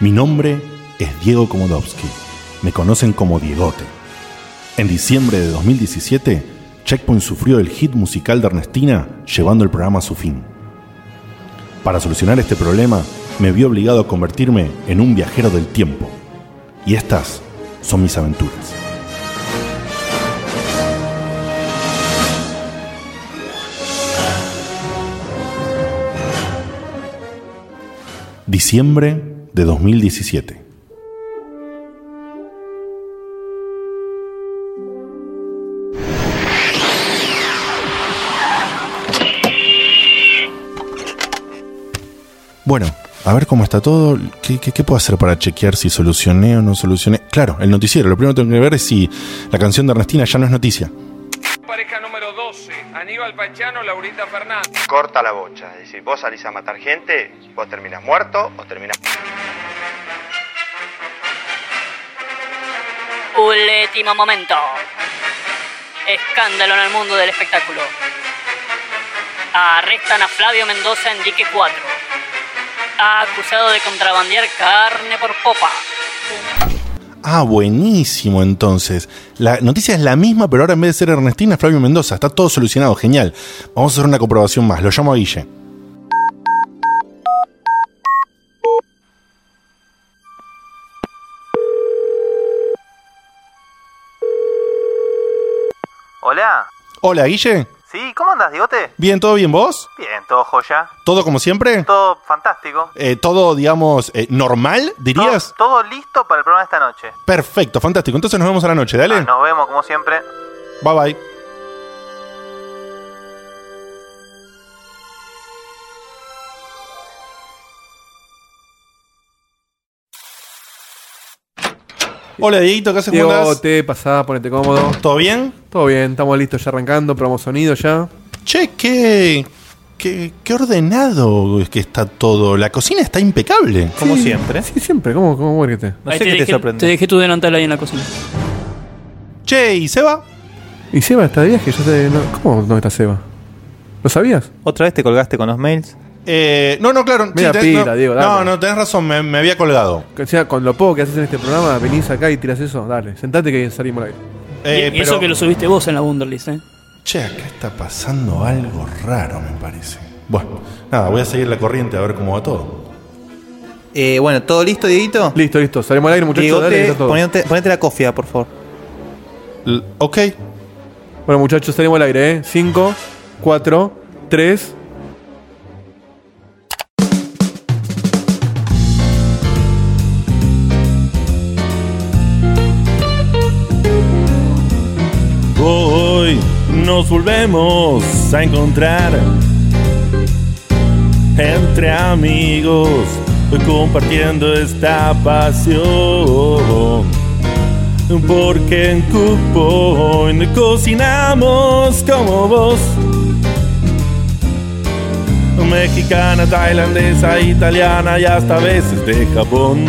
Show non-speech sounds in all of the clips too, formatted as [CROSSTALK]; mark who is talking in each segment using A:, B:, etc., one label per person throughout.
A: Mi nombre es Diego Komodowski. Me conocen como Diegote. En diciembre de 2017, Checkpoint sufrió el hit musical de Ernestina, llevando el programa a su fin. Para solucionar este problema, me vi obligado a convertirme en un viajero del tiempo. Y estas son mis aventuras. Diciembre de 2017. Bueno, a ver cómo está todo. ¿Qué, qué, qué puedo hacer para chequear si solucioné o no solucioné? Claro, el noticiero. Lo primero que tengo que ver es si la canción de Ernestina ya no es noticia.
B: Pareja número 12, Aníbal Pachano, Laurita Fernández.
C: Corta la bocha. Es decir, vos salís a matar gente, vos terminás muerto o terminás.
D: Último momento. Escándalo en el mundo del espectáculo. Arrestan a Flavio Mendoza en Dique 4. Acusado de contrabandear carne por popa.
A: Ah, buenísimo entonces. La noticia es la misma, pero ahora en vez de ser Ernestina, es Flavio Mendoza. Está todo solucionado, genial. Vamos a hacer una comprobación más. Lo llamo a Guille.
E: Hola.
A: Hola, Guille.
E: Sí, ¿cómo andas, Digote?
A: Bien, ¿todo bien vos?
E: Bien, todo joya.
A: ¿Todo como siempre?
E: Todo fantástico.
A: Eh, ¿Todo, digamos, eh, normal, dirías?
E: Todo, todo listo para el programa de esta noche.
A: Perfecto, fantástico. Entonces nos vemos a la noche, dale.
E: Ah, nos vemos como siempre.
A: Bye bye. Hola Dieguito, ¿qué haces? ¿Cómo
F: Diego,
A: andás?
F: te pasá, ponete cómodo.
A: ¿Todo bien?
F: Todo bien, estamos listos ya arrancando, probamos sonido ya.
A: Che, qué, qué, qué ordenado es que está todo. La cocina está impecable.
G: Como siempre.
F: Sí, siempre, ¿cómo, cómo muere que te?
G: No
D: Ahí
G: sé qué te
D: dejé,
G: sorprende.
D: te dejé tu delantal ahí en la cocina.
A: Che, ¿y Seba?
F: Y Seba está de viaje, yo te. no- ¿Cómo no está Seba? ¿Lo sabías?
G: Otra vez te colgaste con los mails.
A: Eh, no, no, claro.
F: Media
A: tenés-
F: pila,
A: no,
F: Diego, dale.
A: no, no, tenés razón, me, me había colgado.
F: O sea, con lo poco que haces en este programa, venís acá y tiras eso, dale, sentate que salimos al aire.
A: Eh,
D: y y eso
A: pero-
D: que lo subiste vos en la Wunderlist, ¿eh?
A: Che, acá está pasando algo raro, me parece. Bueno, nada, voy a seguir la corriente a ver cómo va todo.
G: Eh, bueno, ¿todo listo, Dieguito?
F: Listo, listo, salimos al aire, muchachos, dale, que
G: Diegote,
F: está todo.
G: ponete, ponete la cofia, por favor.
A: L- ok.
F: Bueno, muchachos, salimos al aire, ¿eh? 5, 4, 3.
H: Hoy nos volvemos a encontrar entre amigos, hoy compartiendo esta pasión. Porque en Cupo hoy no cocinamos como vos. Mexicana, tailandesa, italiana y hasta a veces de Japón.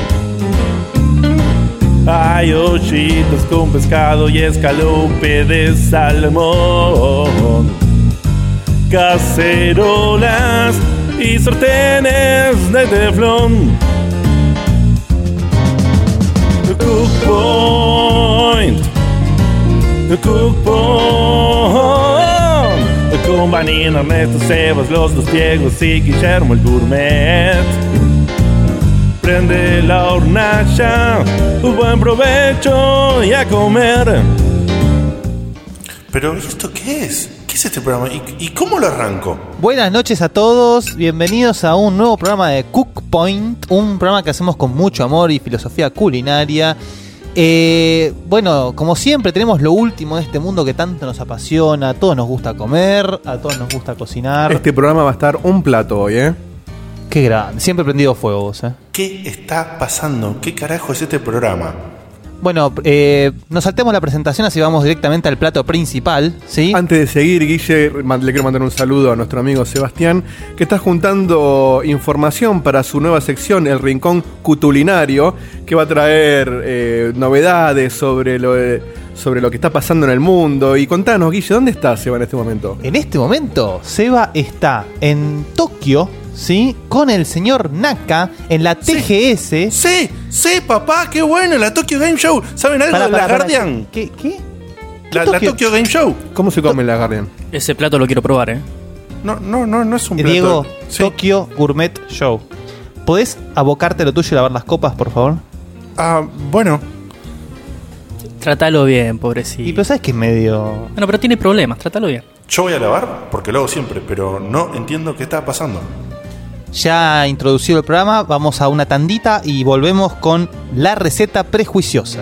H: Hay hojitas con pescado y escalope de salmón. Cacerolas y sartenes de teflón. Cook Point. Cook Point. Con Vanina, Ernesto, Sebas, los dos Diegos y Guillermo el gourmet. Prende la hornalla, buen provecho y a comer.
A: Pero, ¿esto qué es? ¿Qué es este programa? ¿Y, y cómo lo arranco?
I: Buenas noches a todos, bienvenidos a un nuevo programa de Cook Point, un programa que hacemos con mucho amor y filosofía culinaria. Eh, bueno, como siempre tenemos lo último de este mundo que tanto nos apasiona, a todos nos gusta comer, a todos nos gusta cocinar.
F: Este programa va a estar un plato hoy, ¿eh?
I: Qué grande, siempre prendido fuego vos, eh.
A: ¿Qué está pasando? ¿Qué carajo es este programa?
I: Bueno, eh, nos saltemos la presentación, así vamos directamente al plato principal, ¿sí?
F: Antes de seguir, Guille, ma- le quiero mandar un saludo a nuestro amigo Sebastián, que está juntando información para su nueva sección, El Rincón Cutulinario, que va a traer eh, novedades sobre lo, eh, sobre lo que está pasando en el mundo. Y contanos, Guille, ¿dónde está Seba en este momento?
I: En este momento, Seba está en Tokio, ¿sí? Con el señor Naka en la TGS.
H: Sí, sí, papá, qué bueno, la Tokyo Game Show. ¿Saben algo
I: Pará,
H: de
I: pará,
H: la
I: pará.
H: Guardian?
I: ¿Qué? ¿Qué?
H: La, la
I: Tokyo?
H: Tokyo Game Show.
F: ¿Cómo se come la Guardian?
G: Ese plato lo quiero probar, ¿eh?
H: No, no, no, no es un plato-
I: Eh, Diego,
H: Sí.
I: Tokio Gourmet Show. ¿Podés abocarte a lo tuyo y lavar las copas, por favor?
H: Ah, bueno,
G: Trátalo bien,
I: Y
F: pues-
G: pobrecito.
I: pero sabes que es medio.
G: Bueno, pero tiene problemas, trátalo bien.
A: Yo voy a lavar porque lo hago siempre, pero no entiendo qué está pasando.
I: Ya introducido el programa, vamos a una tandita y volvemos con la receta prejuiciosa.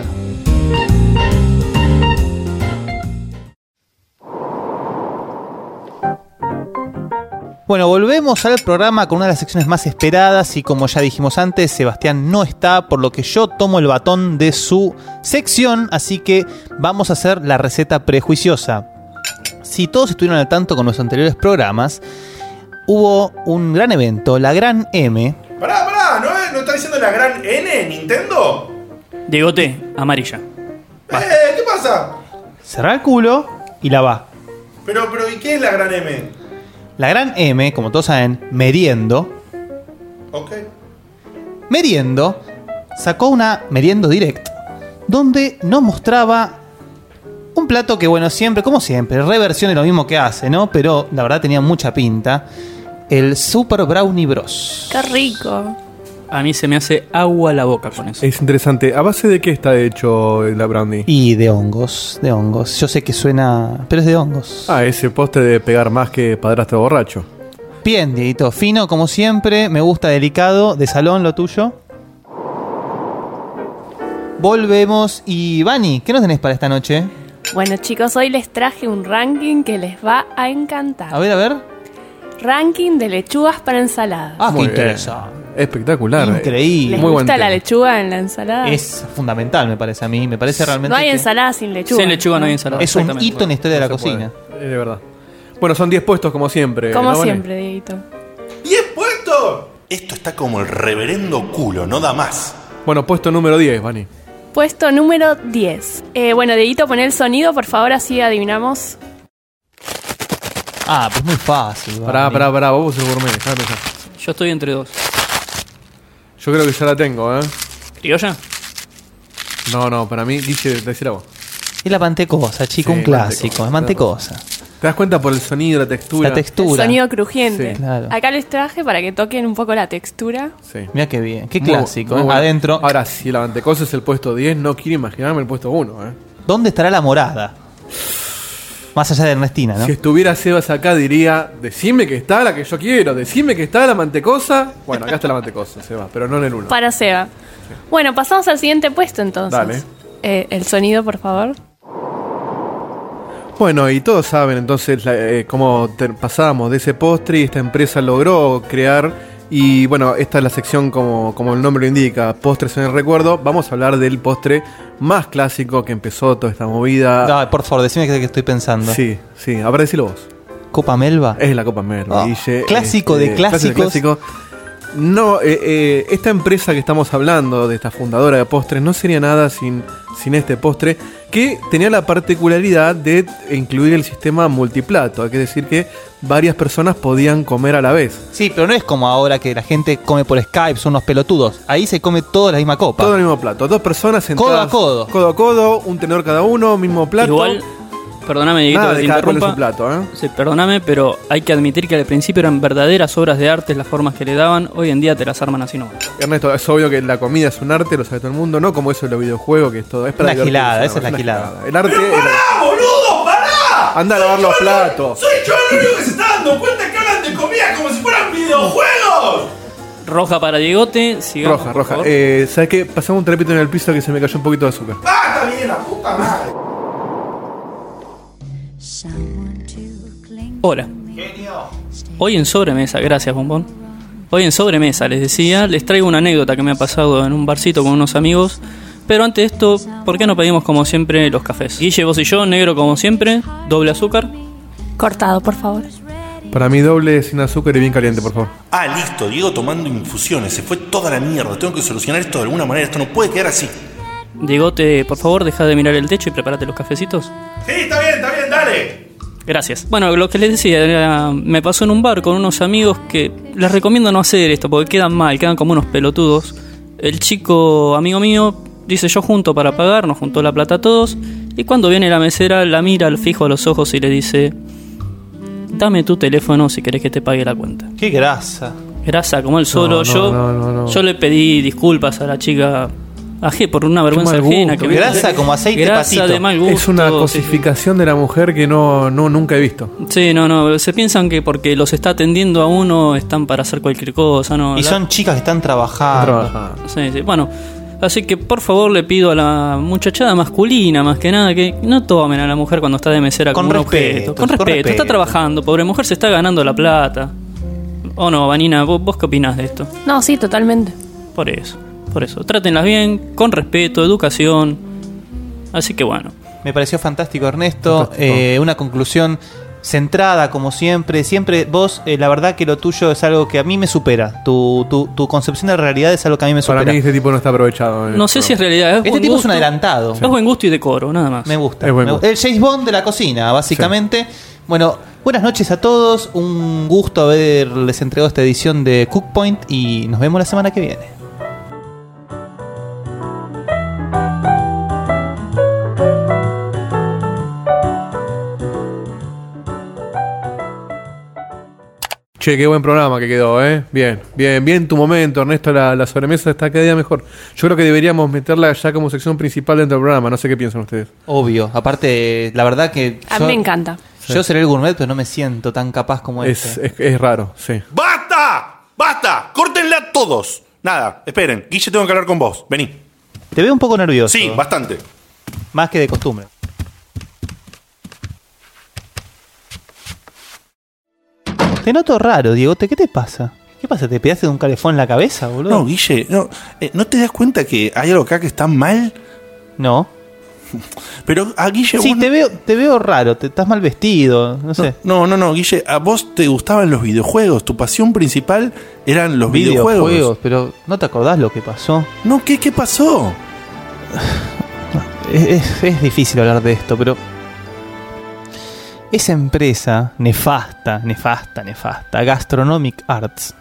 I: Bueno, volvemos al programa con una de las secciones más esperadas y como ya dijimos antes, Sebastián no está, por lo que yo tomo el batón de su sección, así que vamos a hacer la receta prejuiciosa. Si todos estuvieron al tanto con nuestros anteriores programas, hubo un gran evento, la Gran M,
H: Pará, pará, ¿no, es- no está diciendo la gran N, Nintendo?
G: Diegote, amarilla.
H: Eh, ¿qué pasa?
I: cerrá el culo y la va.
H: Pero, pero, ¿y qué es la gran M?
I: La Gran M, como todos saben, Meriendo,
H: Ok.
I: Meriendo sacó una Meriendo Direct donde nos mostraba un plato que, bueno, siempre, como siempre, reversión es lo mismo que hace, ¿no? Pero la verdad tenía mucha pinta. El Super Brownie Bros.
J: Qué rico.
G: A mí se me hace agua la boca con eso.
F: Es interesante. ¿A base de qué está hecho la brandy?
I: Y de hongos, de hongos. Yo sé que suena. Pero es de hongos.
F: Ah, ese poste de pegar más que padrastro borracho.
I: Bien, Dieguito. Fino, como siempre. Me gusta, delicado. De salón, lo tuyo. Volvemos. Y, Vani, ¿qué nos tenés para esta noche?
J: Bueno chicos, hoy les traje un ranking que les va a encantar.
I: A ver, a ver.
J: Ranking de lechugas para ensalada.
I: Ah, qué
F: Muy bien.
I: interesante.
F: Espectacular.
I: Increíble.
J: ¿Les
F: muy buen
J: gusta
F: tema.
J: la lechuga en la ensalada?
K: Eh,
I: Es fundamental, me parece a mí. Me parece realmente.
J: no hay
I: que
J: ensalada sin lechuga.
G: Sin lechuga no hay ensalada.
I: Es un
G: Exactamente.
I: hito en la historia de la
F: No se
I: cocina.
F: puede. Es de verdad. Bueno, son 10 puestos como siempre.
J: Como
F: ¿no, Vane?
J: siempre, Dieguito.
H: ¡10 puestos!
A: Esto está como el reverendo culo, no da más.
F: Bueno, puesto número 10, Vani.
J: Puesto número 10. Eh, bueno, Dieguito, pon el sonido, por favor, así adivinamos.
I: Ah, pues muy fácil.
F: Pará,
I: Vani.
F: pará, pará, vos sos gourmet, déjame pensar.
G: Yo estoy entre dos.
F: Yo creo que ya la tengo, ¿eh?
G: ¿Criolla?
F: No, no, para mí, Guille, decir a vos.
I: Es la pantecosa, chico,
F: Sí,
I: un clásico. Es mantecosa.
F: ¿Te das cuenta por el sonido, la textura?
I: La
J: El
I: textura.
J: sonido crujiente.
F: Sí.
I: Claro.
J: Acá les traje para que toquen un poco la textura.
F: Sí.
I: Mira qué bien. Qué
F: Muy bu-
I: clásico.
F: muy
I: ¿eh?
F: bueno.
I: Adentro.
F: Ahora, si la mantecosa es el puesto 10, no quiero imaginarme el puesto 1, ¿eh?
I: ¿Dónde estará la morada? Más allá de Ernestina, ¿no?
F: Si estuviera Sebas acá, diría: Decime que está la que yo quiero, decime que está la mantecosa. Bueno, acá está la mantecosa, Sebas, pero no en el 1.
J: Para Seba. Bueno, pasamos al siguiente puesto entonces.
F: Dale.
J: Eh, el sonido, por favor.
F: Bueno, y todos saben entonces la- eh, cómo te- pasábamos de ese postre y esta empresa logró crear. Y bueno, esta es la sección como, como el nombre lo indica, postres en el recuerdo. Vamos a hablar del postre más clásico que empezó toda esta movida.
I: No, por favor, decime qué qué estoy pensando.
F: Ah. Sí, sí, habrá decirlo vos.
I: Copa Melba.
F: Es la Copa Merlo,
I: Ah,
F: Guille.
I: clásico de clásicos.
F: clásico. No, eh, eh, esta empresa que estamos hablando, de esta fundadora de postres, no sería nada sin, sin este postre, que tenía la particularidad de incluir el sistema multiplato, hay que decir que varias personas podían comer a la vez.
I: Sí, pero no es como ahora que la gente come por Skype, son unos pelotudos. Ahí se come toda la misma copa.
F: Todo el mismo plato, dos personas sentadas.
I: codo.
F: Codo a codo, un tenor cada uno, mismo plato.
G: Igual, perdóname, Dieguito,
F: nada
G: que te
F: de cada cual en
G: interrumpa.
F: su plato, ¿eh?
G: Sí, perdóname, pero hay que admitir que al principio eran verdaderas obras de arte las formas que le daban. Hoy en día te las arman así nomás.
F: Ernesto, es obvio que la comida es un arte, lo sabe todo el mundo, no como eso de los videojuegos, que es todo. Es para
I: Una
F: divertirse,
I: gilada,
F: ¿no?
I: esa es la
F: una
I: gilada.
F: El arte.
H: ¡Pará, ¡Ah, boludo! ¡Pará!
F: Anda a lavar los platos.
H: ¡Soy yo el único que se está dando cuenta que hablan de comida como si fueran videojuegos!
G: Roja para Diegote, sigamos.
F: Roja,
G: por
F: roja.
G: favor.
F: Eh, ¿Sabes qué? Pasamos un trapito en el piso que se me cayó un poquito de azúcar.
H: ¡Ah, bien, la puta madre!
G: Hora. Hoy en sobremesa, gracias, bombón. Hoy en sobremesa, les decía, les traigo una anécdota que me ha pasado en un barcito con unos amigos Pero ante esto, ¿por qué no pedimos como siempre los cafés? Guille, vos y yo, negro como siempre, doble azúcar.
J: Cortado, por favor.
F: Para mí doble sin azúcar y bien caliente, por favor.
A: Ah, listo, Diego tomando infusiones, se fue toda la mierda. Tengo que solucionar esto de alguna manera, esto no puede quedar así.
G: Diegote, por favor, deja de mirar el techo y prepárate los cafecitos.
A: Sí, está bien, está bien, dale.
G: Gracias. Bueno, lo que les decía, era- me pasó en un bar con unos amigos que les recomiendo no hacer esto porque quedan mal, quedan como unos pelotudos. El chico, amigo mío, dice yo junto para pagar, nos juntó la plata a todos y cuando viene la mesera la mira al fijo a los ojos y le dice, dame tu teléfono si querés que te pague la cuenta.
L: Qué grasa.
G: Grasa como el solo,
L: no,
G: yo,
L: no, no, no.
G: yo le pedí disculpas a la chica. Ajé, por una vergüenza
F: Qué mal
G: ajena.
F: gusto.
G: Que me- grasa de mal gusto.
F: Es una cosificación de la mujer que no, no nunca he visto.
G: Sí, no, no, se piensan que porque los está atendiendo a uno están para hacer cualquier cosa, ¿no?
I: Y
G: La-
I: son chicas que están trabajando.
G: Sí, sí, bueno. Así que por favor le pido a la muchachada masculina, más que nada, que no tomen a la mujer cuando está de mesera
I: Con
G: como un
I: respeto,
G: objeto. Con
I: con
G: respeto,
I: respeto.
G: está trabajando, pobre mujer se está ganando la plata. ¿O no, Vanina? ¿Vos, vos qué opinás de esto?
J: No, sí, totalmente.
G: Por eso, por eso. Trátenlas bien, con respeto, educación. Así que bueno.
I: Me pareció fantástico, Ernesto. Eh, una conclusión centrada, como siempre. Siempre vos, eh, la verdad que lo tuyo es algo que a mí me supera. Tu, tu, tu concepción de realidad es algo que a mí me supera.
F: Para mí este tipo no está aprovechado.
G: No sé si es realidad. Es
I: Este
G: buen
I: tipo es
G: gusto.
I: un adelantado.
G: Es buen gusto y decoro, nada más.
I: Me gusta.
G: Es buen
I: me gusta. El James Bond de la cocina, básicamente. Bueno, buenas noches a todos. Un gusto haberles entregado esta edición de Cookpoint y nos vemos la semana que viene.
F: Che, qué buen programa que quedó, ¿eh? Bien, bien, bien tu momento, Ernesto. La, la sobremesa está cada día mejor. Yo creo que deberíamos meterla ya como sección principal dentro del programa. No sé qué piensan ustedes.
I: Obvio. Aparte, la verdad que.
J: A
I: yo-
J: mí me encanta.
I: Yo seré el gourmet, pero no me siento tan capaz como
F: Es,
G: eh,
I: este.
F: es, es raro, sí.
A: ¡Basta! ¡Basta! ¡Córtenla todos! Nada, esperen, Guille, tengo que hablar con vos. Vení.
I: Te veo un poco nervioso.
A: Sí, bastante.
I: Más que de costumbre. Te noto raro, Diego. ¿Qué te pasa? ¿Qué pasa? ¿Te pedaste de un calefón en la cabeza, boludo?
A: No, Guille, no, eh, ¿no te das cuenta que hay algo acá que está mal?
I: No.
A: Pero a Guille
I: Sí,
A: vos-
I: te veo, te veo raro, te, estás mal vestido, no sé.
A: No, no, no, Guille, a vos te gustaban los videojuegos, tu pasión principal eran los videojuegos.
I: Pero no te acordás lo que pasó.
A: No, ¿qué, qué pasó?
I: Es, es- es difícil hablar de esto, pero. Esa empresa nefasta, nefasta, nefasta, Gastronomic Arts.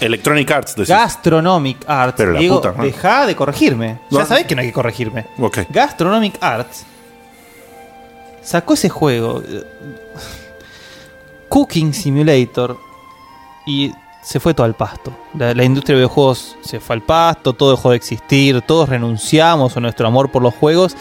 A: Electronic Arts, decís.
I: Gastronomic Arts.
A: Pero la
I: Diego,
A: puta, ¿no?
I: dejá de corregirme.
A: No.
I: Ya sabés que no hay que corregirme.
A: Ok.
I: Gastronomic Arts sacó ese juego, eh, Cooking Simulator, y se fue todo al pasto. La, la industria de videojuegos se fue al pasto, todo dejó de existir, todos renunciamos a nuestro amor por los juegos.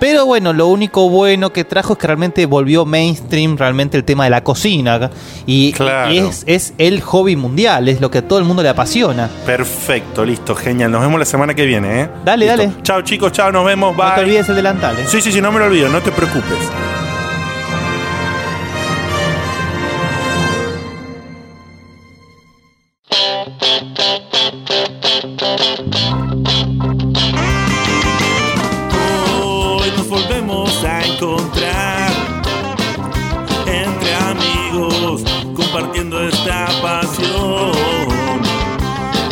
I: Pero bueno, lo único bueno que trajo es que realmente volvió mainstream realmente el tema de la cocina. Y, y es, es el hobby mundial, es lo que a todo el mundo le apasiona.
A: Perfecto, listo, genial. Nos vemos la semana que viene, ¿eh?
I: Dale,
A: Listo.
I: dale.
A: Chao, chicos, chao, nos vemos, bye.
I: No te olvides el delantal, ¿eh?
A: Sí, sí, sí, no me lo olvido, no te preocupes.
H: Hoy nos volvemos a encontrar entre amigos compartiendo esta pasión.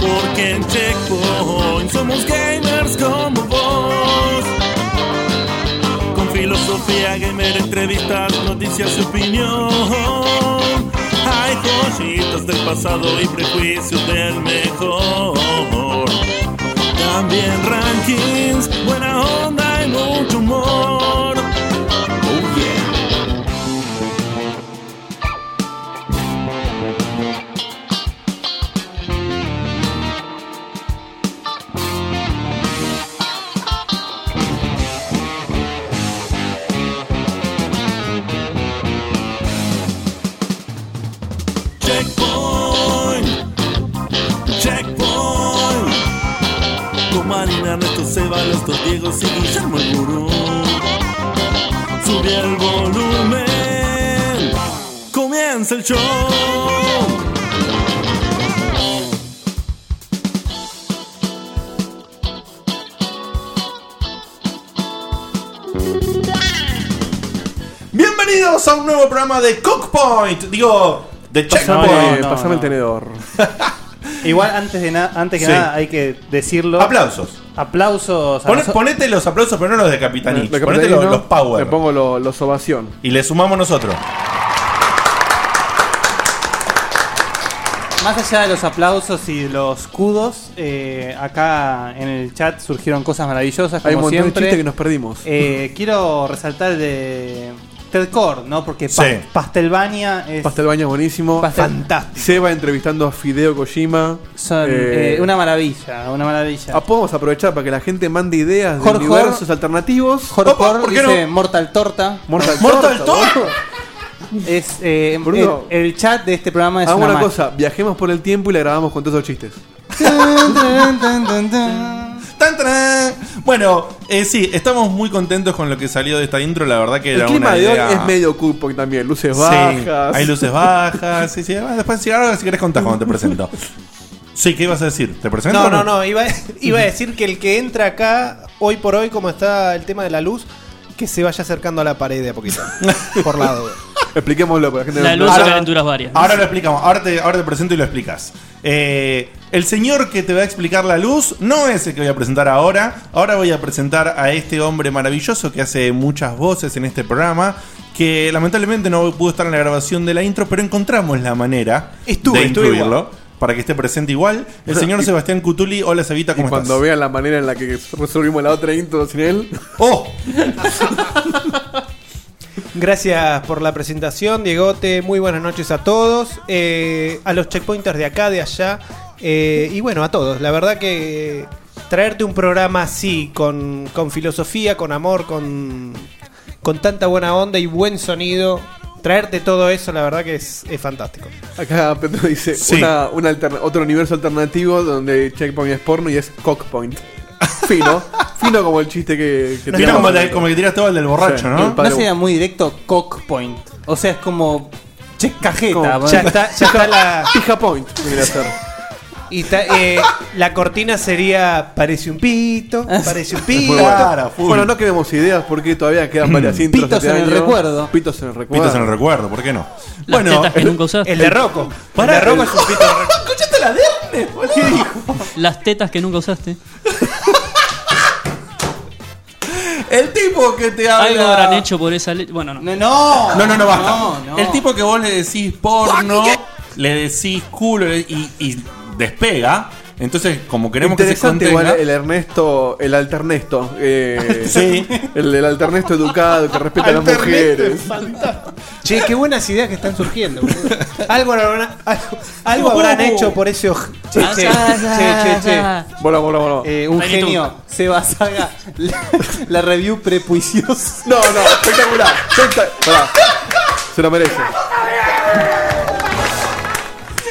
H: Porque en Checkpoint somos gamers como vos. Con filosofía gamer, entrevistas, noticias y opinión. Hay joyitas del pasado y prejuicios del mejor. También rankings, buena onda y mucho humor. Oh yeah. Checkpoint, checkpoint. Con Marina, Ernesto Seba, los dos Diegos y Guillermo el Gurú. Sube el volumen, comienza el show.
A: Bienvenidos a un nuevo programa de Cookpoint. Digo, de
F: Pasame,
A: Checkpoint.
F: pasame el tenedor.
I: Igual antes de nada, antes que
A: Sí.
I: nada hay que decirlo.
A: Aplausos.
I: Aplausos. a
A: Pon-
I: noso-
A: ponete los aplausos, pero no los de Capitanich.
F: De
A: Ponete
F: Capitanich,
A: los,
F: ¿no?
A: los power.
F: Le pongo lo- los ovación.
A: Y le sumamos nosotros.
I: Más allá de los aplausos y los cudos, eh, acá en el chat surgieron cosas maravillosas. Como
F: Hay un montón de
I: siempre.
F: chistes que nos perdimos.
I: Eh, quiero resaltar el de Ted Cord, ¿no? Porque
F: Sí.
I: Pas- Pastelvania es
F: Pastelbaño es buenísimo.
I: Fantástico.
F: Seba entrevistando a Fideo Kojima.
I: son, eh, una maravilla, una maravilla.
F: Ah, Podemos aprovechar para que la gente mande ideas de
I: Jorge
F: universos alternativos.
I: Jorge Cord dice Mortal Torta.
F: Mortal Torta,
I: Es, eh,
F: Bruno.
I: el, el chat de este programa es
F: Hagamos
I: una
F: una
I: magia.
F: cosa, viajemos por el tiempo y la grabamos con todos esos chistes.
A: Tan, tarán. Bueno, eh, sí, estamos muy contentos con lo que salió de esta intro. La verdad que
F: El
A: era
F: clima
A: una
F: de hoy
A: idea.
F: es medio cupo también, luces
A: Sí,
F: bajas.
A: hay luces bajas. sí, sí. Ah, Después, si, ahora, si querés contar cuando te
F: [LAUGHS]
A: presento. Sí, ¿qué ibas a decir? ¿Te presento?
K: No,
A: o
K: no, no. Iba, iba a decir que el que entra acá, hoy por hoy, como está el tema de la luz, que se vaya acercando a la pared de a poquito. por la duda.
F: Expliquémoslo para gente
A: La luz
F: Ahora-
A: de calenturas Ahora lo explicamos, ahora te, ahora te presento y lo explicas. Eh, el señor que te va a explicar la luz no es el que voy a presentar ahora. Ahora voy a presentar a este hombre maravilloso que hace muchas voces en este programa. Que lamentablemente no pudo estar en la grabación de la intro, pero encontramos la manera
K: Estuve,
A: de
K: estuve
A: incluirlo. Para que esté presente igual. El señor Sebastián Cutuli, hola Sevita,
F: Y
A: ¿cómo
F: cuando
A: estás?
F: vean la manera en la que resolvimos la otra intro sin él. [LAUGHS]
A: ¡Oh!
K: Gracias por la presentación, Diegote. Muy buenas noches a todos. eh, a los checkpointers de acá, de allá. eh, y bueno, a todos. La verdad que traerte un programa así, con, con filosofía, con amor, con, con tanta buena onda y buen sonido. Traerte todo eso, la verdad que es, es fantástico.
F: Acá Petro dice
K: Sí.
F: una- una alterna- otro universo alternativo donde Checkpoint es porno y es Cockpoint.
A: [LAUGHS]
F: Fino, fino como el chiste que, que
A: Fino como el de- como el que tiras todo el del borracho, ¿no?
I: No sería muy directo cock point. O sea, es como. Che, cajeta.
K: Como- ya está- ya está la-
F: Pija point. debería
A: [LAUGHS]
F: ser.
K: Y ta- eh, la cortina sería parece un pito, parece un
F: Es
K: pito.
F: muy bueno. bueno, no queremos ideas porque todavía
A: [CLEARS THROAT]
F: quedan varias intros.
K: Pitos
F: este
K: en el
F: año.
K: recuerdo.
F: Pitos en el recuerdo.
A: Pitos en el recuerdo, ¿por qué no?
K: El
G: er-
K: de Rocco.
A: Pará,
K: el de Rocco es un pito.
A: ¿Escuchaste la de ¿Qué dijo?
G: Las tetas que nunca usaste.
A: El tipo que te habla.
G: Algo habrán hecho por esa leche. Bueno, no.
I: No,
A: No, no, no, basta. El
G: tipo
A: tipo que vos le decís porno, le decís culo le- y, y despega. Entonces, como queremos que se
F: Interesante igual
A: contenga.
F: el Ernesto, el alternesto. eh,
A: Sí.
F: El, el alternesto educado que respeta a las mujeres.
K: Che, qué buenas ideas que están surgiendo. boludo. algo habrán, algo, algo habrán
I: Uh.
K: hecho por ese ojo. Che,
I: Ah,
K: che,
I: ya,
K: che,
I: ya,
K: che,
I: ya.
K: che.
F: Bola, bola, bola.
I: Eh, un
K: Tiny
I: genio. Seba Saga. La, la review prepuiciosa.
F: No, no, espectacular. Se lo merece.
A: Ah,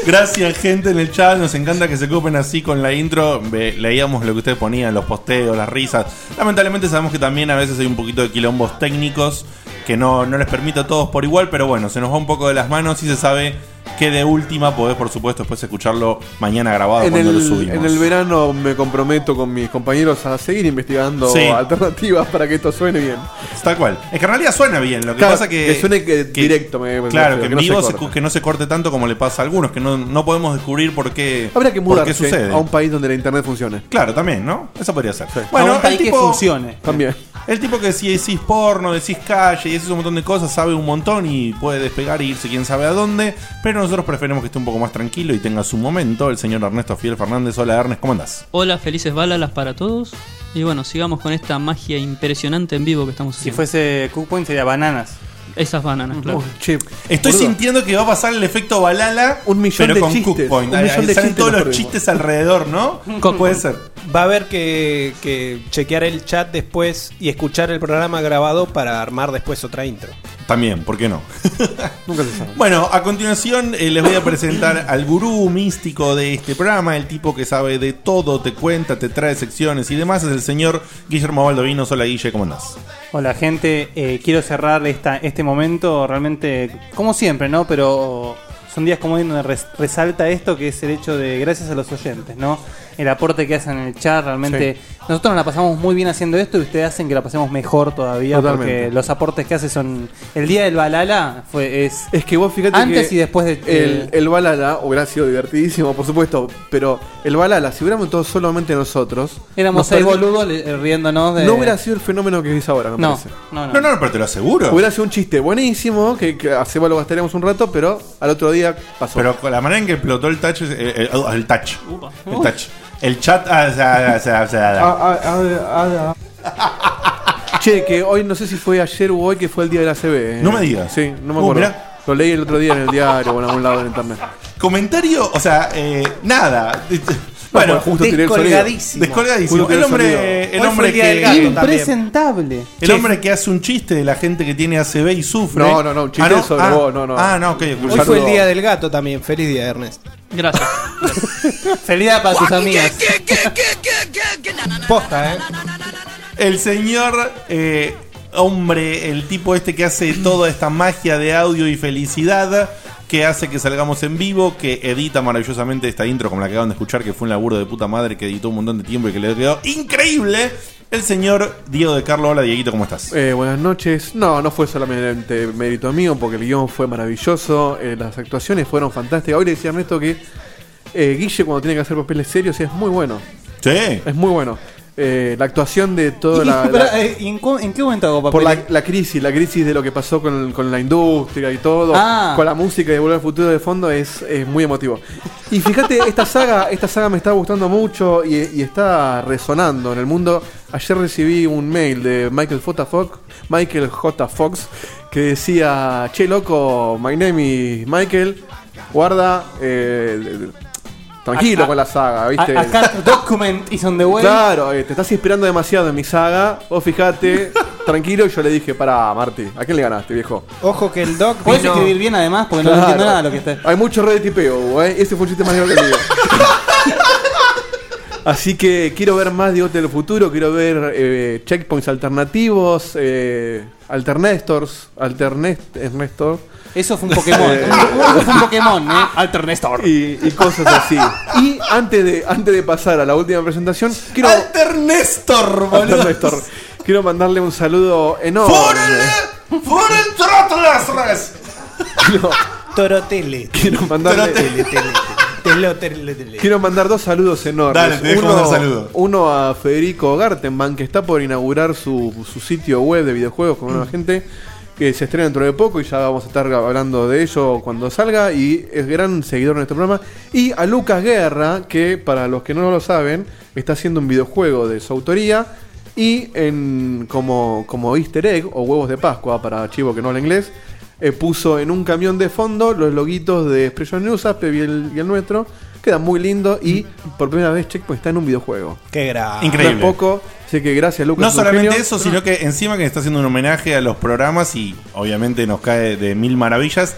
A: Gracias, gente en el chat. Nos encanta que se copen así con la intro. Ve- Leíamos lo que ustedes ponían, los posteos, las risas. Lamentablemente, sabemos que también a veces hay un poquito de quilombos técnicos que no, no les permite a todos por igual. Pero bueno, se nos va un poco de las manos y se sabe que de última podés, por supuesto, después escucharlo mañana grabado
F: En
A: cuando lo
F: el,
A: subimos.
F: en el verano me comprometo con mis compañeros a seguir investigando
A: Sí.
F: alternativas para que esto suene bien.
A: Tal cual. Es que en realidad suena bien. Lo que
F: Claro,
A: pasa que.
F: que suene que- directo, me- me
A: claro, que,
F: refiero, que
A: en
F: no se
A: vivo se
F: corte.
A: cu- que no se corte tanto como le pasa a algunos, que no, no podemos descubrir por qué.
F: Habrá que
A: por qué
F: mudarse
A: sucede.
F: a un país donde la internet funcione.
A: Claro, también, ¿no? Eso podría ser.
F: A un país que funcione. También.
A: El tipo que si decís porno, decís calle y decís un montón de cosas, sabe un montón y puede despegar e irse quién sabe a dónde. Pero nosotros preferimos que esté un poco más tranquilo y tenga su momento. El señor Ernesto Fiel Fernández. Hola, Ernest, ¿cómo andás?
G: Hola, felices balalas para todos. Y bueno, sigamos con esta magia impresionante en vivo que estamos
I: Si
G: haciendo.
I: fuese Cookpoint sería bananas.
G: Esas bananas, claro.
A: Estoy sintiendo que va a pasar el efecto balala.
F: Un millón
A: pero
F: de
A: con
F: chistes.
A: Cookpoint.
F: Un
A: Ahí-
F: millón
A: ahí
F: de
A: salen
F: chistes
A: todos
F: nos
A: los
F: perdimos.
A: chistes alrededor, ¿no? Puede ser.
K: Va a haber que, que chequear el chat después y escuchar el programa grabado para armar después otra intro.
A: También, ¿por qué
F: [LAUGHS]
A: no? Bueno, a continuación eh, les voy a presentar al gurú místico de este programa, el tipo que sabe de todo, te cuenta, te trae secciones y demás, es el señor Guillermo Baldovino. Hola Guille, ¿cómo andás?
I: Hola gente, Eh, quiero cerrar esta, este momento realmente como siempre, ¿no? Pero son días como hoy donde res- resalta esto que es el hecho de gracias a los oyentes, ¿no? el aporte que hacen en el chat. Realmente nosotros nos la pasamos muy bien haciendo esto y ustedes hacen que la pasemos mejor todavía
F: Totalmente.
I: porque los aportes que hace son... El día del Balala fue, es...
F: Es que vos fíjate
I: Antes
F: que
I: y después de...
F: El, el Balala hubiera sido divertidísimo, por supuesto, pero el Balala, si hubiéramos estado solamente nosotros...
I: Éramos
F: nos
I: seis
F: perdi-
I: boludos le- eh, riéndonos de...
F: No hubiera sido el fenómeno que es ahora, me
I: No,
F: parece.
I: no, no.
A: pero te lo aseguro.
F: Hubiera sido un chiste buenísimo, que, que hace lo gastaríamos un rato, pero al otro día pasó.
A: Pero con la manera en que explotó el touch, es- el, el- el touch, el touch, el chat, ah, o sea, o sea, o sea,
F: Ah,
A: [LAUGHS]
F: Che, que hoy no sé si fue ayer o hoy que fue el día de la CB. eh.
A: No me digas.
F: Sí, no me
A: Uh,
F: acuerdo.
A: mirá.
F: Lo leí el otro día en el diario o en algún lado en internet.
A: Comentario, o sea, eh,
F: [LAUGHS]
A: nada. Bueno,
F: pues justo tiré el sonido.
A: descolgadísimo. Descolgadísimo.
F: Justo
A: El
F: tiré el
A: hombre, el
F: sonido.
A: hombre que
F: [LAUGHS]
I: Impresentable.
A: el hombre que hace un chiste de la gente que tiene ACB y sufre.
F: No, no, no, un chiste sobre vos, no, no.
A: Ah, no, ok.
K: Hoy fue el día del gato también. Feliz día, Ernest.
G: Gracias. [LAUGHS]
I: Felicidad para tus amigas.
K: Posta, ¿eh?
A: El señor eh, hombre, el tipo este que hace toda esta magia de audio y felicidad, que hace que salgamos en vivo, que edita maravillosamente esta intro como la que acaban de escuchar, que fue un laburo de puta madre que editó un montón de tiempo y que le quedó increíble. El señor Diego de Carlo. Hola, Dieguito, ¿cómo estás?
F: Eh, buenas noches. No, no fue solamente mérito mío, porque el guión fue maravilloso, eh, las actuaciones fueron fantásticas. Hoy le decía a Ernesto que eh, Guille cuando tiene que hacer papeles serios es muy bueno.
A: Sí.
F: Es muy bueno. Eh, la actuación de toda la...
I: Pará,
F: la-
I: eh, ¿y en, cu- en qué momento hago papel?
F: por la, la crisis, la crisis de lo que pasó con, con la industria y todo,
I: Ah.
F: con la música de Volver al Futuro de fondo es, es muy emotivo. Y fíjate, esta saga, esta saga me está gustando mucho y, y está resonando en el mundo. Ayer recibí un mail de Michael J. Fox, Michael J. Fox, que decía, che loco, my name is Michael, guarda, eh, tranquilo
I: A- a-
F: con la saga, ¿viste? [LAUGHS]
I: A- acá document is on the way.
F: Este, Claro, eh, te estás inspirando demasiado en mi saga. Vos
I: [LAUGHS]
F: fijate, tranquilo. Y yo le dije, pará, Marti, ¿a quién le ganaste, viejo?
K: Ojo que el doc
I: Puedes
K: vino-
I: escribir bien además porque no
F: Claro.
I: entiendo nada de lo que está.
F: Hay mucho red de tipeo, Hugo, eh. Ese fue un chiste más grande que el
I: [LAUGHS]
F: mío. Así que quiero ver más de Hotel del Futuro, quiero ver eh, checkpoints alternativos, eh, alternestors, alternest, ernestor.
I: Eso fue
F: [LAUGHS]
I: un Pokémon. Eso fue un Pokémon, ¿eh? Alternestor.
F: Y, y cosas así. Y antes de, antes de pasar a la última presentación, quiero.
A: ¡Alternestor,
F: boludo! Quiero mandarle un saludo enorme. [LAUGHS]
A: ¡Fueron trotlastres!
K: Torotele.
F: Quiero mandarle.
K: Torotele, tele, tele, tele, tele.
F: Quiero mandar dos saludos enormes.
A: Dale, te dejo
F: uno,
A: mandar saludos.
F: uno a Federico Gartenman, que está por inaugurar su, su sitio web de videojuegos con
A: Mm.
F: nueva gente, que se estrena dentro de poco y ya vamos a estar hablando de ello cuando salga. Y es gran seguidor de nuestro programa. Y a Lucas Guerra, que para los que no lo saben, está haciendo un videojuego de su autoría. Y en, como, como easter egg o huevos de Pascua para Chivo que no habla inglés, eh, puso en un camión de fondo los loguitos de Expression News, Aspe y el, y el nuestro. Queda muy lindo y por primera vez Checkpoint está en un videojuego.
K: Qué grave.
A: Increíble.
F: Tampoco, sé que gracias Lucas.
A: No
F: es un
A: solamente
F: genio.
A: eso, sino que encima que está haciendo un homenaje a los programas y obviamente nos cae de mil maravillas,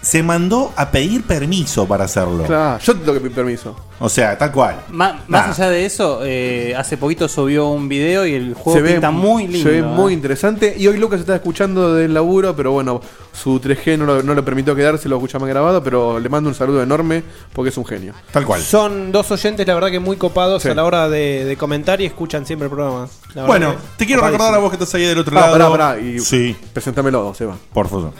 A: se mandó a pedir permiso para hacerlo.
F: Claro, yo te tengo que pedir permiso.
A: O sea, tal cual.
I: Ma- más allá de eso, eh, hace poquito subió un video y el juego
F: Se ve,
I: pinta muy lindo.
F: se ve muy
I: ¿eh?
F: interesante. Y hoy Lucas está escuchando del laburo, pero bueno, su 3G no, lo- no le permitió quedarse, lo escucha más grabado, pero le mando un saludo enorme porque es un genio.
A: Tal cual.
K: Son dos oyentes, la verdad que muy copados
F: Sí.
K: a la hora de, de comentar y escuchan siempre el programa. La verdad
A: Bueno,
K: que
A: te quiero recordar a
K: copadísimo.
A: vos que estás ahí del otro
F: Ah,
A: lado.
F: pará, pará, y
A: sí.
F: preséntamelo, Seba.
A: Por favor.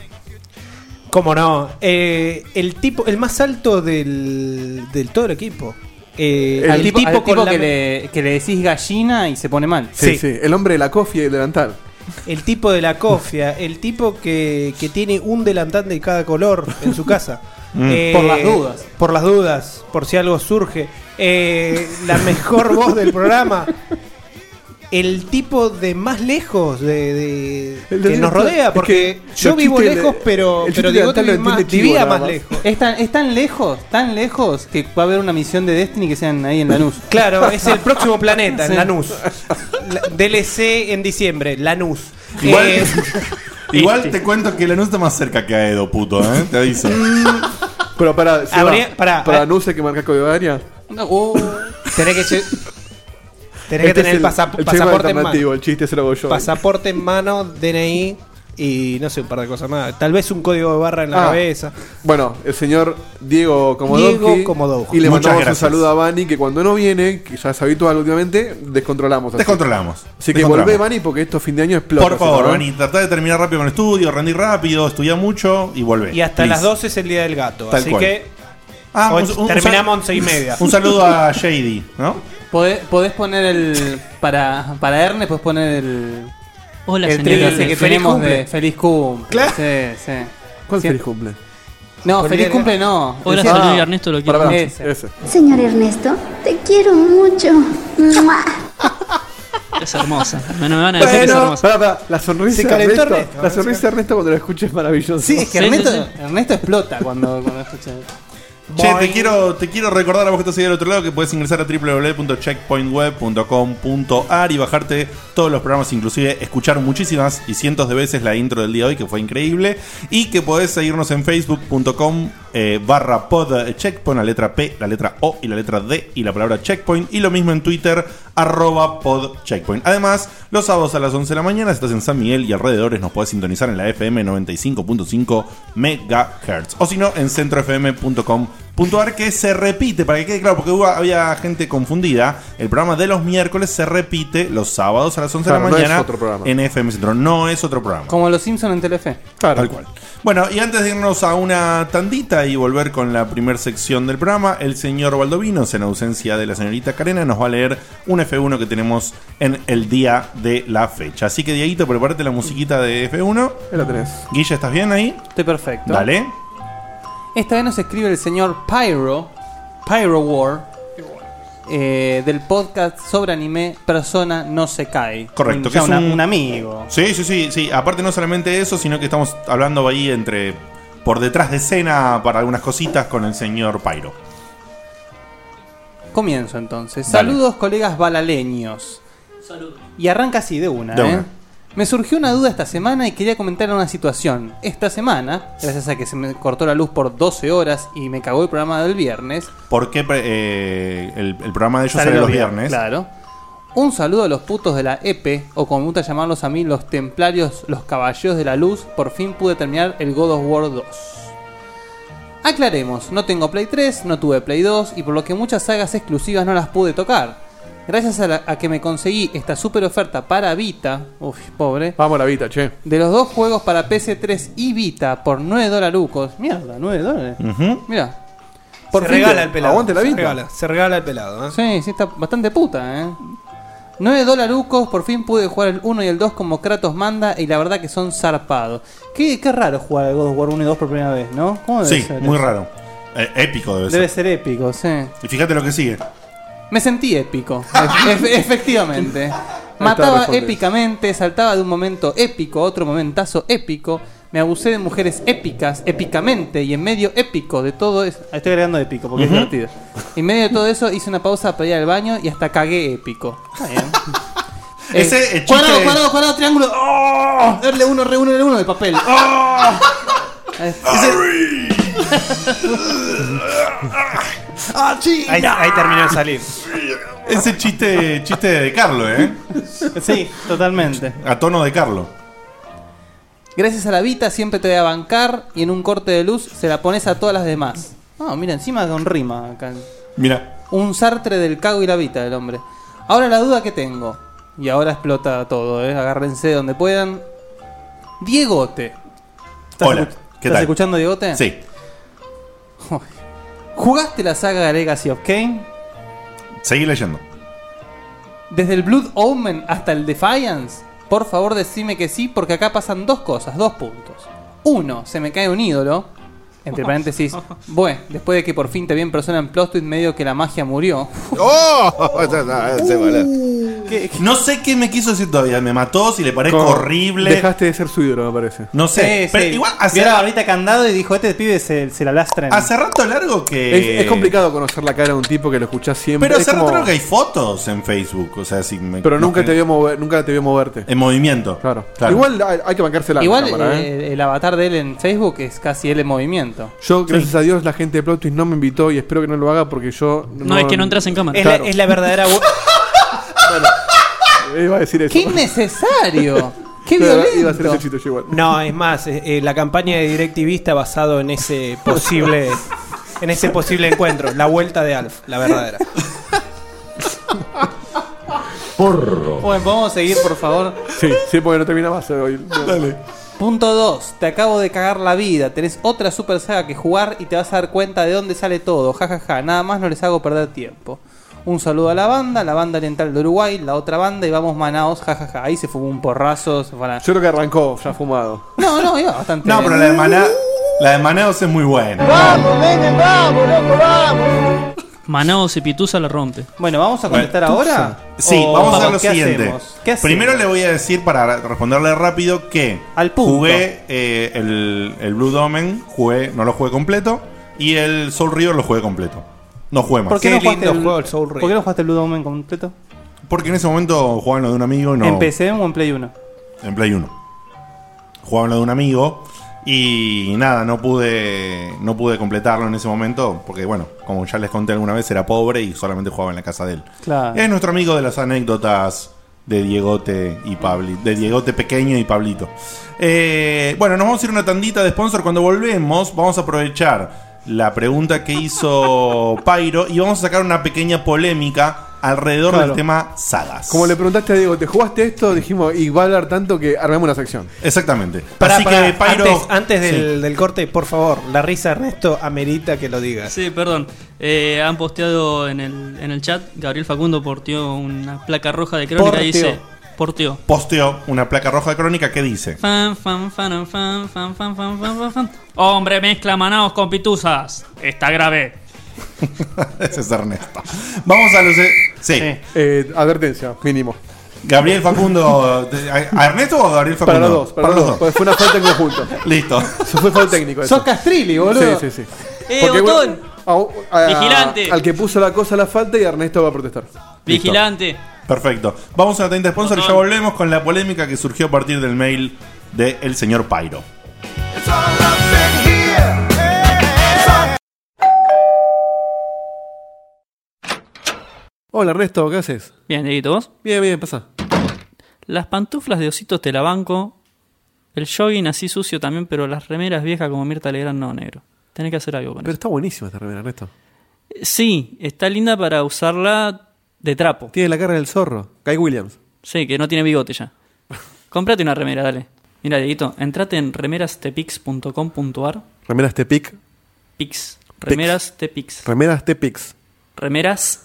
K: ¿Cómo no? Eh, el tipo, el más alto del, del todo el equipo. Eh,
I: Al tipo, al tipo
K: con la-
I: que, le, que le decís gallina y se pone mal.
F: Sí, sí, el hombre de la cofia y el delantal.
K: El tipo de la cofia, el tipo que, que tiene un delantal de cada color en su casa.
I: [LAUGHS]
K: Eh,
I: Mm. Por las dudas.
K: Por las dudas, por si algo surge. Eh, la
I: [LAUGHS]
K: mejor voz del programa. El tipo de más lejos de, de-
I: El
K: que
I: de-
K: nos rodea,
I: es
K: porque
I: que
K: yo
I: los
K: vivo
I: chistes de-
K: lejos, pero,
I: el
K: pero
I: chiste de
K: Digote
I: Natal lo
K: vive más-
I: entiende Chivo,
K: vivía
I: nada
K: más
I: más.
K: lejos.
I: Es tan, es tan lejos, tan lejos que va a haber una misión de Destiny que sean ahí en Lanús.
K: Claro, es el próximo planeta, en
I: Sí.
K: Lanús. La- DLC en diciembre, Lanús.
A: Igual- [LAUGHS]
F: [LAUGHS]
K: Eh,
F: Este.
A: Igual te cuento que Lanús está más cerca que Aedo, puto, ¿eh? Te
F: [LAUGHS]
A: aviso.
F: Pero para,
K: Habría- pará,
F: para
K: eh.
F: no sé que marca código de área.
K: tenés que, lle- tenés que
F: Este
K: tener
F: es
K: el, pasap-
F: el tema
K: pasaporte en mano.
F: alternativo, el chiste se lo hago yo.
K: Pasaporte en mano, DNI. y no sé, un par de cosas más. Tal vez un código de barra en la
F: Ah,
K: cabeza.
F: Bueno, el señor Diego Comodowski.
K: Diego Komodowski.
F: Y le
K: Muchas
F: mandamos un
K: gracias.
F: saludo a Bani, que cuando no viene, que ya es habitual últimamente, descontrolamos. así.
A: Descontrolamos.
F: Así que
A: Descontrolamos.
F: volvé, Bani, porque esto fin de año explota.
A: Por favor, Bani, tratá de terminar rápido con el estudio, rendí rápido, estudia mucho y volvé.
K: Y hasta
A: Please.
K: las 12 es el día del gato.
A: Tal
K: así
A: cual.
K: que
A: Ah,
K: hoy
A: un- un-
K: terminamos
A: un
K: once y media.
A: Un saludo a Shady, ¿no?
I: Podés, podés poner el. Para, para Erne, podés poner el.
G: Hola,
I: el
G: señor
I: trigger
G: Erne.
I: ese que
G: Feliz
I: tenemos
G: cumple.
I: de Feliz Cumple. Claro. Sí, sí.
F: ¿Cuál
I: Sí.
F: feliz cumple?
I: No,
G: Olvidé
I: feliz
G: el-
I: cumple no.
G: Hola,
I: Decía- Ah.
G: señor Ernesto, lo quiero
I: Pará, pará.
G: mucho.
F: Ese.
M: Señor Ernesto, te quiero mucho. ¡Mua!
G: Es hermosa. Me- no me van a decir que es hermosa.
F: pará, pará, la sonrisa
I: Se
F: de
I: calentó
F: Ernesto,
I: Ernesto.
F: la sonrisa de Ernesto cuando lo escuches es maravillosa.
I: Sí, es que Ernesto, Ernesto explota cuando, cuando escucha.
A: Che, te quiero, te quiero recordar a vos que estás ahí del otro lado que puedes ingresar a www.checkpointweb.com.ar y bajarte todos los programas, inclusive escuchar muchísimas y cientos de veces la intro del día de hoy, que fue increíble, y que podés seguirnos en facebook.com eh, barra pod checkpoint, la letra P, la letra O y la letra D y la palabra checkpoint, y lo mismo en Twitter, arroba pod checkpoint. Además, los sábados a las 11 de la mañana, si estás en San Miguel y alrededores, nos podés sintonizar en la FM 95.5 MHz, o si no, en centrofm.com puntuar que se repite, para que quede claro, porque hubo- había gente confundida. El programa de los miércoles se repite los sábados a las 11 de
F: Claro,
A: la
F: no es
A: mañana
F: otro programa.
A: en FM Centro. No es otro programa.
I: Como los Simpsons en Telefe.
A: Tal cual. Bueno, y antes de irnos a una tandita y volver con la primera sección del programa, el señor Valdovinos, en ausencia de la señorita Carena, nos va a leer un F1 que tenemos en el día de la fecha. Así que, Dieguito, prepárate la musiquita de F1.
F: La tenés.
A: Guilla, ¿estás bien ahí?
I: Estoy perfecto.
A: Dale.
I: Esta vez nos escribe el señor Pyro, Pyro War, eh, del podcast sobre anime Persona no se cae.
A: Correcto,
I: Un-
A: que
I: ya
A: es
I: una-
A: un-
I: un amigo.
A: Sí, sí, sí, sí. Aparte no solamente eso, sino que estamos hablando ahí entre por detrás de escena para algunas cositas con el señor Pyro.
I: Comienzo entonces.
A: Dale.
I: Saludos colegas balaleños. Y arranca así de una,
A: De
I: ¿eh?
A: una.
I: Me surgió una duda esta semana y quería comentar una situación. Esta semana, gracias a que se me cortó la luz por 12 horas y me cagó el programa del viernes,
A: ¿Por qué pre- eh, el, el programa de ellos sale los viernes?
I: Claro. Un saludo a los putos de la EP, o como me gusta llamarlos a mí, los templarios, los caballeros de la luz. Por fin pude terminar el God of War 2. Aclaremos, no tengo Play 3, no tuve Play 2, y por lo que muchas sagas exclusivas no las pude tocar. Gracias a, la- a que me conseguí esta super oferta para Vita, uff, pobre.
F: Vamos a la Vita, che.
I: De los dos juegos para PC3 y Vita por 9 dolarucos. Mierda, 9 dólares.
A: Mm.
I: Mira.
K: se regala el pelado. se regala, se regala el pelado. ¿eh?
I: Sí, sí, está bastante puta, ¿eh? 9 dolarucos, por fin pude jugar el 1 y el 2 como Kratos manda y la verdad que son zarpados. Qué, qué raro jugar al God of War 1 y 2 por primera vez, ¿no? ¿Cómo debe
A: Sí,
I: ser
A: muy
I: eso?
A: raro. Eh, épico debe,
I: Debe
A: ser.
I: ser épico, sí.
A: Y fíjate lo que sigue.
I: Me sentí épico, [LAUGHS] e- efe- efectivamente.
A: Ahí
I: Mataba
A: está, responde.
I: épicamente, saltaba de un momento épico a otro momentazo épico. Me abusé de mujeres épicas, épicamente, y en medio épico de todo eso. Estoy agregando épico porque
K: Ujú.
I: es divertido. En medio de todo eso hice una pausa para ir al baño y hasta cagué épico. Está bien. Eh,
K: Ese, eh, chiste-
I: cuadrado, cuadrado, cuadrado, triángulo. ¡Oh! R1, R1, R1 de papel. ¡Oh! Eh,
A: [LAUGHS]
K: Ahí, ahí terminó de salir.
A: ¡Ah, Ese chiste, chiste de Carlo, ¿eh?
I: Sí, totalmente.
A: A tono de Carlo.
I: Gracias a la Vita siempre te voy a bancar y en un corte de luz se la pones a todas las demás. No, mira, encima con rima acá.
A: Mira.
I: Un sartre del cago y la Vita del hombre. Ahora la duda que tengo. Y ahora explota todo, ¿eh? Agárrense donde puedan. Diegote. ¿Estás
A: Hola,
I: escu-
A: ¿qué
I: ¿Estás
A: tal?
I: escuchando,
K: Ah.
I: Diegote?
A: Sí.
I: ¿Jugaste la saga Legacy of Kane?
A: Seguí leyendo.
I: Desde el Blood Omen hasta el Defiance, por favor decime que sí, porque acá pasan dos cosas, dos puntos. Uno, se me cae un ídolo. Entre paréntesis, bueno, después de que por fin te vi en persona en Plot Twist, medio que la magia murió.
A: ¡Oh! [LAUGHS] No sé qué me quiso decir todavía. Me mató, si le parezco horrible.
F: Dejaste de ser su ídolo, me parece.
A: No sé.
N: Sí,
A: pero
N: sí.
A: igual hace,
N: Vio la barbita candado y dijo, este pibe se, se la lastran.
A: hace rato largo que.
F: Es, es complicado conocer la cara de un tipo que lo escuchás siempre.
A: Pero
F: Es
A: hace
F: como-
A: rato largo que hay fotos en Facebook. O sea, si me-
F: Pero
A: no
F: nunca
A: que-
F: te, vio mover, nunca te vio moverte.
A: En movimiento. Claro.
F: Igual hay, hay que bancársela.
I: Igual
F: la cámara, ¿eh?
I: eh, el avatar de él en Facebook es casi él en movimiento.
F: Yo, gracias a Dios, la gente de Plot Twist no me invitó y espero que no lo haga porque yo.
I: No, es que no
F: [LAUGHS]
I: entras en cámara. Es la-
F: Claro.
I: es la verdadera bu-
F: Bueno, iba a decir eso. [LAUGHS]
I: ¡Qué innecesario!
K: ¡Qué
F: Claro, iba a ser ese chiste yo igual.
K: No, es más, eh, eh, la campaña de DirecTV está basado en ese posible en ese posible encuentro, la vuelta de Alf, la verdadera.
A: Porro.
I: Bueno, podemos seguir, por favor.
F: Sí, sí, porque no termina más hoy. Dale.
I: Punto 2. Te acabo de cagar la vida. Tenés otra super saga que jugar y te vas a dar cuenta de dónde sale todo. Ja, ja, ja. Nada más no les hago perder tiempo. Un saludo a la banda, la banda oriental de Uruguay, la otra banda y vamos Manaos. Ja, ja, ja. Ahí se fumó un porrazo. Se fue a la-
F: Yo creo que arrancó ya fumado.
I: No, no, iba bastante.
F: No,
I: bien.
F: pero la hermana-
A: La de Manaos es muy buena.
I: ¡Vamos, nene, vamos, loco, vamos!
G: Manaos y Pitusa la rompe.
I: Bueno, vamos a
G: contestar
I: ahora?
A: Sí,
G: ¿O
A: vamos a hacer lo
G: qué
A: siguiente.
G: hacemos? ¿Qué hacemos?
A: Primero le voy a decir, para responderle rápido, que
I: Al punto.
A: jugué eh, el, el Blue Domen, jugué, no lo jugué completo, y el Soul River lo jugué completo. No jugué más.
I: ¿Por qué, no jugaste el,
K: juego el Soul
I: ¿Por qué no jugaste el Ludo Omen completo?
A: Porque en ese momento jugaban lo de un amigo y no...
I: ¿En PC o en Play 1?
A: En Play 1. Jugaban lo de un amigo y nada, no pude no pude completarlo en ese momento porque bueno, como ya les conté alguna vez, era pobre y solamente jugaba en la casa de él.
I: Claro.
A: Es nuestro amigo de las anécdotas de Diegote y Pablito, de Diegote pequeño y Pablito. Eh, bueno, nos vamos a ir a una tandita de sponsor cuando volvemos, vamos a aprovechar la pregunta que hizo Pairo y vamos a sacar una pequeña polémica alrededor
F: Claro.
A: del tema sagas.
F: Como le preguntaste a Diego, ¿te jugaste esto? Dijimos, y va a hablar tanto que armamos una sección.
A: Exactamente.
F: Pará,
A: Así
F: pará,
A: que Pairo
F: Pero-
K: antes antes del, del corte, por favor, la risa de Ernesto amerita que lo digas.
G: Sí, perdón. Eh, han posteado en el, en el chat, Gabriel Facundo porteó una placa roja de crónica y dice... Porteó.
A: Posteó una placa roja de crónica que dice. [LAUGHS]
G: Fan, fan, fan, fan, fan, fan, fan, fan, fan, fan. Hombre, mezcla manaos con pituzas. Está grave.
A: Ese es Ernesto. Vamos a los. Sí.
F: Eh, advertencia, mínimo.
A: Gabriel Facundo. te- ¿A a Ernesto o a Gabriel Facundo?
F: Para los dos, para, los dos. Porque Fue una falta en conjunto. [LAUGHS]
A: Listo. [LAUGHS]
F: Eso fue falta técnico.
A: Sos
F: Castrilli,
A: boludo.
F: Sí, sí, sí.
G: Eh,
F: Porque,
G: botón.
F: bueno, a- a-
G: Vigilante.
F: Al que puso la cosa la falta y Ernesto va a protestar.
A: Listo.
G: Vigilante.
A: Perfecto. Vamos a la tienda sponsor y ya volvemos con la polémica que surgió a partir del mail del el señor Pairo.
F: Hola Ernesto, ¿qué haces?
G: Bien, Dieguito, ¿vos?
F: Bien, bien, pasa.
G: Las pantuflas de ositos te la banco. El jogging así sucio también, pero las remeras viejas como Mirta Legrand no, negro. Tenés que hacer algo con
F: Pero está buenísima esta remera, Ernesto.
G: eso. Sí, está linda para usarla de trapo.
F: Tiene la cara del zorro. Kai Williams.
G: Sí, que no tiene bigote ya. Comprate una remera, dale. Mira, Dieguito, entrate en remerastepix.com.ar.
F: Remeras Tepic.
G: Pix. Remeras Tepix.
F: Remeras Tepix.
G: Remeras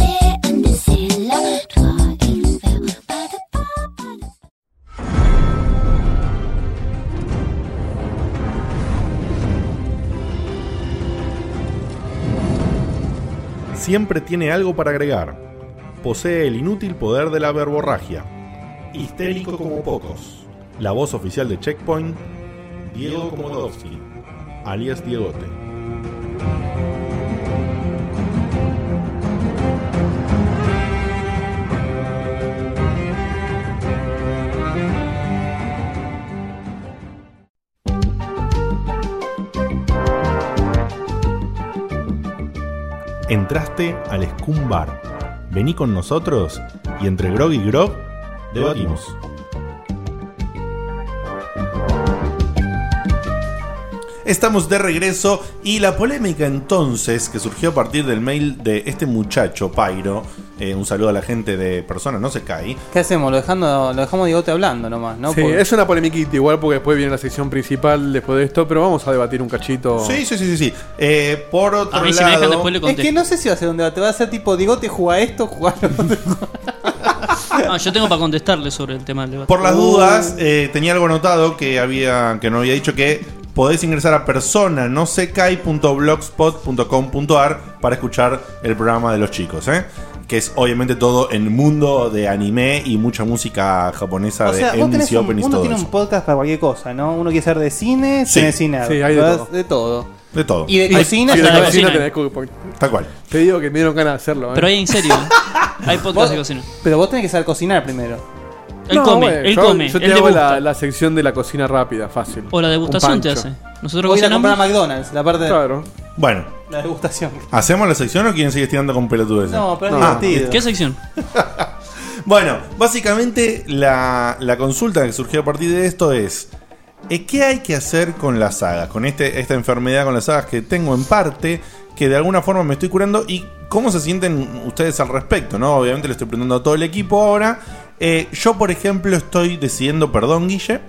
A: Siempre tiene algo para agregar. Posee el inútil poder de la verborragia. Histérico como pocos. La voz oficial de Checkpoint, Diego Komodowski, alias Diegote. Entraste al Scum Bar. Vení con nosotros Y entre Grog y Grog, debatimos. Estamos de regreso y la polémica entonces que surgió a partir del mail de este muchacho, Pairo, eh, un saludo a la gente de Persona No Se Cae,
I: ¿Qué hacemos? Lo, dejando, lo dejamos Digote hablando nomás, ¿no?
F: Sí,
I: Porque-
F: es una polemiquita igual porque después viene la sección principal después de esto, pero vamos a debatir un cachito.
A: Sí, sí, sí, sí. sí. Eh, por otro
F: Oh. A mí si me dejan después le
I: Es
F: contesto.
I: que no sé si va a ser un debate, va a ser tipo, Digote juega esto, juega lo
A: [LAUGHS]
I: otro.
G: Ah, yo tengo para contestarle sobre el tema del debate.
A: Por las
I: Uh.
A: dudas, eh, tenía algo anotado que había que no había dicho que podéis ingresar a persona no para escuchar el programa de los chicos, ¿eh? que es obviamente todo en mundo de anime y mucha música japonesa
I: O sea,
A: de
I: vos tenés
A: Ennis y
I: un-
A: Openis
I: uno
A: todo
I: tiene
A: eso.
I: un podcast para cualquier cosa, ¿no? Uno quiere ser de cine,
A: Sí.
I: tiene cine.
A: Sí, hay de
I: ¿verdad?
A: todo.
I: De todo.
A: De todo.
I: Y de
F: Hay-
I: cocina
F: y de
I: ya la
F: cocina
I: cocina.
F: tenés cookpoint.
A: Tal cual.
F: Te digo que me dieron ganas de hacerlo. ¿eh?
G: Pero hay en serio.
I: [LAUGHS]
G: Hay podcast de cocina.
I: Pero vos tenés que saber cocinar primero.
G: Él
F: No,
G: come,
F: bueno,
G: él
F: yo,
G: come,
F: Yo te
G: él
F: hago
G: degusta.
F: la, la sección de la cocina rápida, fácil.
G: O la degustación
F: Un
G: te
F: pancho.
G: hace. Nosotros cocinamos.
I: McDonald's, la parte de
F: Claro.
A: Bueno,
I: la degustación.
A: ¿hacemos la sección o quieren seguir estirando con pelotudeces?
I: No, pero es
A: Ah,
I: divertido.
G: ¿Qué sección?
A: Bueno, básicamente la, la consulta que surgió a partir de esto es: eh, ¿qué hay que hacer con las sagas? Con este, esta enfermedad con las sagas que tengo en parte, que de alguna forma me estoy curando, y cómo se sienten ustedes al respecto, ¿no? Obviamente le estoy preguntando a todo el equipo ahora. Eh, yo, por ejemplo, estoy decidiendo, perdón,
I: [LAUGHS]
A: Guille.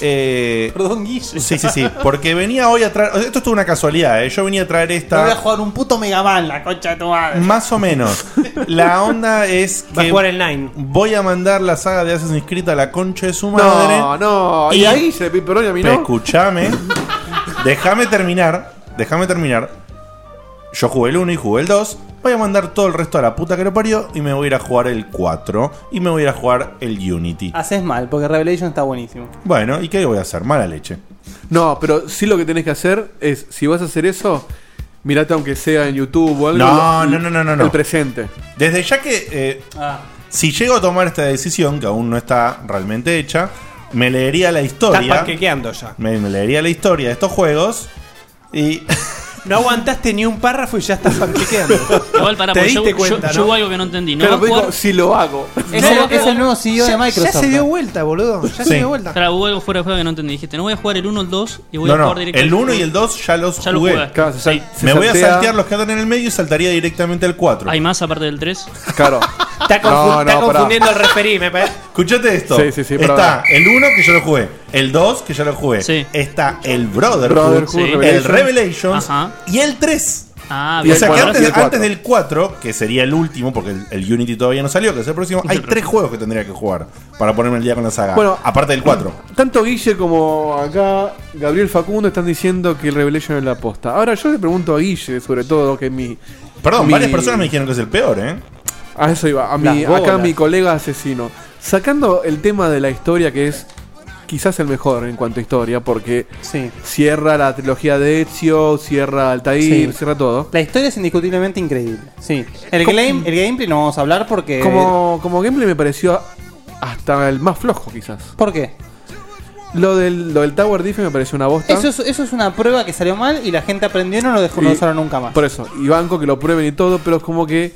A: Eh,
I: perdón, Guille.
A: Sí, sí, sí. Porque venía hoy a traer. o sea, Esto es toda una casualidad, ¿eh? Yo venía a traer esta.
I: No voy a jugar un puto Mega Man, la concha de tu madre.
A: Más o menos. La onda es que
I: Va a jugar el Nine.
A: voy a mandar la saga de Assassin's Creed a la concha de su madre.
F: No, no. Y, ahí se le pide perdón y a mí no.
A: Escúchame. déjame terminar. Déjame terminar. Yo jugué el 1 y jugué el 2. Voy a mandar todo el resto a la puta que lo parió y me voy a ir a jugar el 4 y me voy a ir a jugar el Unity.
F: Ah.
I: Haces mal, porque Revelation está buenísimo.
A: Bueno, ¿y qué voy a hacer? Mala leche.
F: No, pero sí lo que tenés que hacer es, si vas a hacer eso, mirate aunque sea en YouTube o algo.
A: No,
F: lo-
A: no, no, no, no, no.
F: El presente.
A: Desde ya que eh,
F: Ah.
A: si llego a tomar esta decisión, que aún no está realmente hecha, me leería la
F: ¿eh?
K: Estás
A: historia.
K: panquequeando ya.
A: Me, me leería la historia de estos juegos y
K: No aguantaste ni un párrafo y ya estás panquequeando.
G: Igual
I: [LAUGHS]
G: para
K: Te
G: porque yo,
K: diste
G: yo-
K: cuenta,
G: yo
K: ¿no?
G: hubo algo que no entendí. No
K: Claro,
G: va a
F: pues,
K: pero
G: jugar-
K: dijo, si lo hago.
G: Es el- es el nuevo
I: CEO E de Microsoft.
K: Ya se dio vuelta, boludo. Ya se dio vuelta.
G: Para hubo algo fuera de juego que no entendí. Dijiste, no voy a jugar el 1, el 2 y voy
A: No,
G: a
A: no,
G: jugar directamente.
A: el 1 y el 2 ya los
G: ya los
A: jugué.
G: jugué.
A: Claro, se sal-
G: Sí.
A: se Me voy a saltea- saltear los que andan en el medio y saltaría directamente al 4.
G: ¿Hay más aparte del 3?
F: Claro.
K: Está, confu- está confundiendo al referí, me parece.
A: Escuchate esto.
F: Sí, sí, sí,
A: está
F: pará.
A: el 1 que yo lo jugué, el 2 que yo lo jugué. Está el Brotherhood,
F: Brotherhood, Sí.
A: el
F: Revelation.
A: Revelations y el 3.
G: Ah,
A: o
G: bien.
A: sea que antes,
G: Y el cuatro.
A: antes del 4, que sería el último, porque el, el Unity todavía no salió, que es el próximo, hay tres juegos que tendría que jugar para ponerme el día con la saga.
F: Bueno,
A: aparte del 4.
F: Tanto Guille como acá Gabriel Facundo están diciendo que el Revelation es la posta. Ahora yo le pregunto a Guille, sobre todo, que mi.
A: Perdón,
F: mi-
A: varias personas me dijeron que es el peor, ¿eh?
F: A eso iba, a mi,
A: Las
F: acá
A: bolas.
F: mi colega asesino. Sacando el tema de la historia, que es quizás el mejor en cuanto a historia, porque cierra la trilogía de Ezio, cierra Altair,
I: Sí.
F: cierra todo.
I: La historia es indiscutiblemente increíble. Sí. El,
F: Como-
I: game, el gameplay no vamos a hablar
K: Eh.
I: porque.
F: Como, como gameplay me pareció hasta el más flojo, quizás.
I: ¿Por qué?
F: ¿Ah? Lo del, lo del Tower Defense me pareció una bosta.
I: Eso es, eso es una prueba que salió mal y la gente aprendió y no lo dejó, no
F: Y-
I: lo usaron nunca más.
F: Por eso, y banco que lo prueben y todo, pero es como que.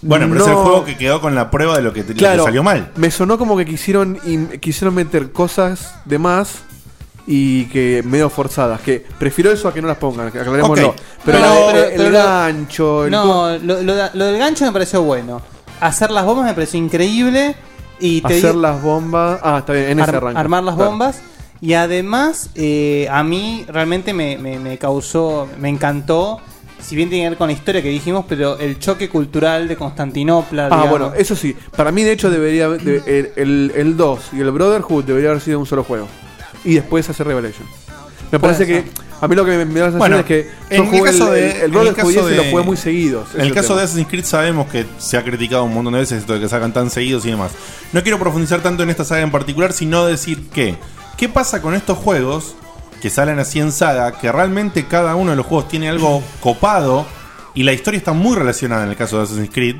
A: Bueno, pero es el
F: no-
A: juego que quedó con la prueba de lo que, te- lo que
F: Claro,
A: salió mal.
F: Me sonó como que quisieron, in- quisieron meter cosas de más y que medio forzadas. Que prefiero eso a que no las pongan, que aclarémoslo.
I: Ok.
F: Pero,
I: Pero-
F: el-
I: pero-
F: el,
I: pero lo-
F: gancho, el
I: No, lo, lo da- lo del gancho me pareció bueno. Hacer las bombas me pareció increíble. Y te
F: hacer
I: di-
F: las bombas. Ah, está bien, en ese
I: Ar-
F: arranque.
I: Armar las
F: Claro.
I: bombas. Y además, eh, a mí realmente me, me- me causó, me encantó. Si bien tiene que ver con la historia que dijimos, pero el choque cultural de Constantinopla.
F: Ah, bueno, eso sí. Para mí, de hecho, debería. de- el- el, el 2 y el Brotherhood debería haber sido un solo juego. Y después hacer Revelation. Me
A: Puede
F: parece que. A mí lo que me, me da la sensación
A: Bueno,
F: es que. Yo
A: en el
F: jugué el,
A: caso de-
F: el-
A: en
F: el
A: el
F: Brotherhood
A: caso
F: y ese
A: de-
F: lo jugué muy seguidos.
A: En el
F: ese
A: caso
F: tema.
A: de Assassin's Creed sabemos que se ha criticado un montón de veces esto de que sacan tan seguidos y demás. No quiero profundizar tanto en esta saga en particular, sino decir que, ¿qué pasa con estos juegos que salen así en saga, que realmente cada uno de los juegos tiene algo copado y la historia está muy relacionada en el caso de Assassin's Creed?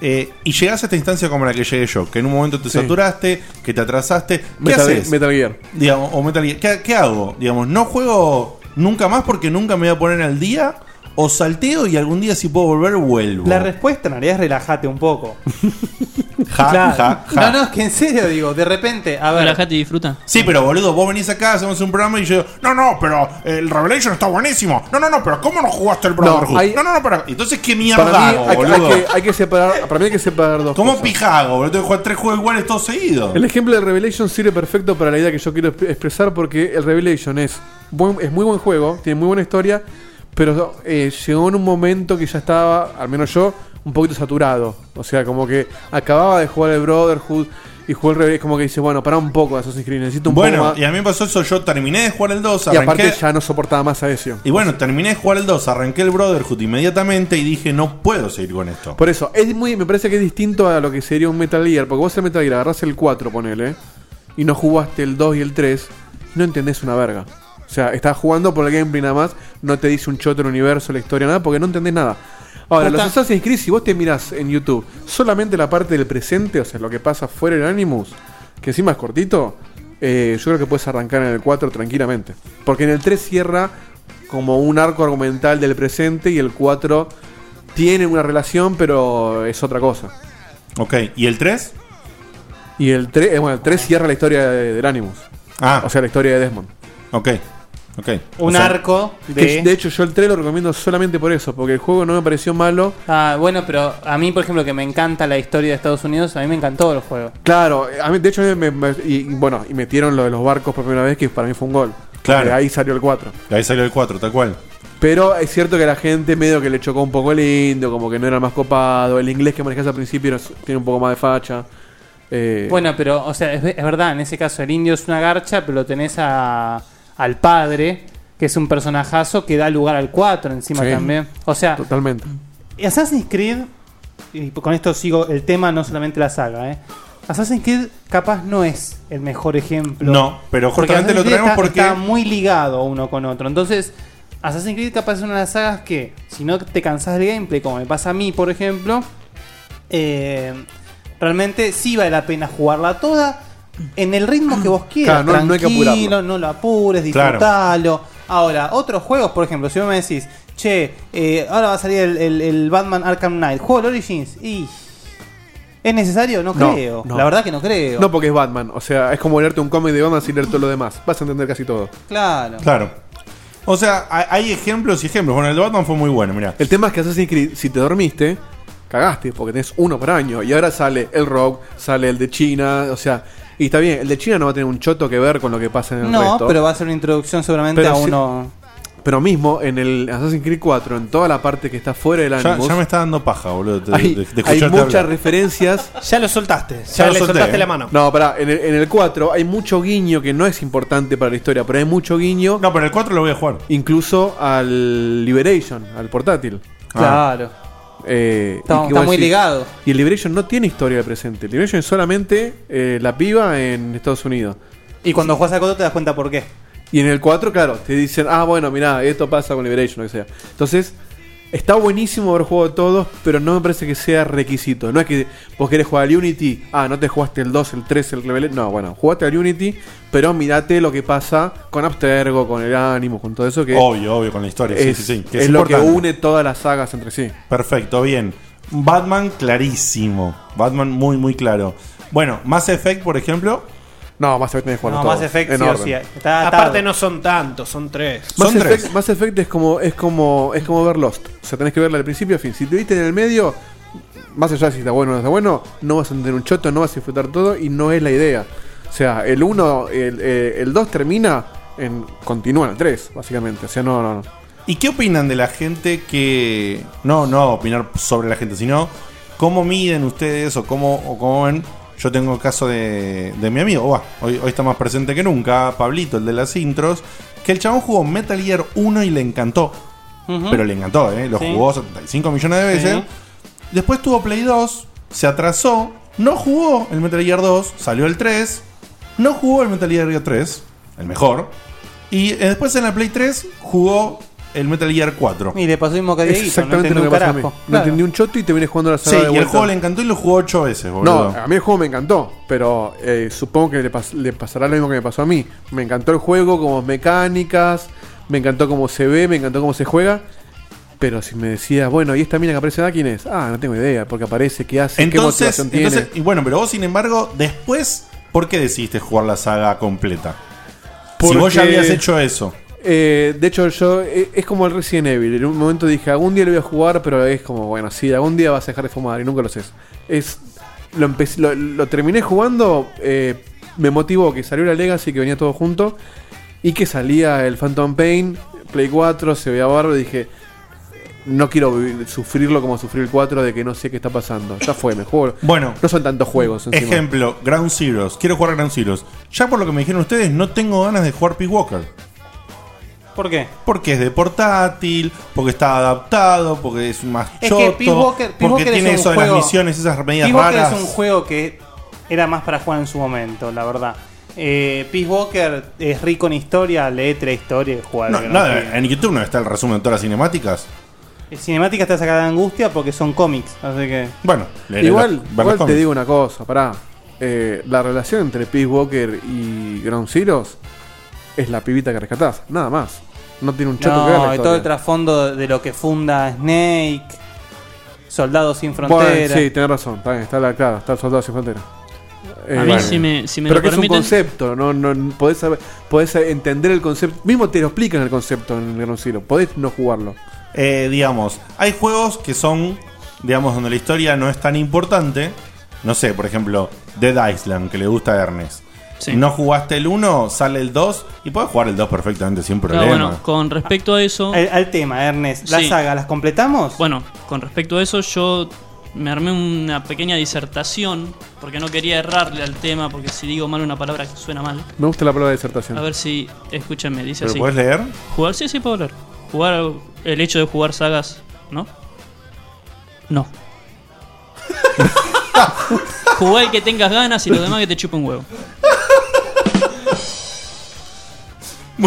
A: eh, y llegás a esta instancia como la que llegué yo, que en un momento te
F: Sí.
A: saturaste, que te atrasaste. ¿Qué
F: Metal-
A: haces?
F: Metal Gear.
A: Digamos, o Metal Gear. ¿Qué, qué hago? Digamos, ¿no juego nunca más porque nunca me voy a poner al día? o salteo y algún día si puedo volver, vuelvo.
I: La respuesta en realidad es relajate un poco.
A: Ja,
I: Claro.
A: ja, ja.
O: [LAUGHS]
I: No,
O: No, es que en serio digo, de repente, a ver.
A: Relajate
P: y disfruta.
A: Sí, pero boludo, vos venís acá, hacemos un programa y yo, no, no, pero eh, el Revelation está buenísimo. No, no, no, pero ¿cómo no jugaste el Brotherhood? No,
F: hay-
A: no, no, pero entonces qué mierda
F: Para mí,
A: hago,
F: hay, hay
A: boludo.
F: que, hay que separar, para mí hay que separar dos
A: ¿Cómo
F: cosas.
A: pija hago, boludo? Tengo que jugar tres juegos iguales todos seguidos.
F: El ejemplo del Revelation sirve perfecto para la idea que yo quiero exp- expresar porque el Revelation es, buen- es muy buen juego, tiene muy buena historia, pero eh, llegó en un momento que ya estaba, al menos yo, un poquito saturado. O sea, como que acababa de jugar el Brotherhood y jugué el Revelation, como que dice, bueno, pará un poco Assassin's Creed, necesito un poco
A: Bueno,
F: más.
A: y a mí me pasó eso, yo terminé de jugar el 2,
F: Y aparte
A: arranqué...
F: ya no soportaba más a eso.
A: Y bueno, terminé de jugar el 2, arranqué el Brotherhood inmediatamente y dije, no puedo seguir con esto.
F: Por eso, es muy, me parece que es distinto a lo que sería un Metal Gear, porque vos el Metal Gear agarrás el 4, ponele, y no jugaste el 2 y el 3, no entendés una verga. O sea, estás jugando por el gameplay nada más, no te dice un choto el universo, la historia, nada, porque no entendés nada. Ahora, los
O: Posta.
F: Assassin's Creed, si vos te mirás en YouTube solamente la parte del presente, o sea, lo que pasa fuera del Animus, que encima es cortito, eh, yo creo que puedes arrancar en el 4 tranquilamente. Porque en el 3 cierra como un arco argumental del presente y el 4 tiene una relación, pero es otra cosa.
A: Ok, ¿y el 3?
F: Y el 3, eh, bueno, el 3 cierra la historia de, del Animus.
A: Ah.
F: O sea, la historia de Desmond.
A: Ok, ok.
F: O
O: Un
F: sea,
O: arco
F: que
O: de.
F: de hecho, yo el 3 lo recomiendo solamente por eso, porque el juego no me pareció malo.
O: Ah, bueno, pero a mí, por ejemplo, que me encanta la historia de Estados Unidos, a mí me encantó el juego.
F: Claro, a mí, de hecho, me- me- y, y bueno, y metieron lo de los barcos por primera vez, que para mí fue un gol.
A: Claro.
F: Porque Ahí salió el 4.
A: Ahí salió el 4, tal cual.
F: Pero es cierto que a la gente medio que le chocó un poco el indio, como que no era más copado. El inglés que manejas al principio era- tiene un poco más de facha. Eh,
O: Bueno, pero, o sea, es, ve- es verdad, en ese caso el indio es una garcha, pero lo tenés a- al padre, que es un personajazo que da lugar al 4 encima
F: Sí.
O: también. O sea,
F: totalmente.
I: Y Assassin's Creed, y con esto sigo el tema, no solamente la saga, ¿eh? Assassin's Creed capaz no es el mejor ejemplo.
A: No, pero
I: Porque
A: justamente lo
I: Assassin's Creed
A: traemos
I: está-
A: porque-
I: Está muy ligado uno con otro. Entonces,
O: Assassin's Creed capaz es una de las sagas que, si no te cansás del gameplay, como me pasa a mí, por ejemplo,
I: eh, realmente sí vale la pena jugarla toda en el ritmo que vos quieras.
O: Claro, no- no hay que
I: Tranquilo,
O: apurarlo.
I: no lo apures,
O: Claro.
I: disfrutalo. Ahora, otros juegos, por ejemplo, si vos me decís, che, eh, ahora va a salir el, el- el Batman Arkham Knight, juego el Origins, y. ¿Es necesario? No
F: No,
I: creo.
F: no.
I: La verdad que no creo.
F: No, porque es Batman. O sea, es como leerte un cómic de Batman sin leer todo lo demás. Vas a entender casi todo.
I: Claro.
A: Claro. O sea, hay- hay ejemplos y ejemplos. Bueno, el de Batman fue muy bueno, mira.
F: El tema es que Assassin's Creed, si te dormiste, cagaste, porque tenés uno por año. Y ahora sale el rock, sale el de China, o sea. Y está bien, el de China no va a tener un choto que ver con lo que pasa en el
I: No,
F: resto.
I: pero va a ser una introducción seguramente
F: Pero
I: a
F: sí- Ah.
I: uno.
F: Pero mismo en el Assassin's Creed 4, en toda la parte que está fuera del
A: Ya,
F: Animus,
A: ya me está dando paja, boludo. de- de-
F: hay,
A: de
F: hay
A: escucharte
F: muchas
A: hablar. [LAUGHS]
F: referencias.
K: Ya lo soltaste, ya,
F: Ya lo
K: le
F: solté,
K: soltaste
F: ¿eh?
K: la mano.
F: No, pará, en el, en el 4 hay mucho guiño que no es importante para la historia, pero hay mucho guiño.
A: No, pero el 4 lo voy a jugar.
F: Incluso al Liberation, al portátil.
O: Ah. Claro.
F: Eh,
O: Está-
F: y que
O: está
F: vos
O: muy ligado.
F: Y el Liberation no tiene historia del presente. El Liberation es solamente eh, la piba en Estados Unidos.
I: Y cuando juegas al 4 te das cuenta por qué.
F: Y en el 4, claro, te dicen, ah, bueno, mirá, esto pasa con Liberation, lo que sea. Entonces, está buenísimo haber jugado todos, pero no me parece que sea requisito. No es que vos querés jugar al Unity, ah, no te jugaste el 2, el 3, el Rebel. No, bueno, jugaste al Unity, pero mirate lo que pasa con Abstergo, con el ánimo, con todo eso que.
A: Obvio, obvio, con la historia. sí,
F: Es,
A: sí, sí, que
F: es lo que
A: importante.
F: une todas las sagas entre sí.
A: Perfecto, bien. Batman clarísimo. Batman muy, muy claro. Bueno, Mass Effect, por ejemplo.
F: No, Mass Effect tenés que
K: No, Mass Effect sí o sí. Aparte no son tantos, son tres.
F: Mass Effect, Mass Effect es como es como es como ver Lost. O sea, tenés que verla al principio a fin. Si te viste en el medio, más allá de si está bueno o no está bueno, no vas a entender un choto, no vas a disfrutar todo y no es la idea. O sea, el 1, el 2 termina en continúa en el 3, básicamente. O sea, no, no, no.
A: ¿Y qué opinan de la gente que. No, no opinar sobre la gente, sino cómo miden ustedes o cómo, o cómo ven. Yo tengo el caso de, de mi amigo, va, hoy, hoy está más presente que nunca, Pablito, el de las intros, que el chabón jugó Metal Gear 1 y le encantó.
H: Ujú.
A: Pero le encantó, ¿eh? Lo
H: Sí.
A: jugó 75 millones de veces.
H: Sí.
A: Después tuvo Play 2, se atrasó, no jugó el Metal Gear 2, salió el 3, no jugó el Metal Gear 3, el mejor. Y eh, después en la Play 3 jugó el Metal Gear 4.
I: Y le pasó lo mismo que a
F: Es
I: Dieguito,
F: exactamente
I: no
F: lo que
I: entendió
F: pasa a
I: un
F: mí. No
I: carajo. Claro.
F: entendí un choto y te vienes jugando la
A: Sí,
F: saga de
A: y el
F: vuelta.
A: juego le encantó y lo jugó 8 veces,
F: No, ah,
A: boludo.
F: a mí el juego me encantó, pero eh, supongo que le, pas- le pasará lo mismo que me pasó a mí. Me encantó el juego, como mecánicas, me encantó cómo se ve, me encantó cómo se juega. Pero si me decía, bueno, ¿y esta mina que aparece acá quién es? Ah, no tengo idea, porque aparece, qué hace, qué
A: Entonces,
F: motivación tiene.
A: entonces- y bueno, pero vos, sin embargo, después, ¿por qué decidiste jugar la saga completa? Si vos ya
F: Porque-
A: habías hecho eso.
F: Eh, de hecho, yo eh, es como el Resident Evil. En un momento dije, algún día lo voy a jugar, pero es como, bueno, sí, algún día vas a dejar de fumar y nunca lo sé. Es, lo, empecé- lo, lo terminé jugando, eh, me motivó que salió la Legacy, que venía todo junto, y que salía el Phantom Pain, Play 4, se veía barro, y dije, no quiero vivir- sufrirlo como sufrí el 4 de que no sé qué está pasando. Ya fue, me juego.
A: Bueno.
F: No son tantos juegos encima.
A: Ejemplo, Ground Zeroes. Quiero jugar Ground Zeroes. Ya por lo que me dijeron ustedes, no tengo ganas de jugar Peace Walker.
I: ¿Por qué?
A: Porque es de portátil, porque está adaptado, porque es más
I: Es
A: choto,
I: que Peace Walker, Peace
A: porque
I: Walker
A: tiene
I: es un
A: eso de
I: juego-
A: las misiones, esas medias
I: Peace Walker
A: raras.
I: es un juego que era más para jugar en su momento, la verdad. Eh, Peace Walker es rico en historia, lee tres historias y juega.
A: No, no, en YouTube no está el resumen de todas las cinemáticas.
F: eh.
I: Cinemática está sacada de angustia porque son cómics, así que.
A: Bueno,
F: Igual,
A: los- ver los
F: igual te
A: cómics.
F: digo una cosa, pará. Eh, la relación entre Peace Walker y Ground Zeroes es la pibita que rescatás, nada más. No tiene un chato que ver la
I: No, y todo el
F: historia.
I: trasfondo de lo que funda Snake, Soldados sin
F: Bueno,
I: Fronteras.
F: sí, tenés razón, está bien, está la clara, está el soldado sin frontera. Eh,
I: A mí si me- si me
F: pero
I: lo
F: que
I: permiten-
F: es un concepto, no, no podés, saber- podés entender el concepto, mismo te lo explican el concepto en Ground Zero, podés no jugarlo.
A: Eh, digamos, hay juegos que son, digamos, donde la historia no es tan importante. No sé, por ejemplo, Dead Island, que le gusta a Ernest. No jugaste el 1, sale el 2 y puedes jugar el 2 perfectamente sin
P: Pero
A: problema.
G: Ah,
P: bueno, con respecto a eso.
I: Al, al tema, Ernest, ¿la saga las completamos?
P: Bueno, con respecto a eso, yo me armé una pequeña disertación porque no quería errarle al tema, porque si digo mal una palabra que suena mal.
F: Me gusta la palabra disertación.
P: A ver si, escúchame, dice
F: ¿Pero
P: así.
F: podés leer?
A: [LAUGHS]
P: Jugar, sí, sí, puedo leer. Jugar, el hecho de jugar sagas, ¿no?
F: [LAUGHS]
P: No. Jugar el que tengas ganas y los demás que te chupen
F: [LAUGHS]
P: huevo.
F: [LAUGHS]
I: [LAUGHS]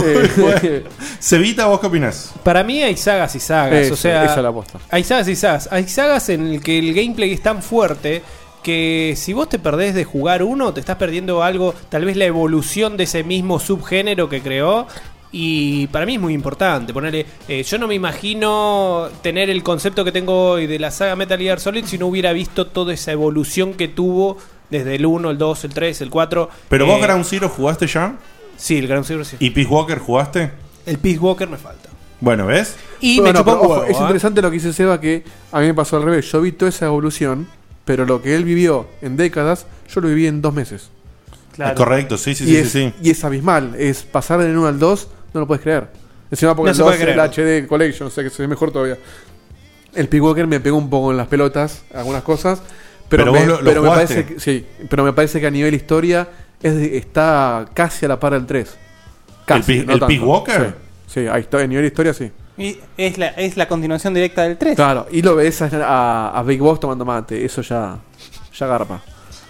A: Eh, Cevita, ¿vos qué opinás?
K: Para mí hay sagas y sagas.
A: Eso,
K: o sea,
A: esa es la aposta.
K: Hay sagas y sagas. Hay sagas en el que el gameplay es tan fuerte que si vos te perdés de jugar uno, te estás perdiendo algo, tal vez la evolución de ese mismo subgénero que creó. Y para mí es muy importante. Ponerle, eh, yo no me imagino tener el concepto que tengo hoy de la saga Metal Gear Solid si no hubiera visto toda esa evolución que tuvo desde el 1, el 2, el 3, el 4.
A: ¿Pero vos
K: Eh,
A: Ground Zero jugaste ya?
K: Sí, el Ground Zero sí.
A: ¿Y Peace Walker jugaste?
K: El Peace Walker me falta.
A: Bueno, ¿ves?
K: Y
F: Pero
K: me
F: no,
K: chupó
F: pero
K: un
F: ojo,
K: huevo,
F: Es
K: ¿ah?
F: interesante lo que dice Seba que a mí me pasó al revés. Yo vi toda esa evolución, pero lo que él vivió en décadas, yo lo viví en dos meses.
A: Claro. Es correcto, sí, sí,
F: Y
A: sí,
F: es-
A: sí, sí.
F: Y es abismal. Es pasar del 1 al 2, no lo puedes creer. Encima porque
A: No
F: el
A: se puede
F: 2 es el HD Collection, o sea que se ve mejor todavía. El Peace Walker me pegó un poco en las pelotas, algunas cosas. Pero,
A: Pero
F: me,
A: vos lo- lo
F: pero me
A: jugaste.
F: parece que, sí, pero me parece que a nivel historia es de- está casi a la par del 3. Casi,
A: ¿El Pe- el
F: tanto.
A: Peace Walker?
F: Sí, sí a, histo- a nivel historia sí.
I: Y es la, es la continuación directa del 3.
F: Claro, y lo ves a, a, a Big Boss tomando mate, eso ya, ya garpa.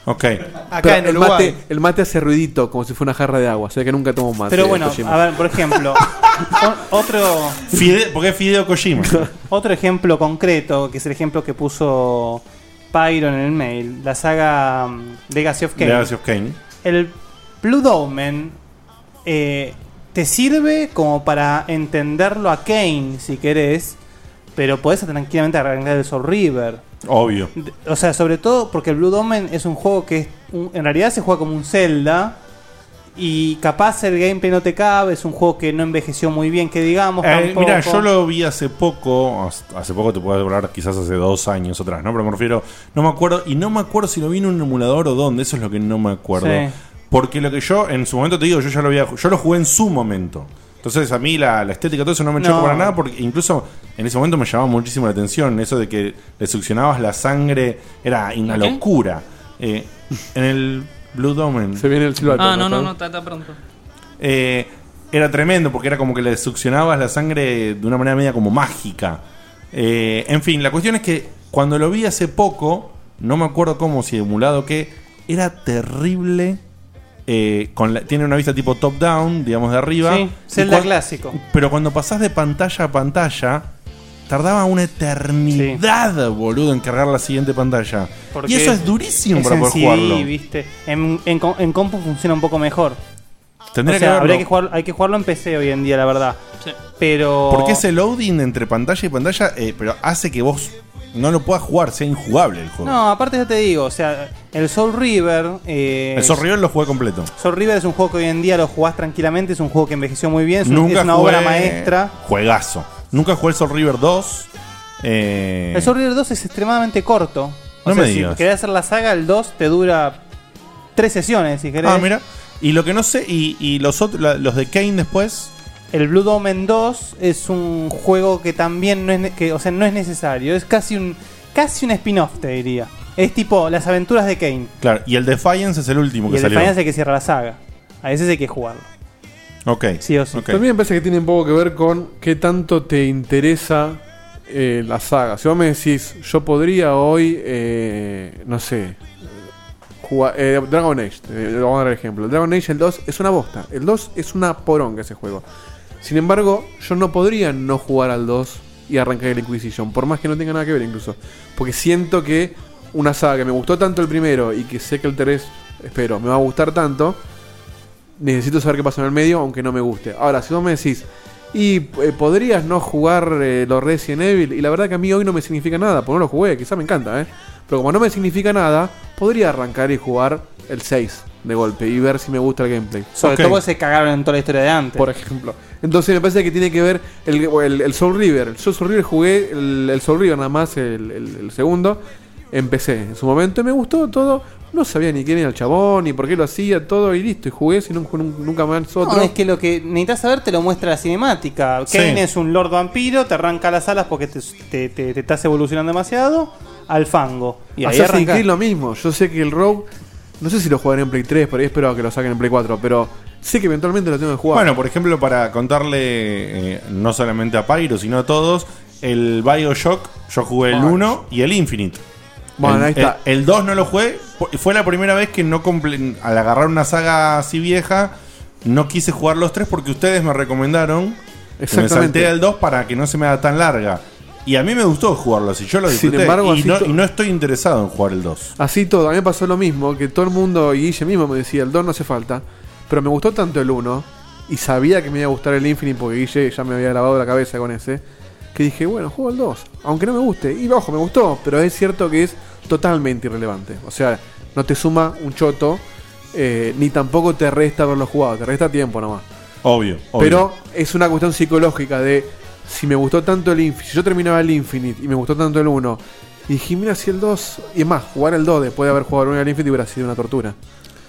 A: Ok.
I: Acá
F: Pero
I: en
F: el
I: Uruguay.
F: mate, el mate hace ruidito como si fuera una jarra de agua, o sea que nunca tomo un mate.
I: Pero bueno,
F: Kojima.
I: a ver,
F: [LAUGHS]
I: por ejemplo, o- otro.
A: porque es Fideo Kojima.
I: Otro ejemplo concreto, que es el ejemplo que puso Pyro en el mail, la saga mm, Legacy of Kane.
A: Legacy of Kain.
I: El Blue Omen eh, te sirve como para entenderlo a Kane, si querés, pero podés tranquilamente arrancar el Soul River.
A: Obvio.
I: De- O sea, sobre todo porque el Blue Omen es un juego que es un- en realidad se juega como un Zelda. Y capaz el gameplay no te cabe, es un juego que no envejeció muy bien, que digamos.
A: Eh, mira,
I: tampoco.
A: yo lo vi hace poco, hasta- hace poco te puedo hablar quizás hace dos años atrás, ¿no? Pero me refiero, no me acuerdo, y no me acuerdo si lo vi en un emulador o dónde, eso es lo que no me acuerdo.
I: Sí.
A: Porque lo que yo, en su momento te digo, yo ya lo había, yo lo jugué en su momento. Entonces a mí la, la estética, todo eso no me
I: No.
A: choca para nada, porque incluso en ese momento me llamaba muchísimo la atención, eso de que le succionabas la sangre, era una
P: ¿Qué?
A: locura. Eh, en el Blue Domain. Se
F: viene el
P: Ah, no, no, no, está, está pronto.
A: eh, era tremendo porque era como que le succionabas la sangre de una manera media como mágica. Eh, en fin, la cuestión es que cuando lo vi hace poco, no me acuerdo cómo, si emulado o qué, era terrible. eh, con la- tiene una vista tipo top-down, digamos de arriba.
I: Sí,
A: Y
I: Zelda
A: cuan-
I: clásico.
A: Pero cuando pasás de pantalla a pantalla, tardaba una eternidad, boludo, en cargar la siguiente pantalla.
I: Porque
A: y eso es durísimo
I: es
A: para
I: en
A: poder
I: CD,
A: jugarlo.
I: ¿viste? En, en co- en compu funciona un poco mejor.
A: Tendría
I: o sea,
A: que verlo.
I: habría que jugar, hay que jugarlo en PC hoy en día, la verdad. Pero.
A: Porque ese loading entre pantalla y pantalla, eh, pero hace que vos no lo puedas jugar, sea injugable el juego.
I: No, aparte ya te digo, o sea, el Soul River. eh,
A: el Sorrión lo jugué completo.
I: Soul River es un juego que hoy en día lo jugás tranquilamente, es un juego que envejeció muy bien, es, un-
A: Nunca
I: es una
A: jugué-
I: obra maestra.
A: Juegazo. Nunca jugué el Soul River 2. eh,
I: El Soul River 2 es extremadamente corto. O
A: No
I: sea,
A: me
I: si
A: digas.
I: querés hacer la saga, el 2 te dura tres sesiones, si querés.
A: Ah, mira. Y lo que no sé, y, y los otros, la- los de Kane después.
I: El Blue Omen 2 es un juego que también no es, ne- que, o sea, no es necesario, es casi un casi un spin-off, te diría. Es tipo las aventuras de Kane.
A: Claro, y el Defiance es el último
I: Y
A: que
I: el
A: salió.
I: Defiance es el que cierra la saga. A ese hay que jugarlo.
A: Ok.
I: Sí o sí.
A: ok.
F: También me parece que tiene un poco que ver con qué tanto te interesa eh, la saga. Si vos me decís, yo podría hoy, eh, no sé, jugar, eh, Dragon Age, eh, vamos a dar el ejemplo. Dragon Age, el 2, es una bosta. El 2 es una poronga ese juego. Sin embargo, yo no podría no jugar al 2 y arrancar el Inquisition, por más que no tenga nada que ver incluso. Porque siento que una saga que me gustó tanto el primero y que sé que el 3, espero, me va a gustar tanto, necesito saber qué pasa en el medio, aunque no me guste. Ahora, si vos me decís, y eh, podrías no jugar eh, los Resident Evil, y la verdad que a mí hoy no me significa nada, porque no lo jugué, quizá me encanta, ¿eh? Pero como no me significa nada, podría arrancar y jugar el 6 de golpe y ver si me gusta el gameplay.
I: Sobre todo porque se cagaron en toda la historia de antes.
F: Por ejemplo. Entonces me parece que tiene que ver el, o el- el Soul River. Yo Soul River jugué el, el Soul River nada más, el, el- el segundo. Empecé en su momento y me gustó todo. No sabía ni quién era el chabón, ni por qué lo hacía, todo y listo. Y jugué sin nunca más
I: No,
F: otro.
I: es que lo que necesitas saber te lo muestra la cinemática.
F: Sí.
I: Kane es un lord vampiro, te arranca las alas porque te, te- te- te estás evolucionando demasiado al fango. Y ahí
F: Assassin's
I: arranca.
F: Creed lo mismo. Yo sé que el Rogue. No sé si lo jugaré en Play 3, por ahí espero que lo saquen en Play 4, pero sé que eventualmente lo tengo que jugar.
A: Bueno, por ejemplo, para contarle eh, no solamente a Pyro, sino a todos, el Bioshock, yo jugué el 1 y el Infinite.
F: Bueno,
A: El-
F: ahí está.
A: El el 2 no lo jugué, fu- fue la primera vez que no comple- al agarrar una saga así vieja, no quise jugar los tres porque ustedes me recomendaron que me
F: Exactamente.
A: salté al 2 para que no se me haga tan larga. Y a mí me gustó jugarlo así, yo lo
F: Sin
A: disfruté
F: embargo,
A: y,
F: así
A: no,
F: to-
A: y no estoy interesado en jugar el 2.
F: Así todo, a mí me pasó lo mismo, que todo el mundo, y Guille mismo me decía, el 2 no hace falta, pero me gustó tanto el 1, y sabía que me iba a gustar el Infinite, porque Guille ya me había lavado la cabeza con ese, que dije, bueno, juego el 2, aunque no me guste, y ojo, me gustó, pero es cierto que es totalmente irrelevante, o sea, no te suma un choto, eh, ni tampoco te resta haberlo jugado, te resta tiempo nomás.
A: Obvio, obvio.
F: Pero es una cuestión psicológica de si me gustó tanto el Infinite, si yo terminaba el Infinite y me gustó tanto el 1, y dije, mira si el 2, y es más, jugar el 2 después de haber jugado el 1 y el Infinite hubiera sido una tortura.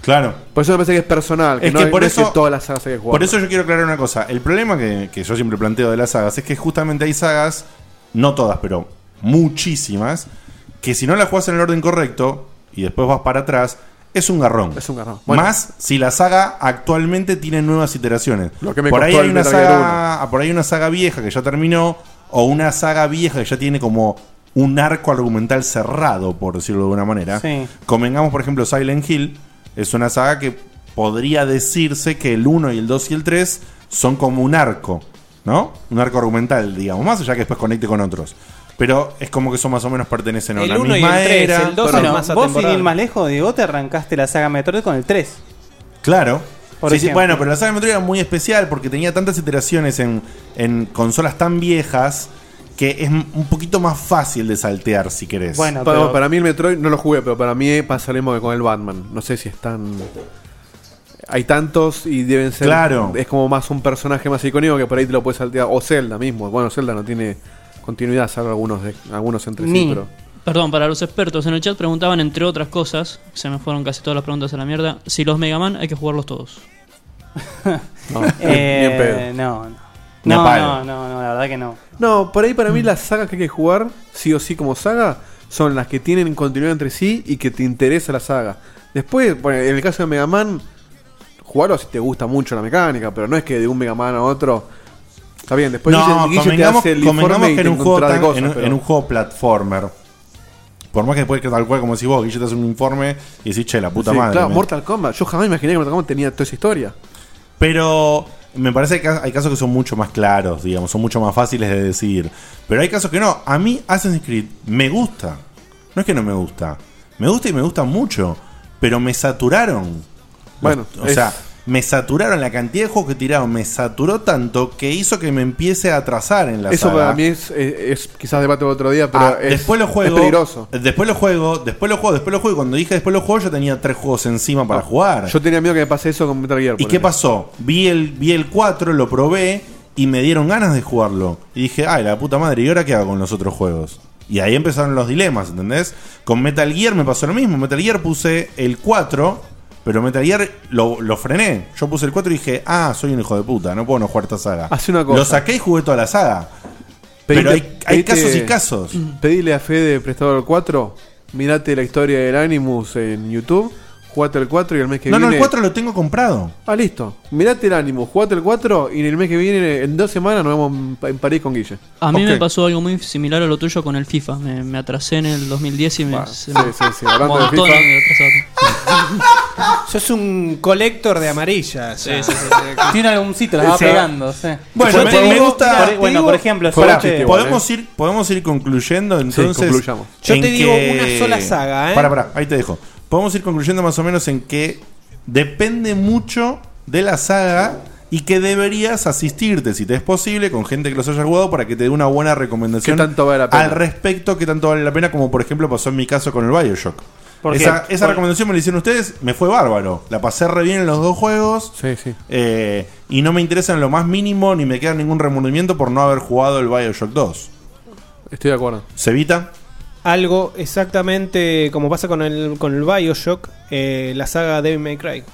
A: Claro.
F: Por eso me parece que es personal, que
A: Es
F: no
A: que
F: es-
A: por
F: no
A: eso-
F: es que todas las sagas hay que jugar.
A: Por eso yo quiero aclarar una cosa. El problema que, que yo siempre planteo de las sagas es que justamente hay sagas, no todas, pero muchísimas, que si no las juegas en el orden correcto y después vas para atrás, es un garrón.
F: Es un garrón. Bueno.
A: Más si la saga actualmente tiene nuevas iteraciones.
F: Lo que me
A: por, ahí
F: costó
A: hay
F: el
A: una
F: Metal Gear
A: saga, por ahí hay una saga vieja que ya terminó, o una saga vieja que ya tiene como un arco argumental cerrado, por decirlo de alguna manera.
I: Sí.
A: Convengamos, por ejemplo, Silent Hill es una saga que podría decirse que el 1 y el 2 y el 3 son como un arco, ¿no? Un arco argumental, digamos, más allá que después conecte con otros. Pero es como que son más o menos pertenecen a
K: El
A: una
K: 1 y
A: misma
K: el 3,
A: era.
K: el 2
A: Perdón.
K: es más
I: Vos, sin ir más lejos, Diego, te arrancaste la saga Metroid con el 3.
A: Claro.
I: Por
A: Sí, sí,
I: ejemplo.
A: bueno, pero la saga de Metroid era muy especial porque tenía tantas iteraciones en, en consolas tan viejas que es m- un poquito más fácil de saltear si querés.
F: Pa- para, mí el Metroid no lo jugué, pero para mí pasa lo mismo que con el Batman. No sé si están. Hay tantos y deben ser.
A: Claro.
F: Es como más un personaje más icónico que por ahí te lo puedes saltear. O Zelda mismo. Bueno, Zelda no tiene continuidad, salvo algunos, de, algunos entre sí, pero.
G: Perdón, para los expertos en el chat preguntaban, entre otras cosas, se me fueron casi todas las preguntas a la mierda, si los Mega Man hay que jugarlos todos.
F: No, ni
K: Eh,
F: en pedo.
I: eh, No, no.
F: Ni a
I: No,
F: palo.
I: no, no, no, la verdad que no.
F: No, por ahí para mí las sagas que hay que jugar, sí o sí como saga, son las que tienen continuidad entre sí y que te interesa la saga. Después, bueno, en el caso de Mega Man, jugarlo si te gusta mucho la mecánica, pero no es que de un Mega Man a otro. Está bien, después
A: no,
F: Guille- Guille te
A: convengamos,
F: hace Pues el
A: convengamos
F: informe y
A: que en
F: te
A: un, juego
F: encontrás de
A: tan-
F: cosas,
A: en, un-
F: pero-
A: en un juego platformer. Por más que después que tal cual, como decís vos, Guille te hace un informe y decís, che, la puta
F: Sí,
A: madre.
F: Claro,
A: me-
F: Mortal Kombat. Yo jamás imaginé que Mortal Kombat tenía toda esa historia.
A: Pero me parece que hay casos que son mucho más claros, digamos, son mucho más fáciles de decir. Pero hay casos que no. A mí Assassin's Creed me gusta. No es que no me gusta. Me gusta y me gusta mucho. Pero me saturaron.
F: Bueno,
A: o
F: es-
A: sea, me saturaron la cantidad de juegos que tiraron, me saturó tanto que hizo que me empiece a atrasar en la
F: Eso
A: saga.
F: para mí es, eh, es- es quizás debate de otro día, pero
A: Ah,
F: es,
A: después lo juego,
F: es peligroso.
A: Después lo juego, después lo juego, después lo juego. Y Cuando dije después lo juego, yo tenía tres juegos encima
F: Ah.
A: para jugar.
F: Yo tenía miedo que me pase eso con Metal Gear.
A: ¿Y qué pasó? Vi el, vi el 4, lo probé y me dieron ganas de jugarlo. Y dije, ay, la puta madre, ¿y ahora qué hago con los otros juegos? Y ahí empezaron los dilemas, ¿entendés? Con Metal Gear me pasó lo mismo. Metal Gear puse el 4, pero Metal Gear lo, lo frené. Yo puse el 4 y dije, ah, soy un hijo de puta, no puedo no jugar esta saga.
F: Hace una cosa.
A: Lo saqué y jugué toda la saga. Pero hay, hay casos y casos.
F: Mm. Pedile a Fede Prestador 4, mirate la historia del Animus en YouTube, jugate el 4 y el mes que
A: No, no,
F: viene.
A: el 4 lo tengo comprado.
F: Ah, listo. Mirate el Animus, jugate el 4 y en el mes que viene, en dos semanas, nos vemos en Pa- en París con Guille.
G: A mí me
F: Ok.
G: pasó algo muy similar a lo tuyo con el FIFA. Me, me atrasé en el 2010 y me. se me-
F: sí, sí, sí, hablando de
G: montones
F: FIFA.
G: de atrasado.
K: Sos un colector de amarillas.
G: Sí, sí, sí.
I: [LAUGHS]
K: Tiene algún sitio, las va pegando. Sí.
A: Bueno,
K: Yo
A: me,
K: te
A: me
K: digo-
A: gusta.
K: por-
A: te
K: bueno,
A: digo-
K: por ejemplo,
A: Pará,
K: Solarte-
A: chiste, Este, podemos ir, podemos ir concluyendo entonces.
F: ¿eh? concluyamos.
K: Yo te
A: en
K: digo una sola saga, ¿eh?
A: Pará, pará, ahí te dejo. Podemos ir concluyendo más o menos en que depende mucho de la saga y que deberías asistirte, si te es posible, con gente que los haya jugado para que te dé una buena recomendación
F: ¿Qué tanto vale la pena?
A: al respecto que tanto vale la pena, como por ejemplo pasó en mi caso con el Bioshock.
F: ¿Por qué?
A: Esa, esa
F: Por-
A: recomendación me la hicieron ustedes, me fue bárbaro. La pasé re bien en los dos juegos.
F: Sí, sí.
A: Eh, y no me interesa en lo más mínimo ni me queda ningún remordimiento por no haber jugado el Bioshock 2.
F: Estoy de acuerdo.
A: Cevita,
K: Algo exactamente como pasa con el, con el Bioshock, eh, la saga Devil May Cry.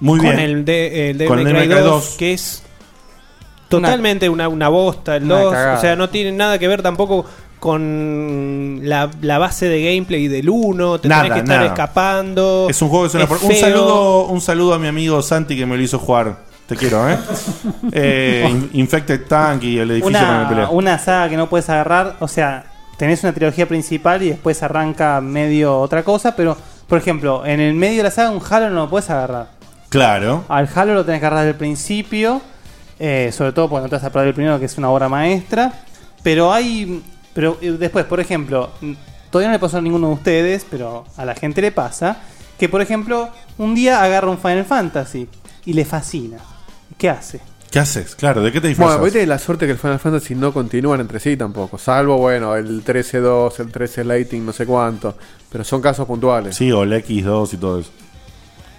A: Muy
K: con
A: bien.
K: El de, eh, el Devil
A: Con
K: May
A: el
K: Cry
A: Devil May Cry
K: 2,
A: 2.
K: que es totalmente una, una bosta el
I: Una
K: 2.
I: cagada.
K: O sea, no tiene nada que ver tampoco con la, la base de gameplay del 1. Te
A: Nada,
K: tenés que estar
A: nada.
K: escapando.
A: es un juego que suena
K: es
A: por- un
K: feo.
A: saludo, un saludo a mi amigo Santi que me lo hizo jugar. Te quiero,
K: [LAUGHS]
A: ¿eh? Eh, In- Infected Tank y el edificio con el que
I: Una,
A: pelea.
I: una saga que no puedes agarrar, o sea, tenés una trilogía principal y después arranca medio otra cosa, pero, por ejemplo, en el medio de la saga un Halo no lo puedes agarrar.
A: Claro.
I: Al Halo lo tenés que agarrar desde el principio, eh, sobre todo porque no te vas a perder el primero, que es una obra maestra. Pero hay. Pero eh, después, por ejemplo, mm, todavía no le pasó a ninguno de ustedes, pero a la gente le pasa, que por ejemplo, un día agarra un Final Fantasy y le fascina. ¿Qué hace?
A: ¿Qué haces? Claro, ¿de qué te disfrazas?
F: Bueno, vos tenés la suerte que el Final Fantasy no continúan entre sí tampoco. Salvo, bueno, el 13-2, el 13 Lighting, no sé cuánto. Pero son casos puntuales.
A: Sí, o el X2 y todo eso.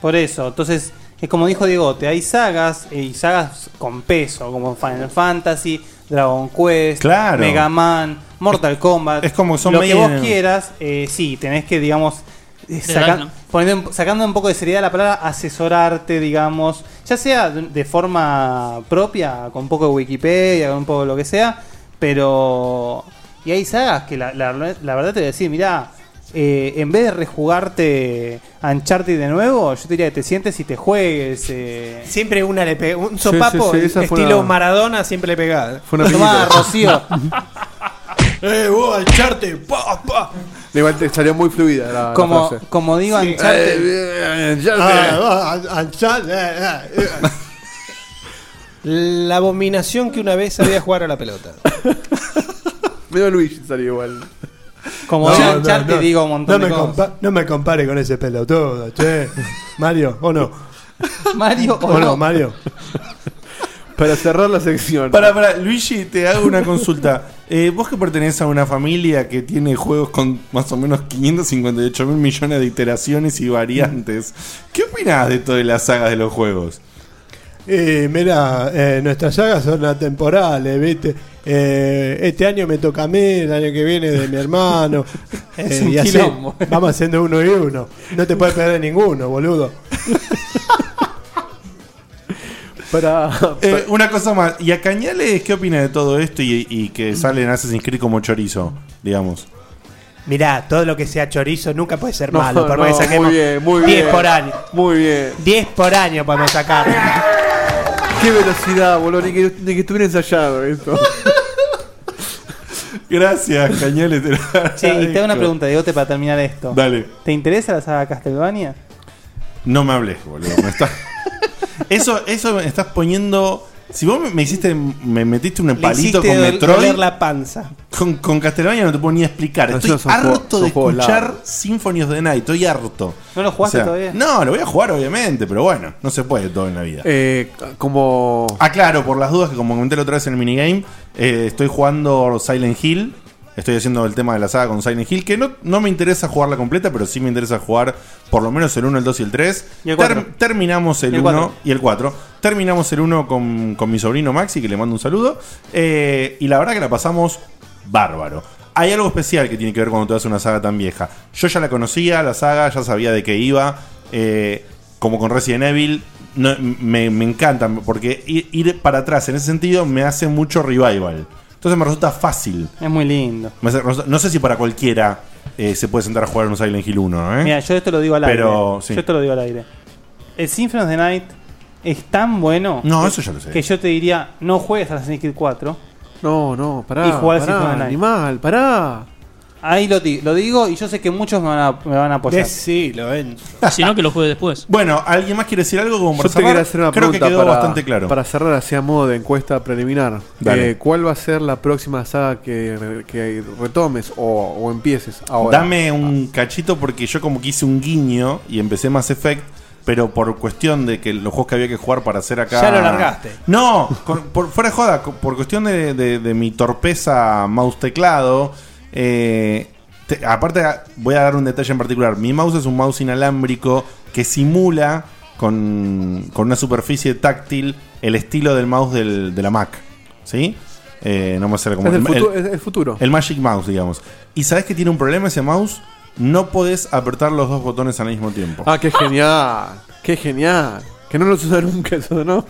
I: Por eso, entonces, es como dijo Diegote, hay sagas eh, y sagas con peso, como Final Fantasy, Dragon Quest,
A: Claro.
I: Mega Man, Mortal Kombat.
A: es como que son
I: lo
A: medio-
I: que vos quieras, eh, sí, tenés que, digamos, eh,
G: Te
I: saca-
G: dan, ¿no?
I: poniendo un- sacando un poco de seriedad la palabra, asesorarte, digamos, ya sea de- de forma propia, con un poco de Wikipedia, con un poco de lo que sea, pero... Y hay sagas que la, la- la verdad te voy a decir, mirá, eh, en vez de rejugarte Uncharted de nuevo, yo te diría que te sientes y te juegues. eh.
K: Siempre una le pega. Un sopapo,
I: sí, esa fue
K: estilo
I: una-
K: Maradona, siempre le pegaba.
F: Fue una
K: Tomá,
F: película.
K: Rocío.
F: [LAUGHS] ¡Eh, vos, al charte! ¡Pa, pa! Igual te salió muy fluida la,
I: Como,
F: la frase.
I: como digo,
F: Sí.
I: Uncharted. Ah,
F: Eh, eh, Uncharted. eh,
K: [LAUGHS] La abominación que una vez sabía jugar a la pelota.
F: Medio Luigi salió igual.
I: Como
F: No, no, no.
C: no me compa- no me compare con ese pelotudo, che. Mario, ¿o no?
I: Mario,
C: ¿o, no? Mario?
F: Para cerrar la sección.
A: Para, para, Luigi, te hago [LAUGHS] una consulta. Eh, Vos que perteneces a una familia que tiene juegos con más o menos 558 mil millones de iteraciones y variantes, ¿qué opinás de todas las sagas de los juegos?
C: Y mira, eh, nuestras sagas son atemporales, ¿viste? Eh, este año me toca a mí, el año que viene de mi
K: [LAUGHS]
C: hermano.
M: Es
C: Eh,
M: un
C: y así
M: quilombo.
C: vamos haciendo uno y uno. No te puedes perder ninguno, boludo.
K: [LAUGHS]
A: Eh, una cosa más, y a Cañales, ¿qué opina de todo esto y, y que sale en Assassin's Creed como chorizo, digamos?
K: Mirá, todo lo que sea chorizo nunca puede ser
A: No,
K: malo. Por más
A: no,
K: que saquemos
A: muy bien, muy
K: 10
A: bien.
K: por año.
F: Muy bien.
K: 10 por año podemos sacar.
F: [LAUGHS] Qué velocidad, boludo. Ni que, ni que estuviera ensayado
K: [LAUGHS]
F: esto.
A: Gracias, Cañales. [LAUGHS] Te lo
I: Che, y te hago una
A: agradezco.
I: pregunta, Diegote, para terminar esto.
A: Dale.
I: ¿Te interesa la saga Castlevania?
A: [LAUGHS] No me hables, boludo. me está- eso, eso me estás poniendo Si vos me- me hiciste, me metiste un
K: Le
A: palito
K: hiciste
A: con
K: dol-
A: Metroid,
K: doler la panza.
A: con, con Castlevania no te puedo ni explicar.
K: No,
A: Estoy
K: esos son juegos-
A: harto
K: son
A: de
K: juegos
A: escuchar
K: largos.
A: Symphony of the Night, estoy harto.
I: ¿No lo jugaste todavía?
A: No, lo voy a jugar obviamente, pero bueno, no se puede todo en la vida.
F: Eh, como.
A: Aclaro, por las dudas que como comenté la otra vez en el minigame, eh, estoy jugando Silent Hill. Estoy haciendo el tema de la saga con Silent Hill, que no, no me interesa jugarla completa, pero sí me interesa jugar por lo menos el 1, el 2 y el 3.
I: Y el cuatro.
A: terminamos el
I: Y el
A: 1
I: cuatro.
A: y el 4. Terminamos el 1 con, con mi sobrino Maxi, que le mando un saludo. Eh, y la verdad que la pasamos bárbaro. Hay algo especial que tiene que ver cuando te haces una saga tan vieja. Yo ya la conocía, la saga, ya sabía de qué iba. Eh, como con Resident Evil, no- me, me encanta, porque ir, ir para atrás en ese sentido me hace mucho revival. Entonces me resulta fácil.
I: Es muy lindo.
A: Me hace- No sé si para cualquiera eh, se puede sentar a jugar un Silent Hill 1, ¿eh?
I: Mira, yo esto lo digo al
A: Pero,
I: aire.
A: sí.
I: Yo esto lo digo al aire. El Symphony of the Night es tan bueno.
A: No,
I: que-
A: eso ya lo sé.
I: Que yo te diría, no juegues a Assassin's Creed 4.
F: No, no, pará.
I: Y jugar al
F: pará,
I: Symphony of the Night.
F: Animal, pará.
I: Ahí lo, di- lo digo y yo sé que muchos me van a, me van a apoyar.
K: lo ven.
G: Si no, que lo juegue después.
A: Bueno, ¿alguien más quiere decir algo como
F: Yo te quería hacer una pregunta para, para cerrar así a modo de encuesta preliminar.
A: Dale.
F: Eh, ¿Cuál va a ser la próxima saga que, re- que retomes o, o empieces ahora?
A: Dame un cachito porque yo como que hice un guiño y empecé Mass Effect, pero por cuestión de que los juegos que había que jugar para hacer acá...
K: Ya lo largaste.
A: No, con- por, fuera de joda, co- por cuestión de, de- de mi torpeza mouse teclado, eh, te- aparte a- voy a dar un detalle en particular. Mi mouse es un mouse inalámbrico que simula con, con una superficie táctil el estilo del mouse del- de la Mac. ¿Sí? Eh, no me sale como
F: Es del
A: el-
F: futu-
A: el-
F: es el futuro.
A: el Magic Mouse, digamos. ¿Y sabes que tiene un problema ese mouse? No podés apretar los dos botones al mismo tiempo.
F: Ah, qué genial. qué genial. Que no los usa nunca eso, ¿no?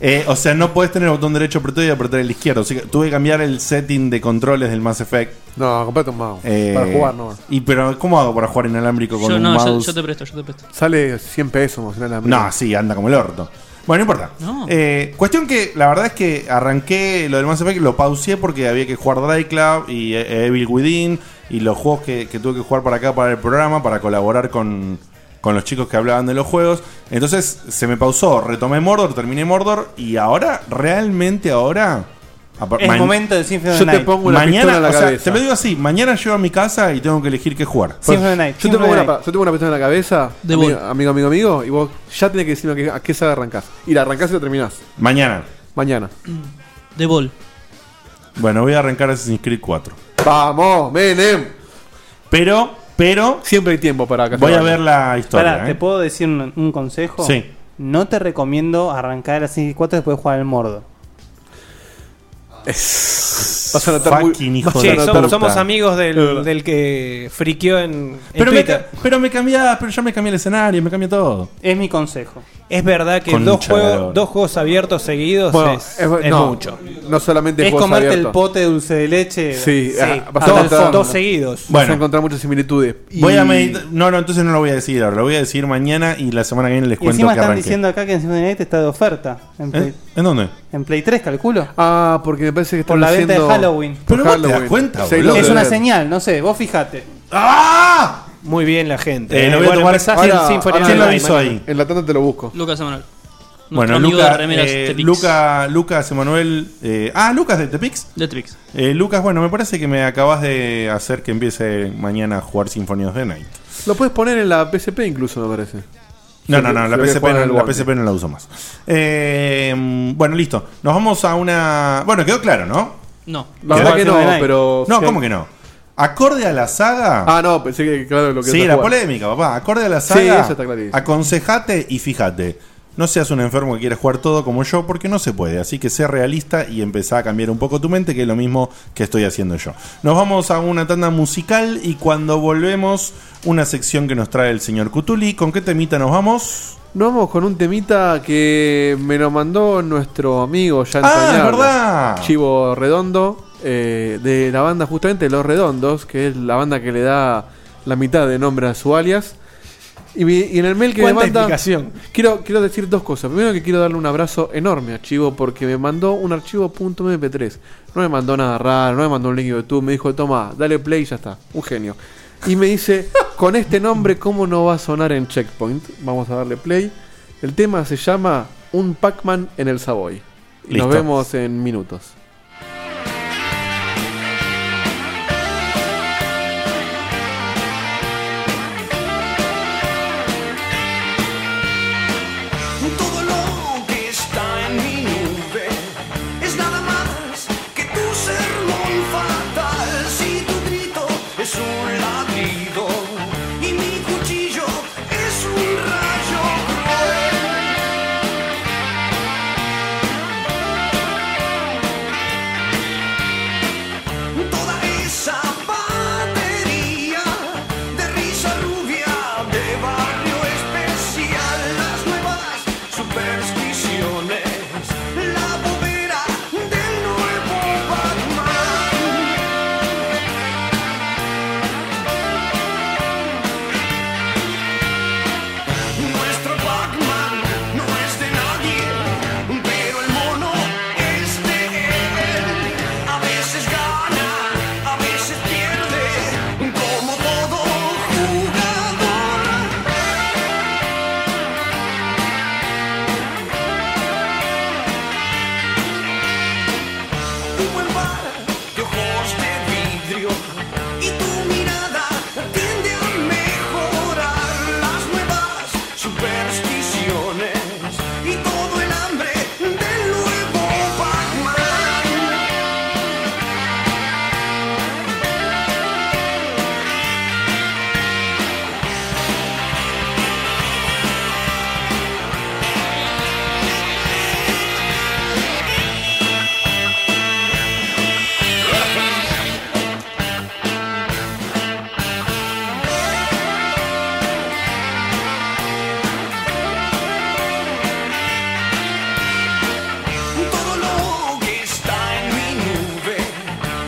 A: Eh, o sea, no podés tener el botón derecho apretado y apretar el izquierdo. Así que tuve que cambiar el setting de controles del Mass Effect.
F: No, comprate un mouse.
A: Eh,
F: para jugar, no.
A: ¿Y pero cómo hago para jugar inalámbrico [LAUGHS] con un mouse?
G: te presto, yo te presto.
F: Sale 100 pesos más
A: No, sí, anda como el orto. Bueno, no importa.
G: No.
A: Eh, cuestión que la verdad es que arranqué lo del Mass Effect, lo pausé porque había que jugar Dry Club y eh, Evil Within y los juegos que, que tuve que jugar para acá, para el programa, para colaborar con, con los chicos que hablaban de los juegos. Entonces se me pausó, retomé Mordor, terminé Mordor y ahora, realmente ahora... apa-
I: Es
A: ma-
I: momento del Symphony of the Yo te Night. pongo una pistola en la
A: o sea,
I: cabeza.
A: te lo digo así, mañana llego a mi casa y tengo que elegir qué jugar.
F: Pues, Yo tengo, una, pa- yo tengo una pistola en la cabeza,
A: De
F: amigo,
A: Bolt.
F: amigo, amigo, amigo, y vos ya tenés que decirme a qué, a qué saga arrancás. Y la arrancás y la terminás.
A: Mañana.
F: Mañana.
G: De Ball.
A: Bueno, voy a arrancar Assassin's Creed 4.
F: ¡Vamos, Menem!
A: Pero, pero.
F: Siempre hay tiempo para acá.
A: Voy a ver la historia.
I: Pará,
A: ¿eh?
I: ¿te puedo decir un, un consejo?
A: Sí.
I: No te recomiendo arrancar el Assassin's Creed 4 después de jugar el Mordo.
F: Vas a notar muy- Fucking hijo vas a de
K: Che,
F: notar-
K: somos, somos
F: puta.
K: amigos
F: Es verdad.
K: del, del que friqueó en, en
A: Pero me,
K: Twitter.
A: ca- pero me cambiás, pero ya me cambié el escenario, me cambié todo.
I: Es mi consejo.
K: Es verdad que
A: Concha
K: dos
A: de oro.
K: juegos, dos juegos abiertos seguidos
F: Bueno,
K: es,
F: es-
K: es
F: no,
K: mucho.
F: No solamente
K: Es
F: juegos
K: comerte
F: abiertos.
K: el pote
I: de dulce de leche.
F: Sí,
K: Sí,
F: ah, vas a
K: hasta el
F: encontrar-
K: fondo. Dos seguidos.
F: Vas
A: Bueno.
F: a encontrar muchas similitudes. Y-
A: Voy a meditar. No, no, entonces no lo voy a decir ahora. Lo voy a decir mañana y la semana que viene les
I: Y
A: cuento
I: encima
A: que
I: están
A: arranqué.
I: diciendo acá que el Symphony of the Night está de oferta. En Play,
A: ¿Eh? ¿En dónde?
I: en Play 3, calculo.
F: Ah, porque me parece que
I: Por la venta de Halloween.
A: Pero vos te das cuenta,
I: Sí,
A: boludo.
I: Es una señal, no sé, vos fijate.
A: ¡Ah!
K: Muy bien la gente.
A: Eh, lo voy a
K: Bueno,
A: tomar.
K: empezaste en Symphony of the
A: ¿Quién lo
K: Night,
A: hizo
K: mañana.
A: ahí?
F: En la tanda te lo busco.
G: Lucas Emanuel.
A: Bueno,
G: amigo de
A: Luca,
G: remeras
A: eh,
G: Tepix.
A: Luca, Lucas Emanuel. eh, ah, Lucas de Tepix.
G: De Tepix.
A: Eh, Lucas, bueno, me parece que me acabas de hacer que empiece mañana a jugar Symphony of the Night.
F: Lo puedes poner en la PSP incluso, me parece.
A: No,
F: Si
A: no, no,
F: lo- si
A: la
F: lo querés
A: PSP,
F: jugar en
A: no,
F: el
A: la
F: Walkman.
A: PSP no la uso más. Eh, bueno, listo. Nos vamos a una. Bueno, quedó claro, ¿no?
G: No.
F: La verdad que no, pero.
A: No, ¿cómo que no? Acorde a la saga.
F: Oh, Ah, no, pensé que, claro, lo que.
A: Sí,
F: ibas a
A: la
F: jugar.
A: polémica, papá. Acorde a la
F: Sí,
A: saga.
F: eso está clarísimo.
A: Aconsejate y fíjate. No seas un enfermo que quiere jugar todo como yo, porque no se puede. Así que sé realista y empezá a cambiar un poco tu mente, que es lo mismo que estoy haciendo yo. Nos vamos a una tanda musical y cuando volvemos, una sección que nos trae el señor Cutuli. ¿Con qué temita nos vamos?
F: Nos vamos con un temita que me lo mandó nuestro amigo ya
A: Ah, es verdad.
F: Chivo Redondo, eh, de la banda justamente Los Redondos, que es la banda que le da la mitad de nombre a su alias. Y, mi- y en el mail que me
K: Cuánta
F: manda.
K: explicación.
F: Quiero, quiero decir dos cosas. Primero que quiero darle un abrazo enorme a Chivo porque me mandó un archivo .mp3. No me mandó nada raro, no me mandó un link de YouTube. Me dijo, toma, dale play y ya está. Un genio. Y me dice, con este nombre, ¿cómo no va a sonar en Checkpoint? Vamos a darle play. El tema se llama Un Pac-Man en el Savoy. Y
Q: Listo.
F: nos vemos en minutos.
M: Todo lo que está en mi nube es nada más que tu sermón fatal. Si tu grito es un ladrido y mi cuchillo es un rayo cruel. Toda esa batería de risa rubia, de barrio especial, las nuevas supersticiones, la bobera del nuevo Batman. Nuestro Batman no es de nadie, pero el mono es de él. A veces gana, a veces pierde, como todo jugador. Hubo el bar de ojos de vidrio y tu mirada tiende a mejorar las nuevas supersticiones y todo el hambre del nuevo Pac-Man. Todo lo que está en mi nube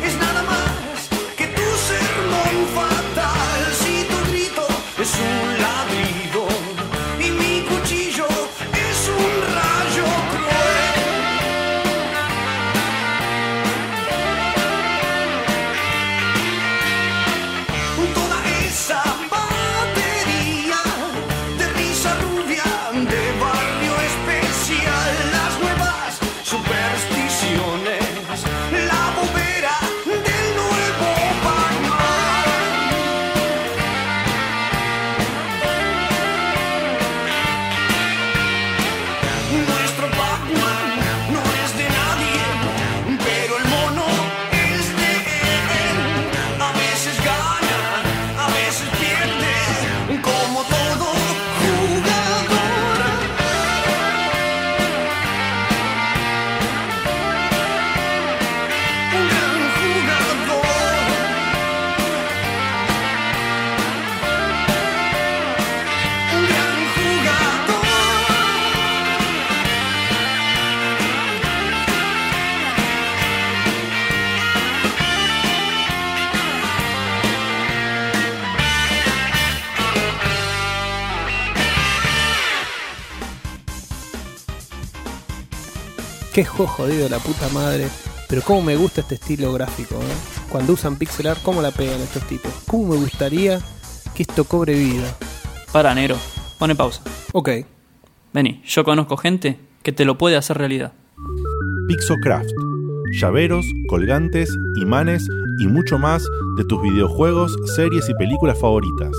M: es nada más que tu sermón fatal. Si tu grito es un ladrido y mi cuchillo es un rayo cruel. Toda esa batería de risa rubia de barrio especial, las nuevas supersticiones, la bobera del nuevo Pac-Man. Nuestro Pac-Man no es de nadie, pero el mono es de él. A veces gana, a veces pierde, como todo jugador. Un gran jugador. Un gran jugador.
Q: Qué juego jodido la puta madre. Pero cómo me gusta este estilo gráfico, ¿eh? Cuando usan pixel art, cómo la pegan estos tipos. Cómo me gustaría que esto cobre vida.
P: Para, negro. Pone pausa.
Q: Ok.
P: Vení, yo conozco gente que te lo puede hacer realidad.
R: Pixocraft. Llaveros, colgantes, imanes y mucho más de tus videojuegos, series y películas favoritas.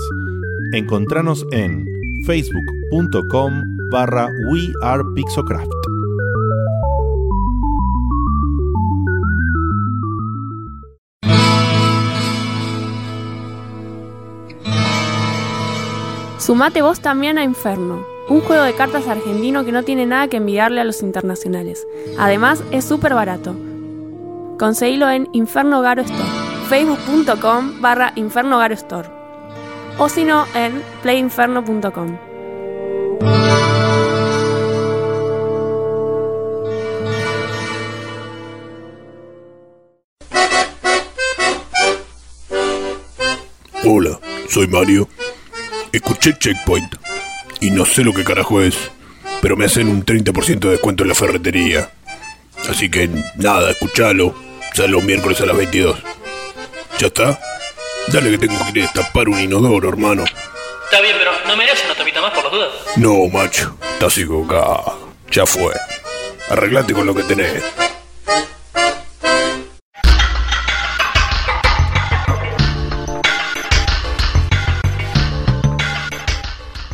R: Encontranos en facebook.com barra we are Pixocraft.
J: Sumate vos también a Inferno, un juego de cartas argentino que no tiene nada que enviarle a los internacionales. Además, es súper barato. Conseguilo en Inferno Garo Store, facebook.com barra Inferno Garo Store. O si no, en playinferno.com.
S: Hola, soy Mario. Escuché Checkpoint y no sé lo que carajo es, pero me hacen un 30% de descuento en la ferretería. Así que nada, escuchalo. Sale los miércoles a las 22. ¿Ya está? Dale que tengo que ir a destapar un inodoro, hermano.
D: Está bien, pero no merece una tapita más por las dudas.
S: No, macho, estás equivocado. Ya fue. Arreglate con lo que tenés.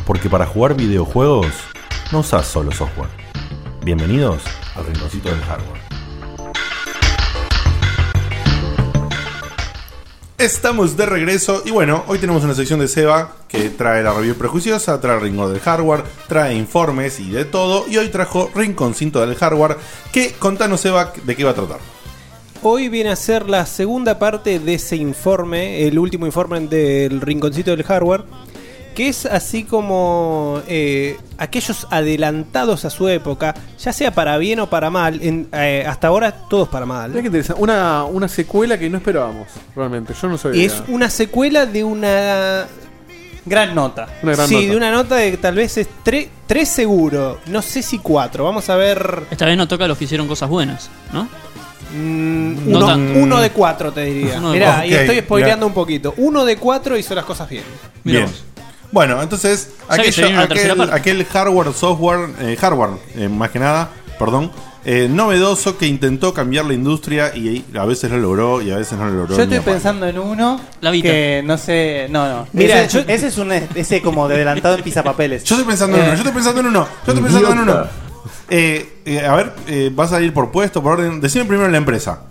R: Porque para jugar videojuegos no usas solo software. Bienvenidos al rinconcito del hardware.
A: Estamos de regreso y bueno, hoy tenemos una sección de Seba que trae la review prejuiciosa, trae Rincón del Hardware, trae informes y de todo. Y hoy trajo Rinconcito del Hardware que contanos Seba de qué va a tratar.
K: Hoy viene a ser la segunda parte de ese informe, el último informe del rinconcito del hardware, que es así como eh, aquellos adelantados a su época, ya sea para bien o para mal, en- eh, hasta ahora todos para mal.
F: Mirá qué interesante. Una, una secuela que no esperábamos, realmente. Yo no sabía.
K: Es una secuela de una gran nota.
F: Una gran
K: sí,
F: nota.
K: de una nota de que tal vez es tre- tres seguro, no sé si cuatro. Vamos a ver.
G: Esta vez no toca a los que hicieron cosas buenas, ¿no?
K: uno,
G: tanto.
K: uno de cuatro te diría.
G: Uno de
K: Mirá,
G: cuatro.
K: y estoy
G: Ok,
K: spoileando
G: mirá.
K: un poquito. Uno de cuatro hizo las cosas bien.
A: Bien. Bueno, entonces,
K: O sea que se
A: aquello-
K: viene una tercera
A: aquel,
K: parte.
A: aquel hardware, software, eh, hardware, eh, más que nada, perdón, eh, novedoso que intentó cambiar la industria y a veces lo logró y a veces no lo logró.
I: Yo
A: ni
I: estoy
A: a palo.
I: pensando en uno
G: La Vita.
I: que no sé, no, no.
A: Mirá,
I: ese, ese es un ese como de adelantado en pisapapeles.
A: Yo estoy pensando en
K: Eh.
A: uno, yo estoy pensando en uno, yo estoy pensando en uno. Eh, eh, a ver, eh, vas a ir por puesto, por orden. Decime primero la empresa.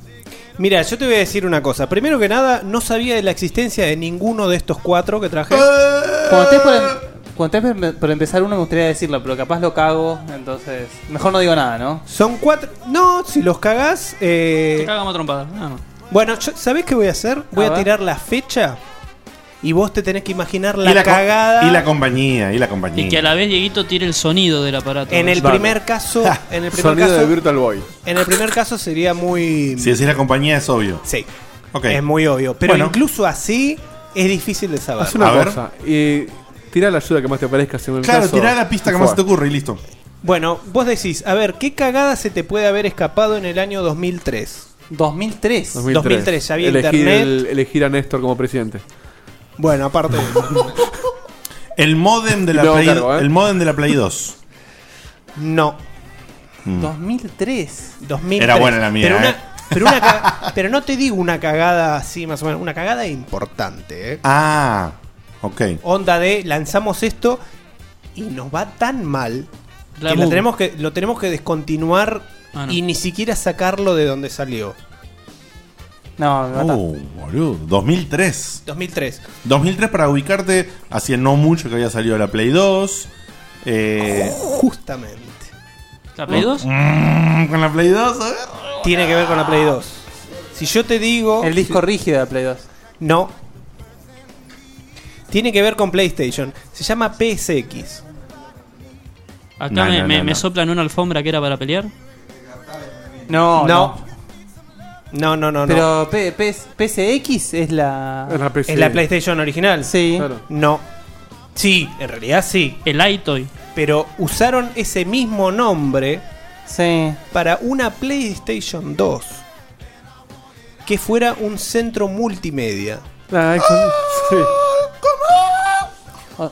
K: Mira, yo te voy a decir una cosa. Primero que nada, no sabía de la existencia de ninguno de estos cuatro que traje.
I: Cuando estés,
T: Ah.
I: por, em- cuando estés por em- por empezar uno me gustaría decirlo, pero capaz lo cago, entonces mejor no digo nada, ¿no?
K: Son cuatro. No, si los cagás. eh,
G: Te cagamos a trompadas, nada más.
K: Bueno, yo- ¿sabés qué voy a hacer? Voy
G: A
K: a,
G: ver.
K: tirar la fecha y vos te tenés que imaginar la,
A: y, la co-
K: cagada.
A: y la compañía, y la compañía.
G: Y que a la vez Dieguito tire el sonido del aparato.
K: En el
A: Vale.
K: primer caso. En el primer
A: Sonido
K: caso.
A: de Virtual Boy.
K: En el primer caso sería muy.
A: Si decís la compañía es obvio.
K: Sí.
F: Es
K: muy obvio. Pero incluso así es difícil de saber.
F: Haz una cosa. eh, tirá la ayuda que más te parezca según el caso. Fua.
A: ocurre y listo.
K: Bueno, vos decís, a ver, ¿qué cagada se te puede haber escapado en el año 2003?
I: 2003.
F: 2003.
K: 2003, ya había
F: elegir
K: internet.
F: el- elegir a Néstor como presidente.
K: Bueno,
A: [LAUGHS]
K: aparte.
A: El modem de la
F: Luego
A: Play,
F: cargo, ¿eh?
A: el modem de la Play 2.
K: no.
A: Mm.
K: 2003. 2003.
A: Era buena la mía,
K: Pero,
A: ¿eh?
K: una- pero,
A: [LAUGHS]
K: una ca- pero no te digo una cagada así, más o menos. Una cagada importante, ¿eh?
A: Ah, ok.
K: Onda de lanzamos esto y nos va tan mal
A: La
K: que lo,
A: boom.
K: tenemos que lo tenemos que descontinuar
G: Ah, no.
K: y ni siquiera sacarlo de donde salió.
I: No,
A: Uh, boludo. 2003.
K: 2003.
A: 2003 para ubicarte hacía no mucho que había salido la Play 2. Eh, Mm,
K: Justamente.
G: ¿La
A: Play 2? con la Play 2,
K: Tiene que ver con la Play 2. Si yo te digo.
I: El disco rígido de la Play 2.
K: No. Tiene que ver con PlayStation. Se llama PSX.
G: Acá
K: No,
G: me,
K: no,
G: me-
K: no,
G: me
K: no.
G: soplan una alfombra que era para pelear.
I: No,
K: no. No, no, no, no.
I: Pero P- P- PSX es la
K: Es la PC. Es la PlayStation original.
I: Sí.
K: No. Sí, en realidad sí.
G: El iToy.
K: Pero usaron ese mismo nombre para una PlayStation 2 que fuera un centro multimedia.
F: Ah,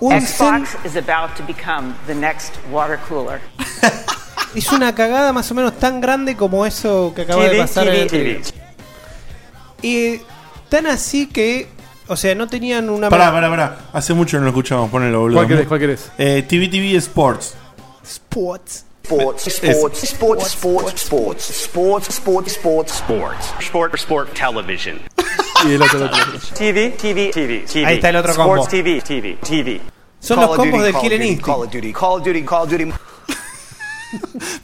K: Un
U: Xbox is about to become the next water cooler.
K: Es una cagada más o menos tan grande como eso que acaba de
U: Chiri,
K: pasar en el
U: chiri,
K: trailer. Y tan así que, o sea, no tenían una...
A: Pará, pará, pará. Hace mucho no lo escuchamos, ponelo, boludo.
K: ¿Cuál querés,
F: cuál querés?
A: Eh, TVTV Sports.
K: Sports.
T: Sports, sports, sports, sports, sports, sports, sports, sports, sports, sport, sport, television.
F: Y el otro, el otro.
T: TV, TV, TV, TV.
K: Ahí está el otro
T: Sports,
K: combo.
T: TV, TV, TV.
K: Son los
T: of
K: combos
T: Duty,
K: de
T: Call of
K: Kill and
T: Duty,
K: Instinct.
T: Call of Duty, Call of Duty, Call of Duty.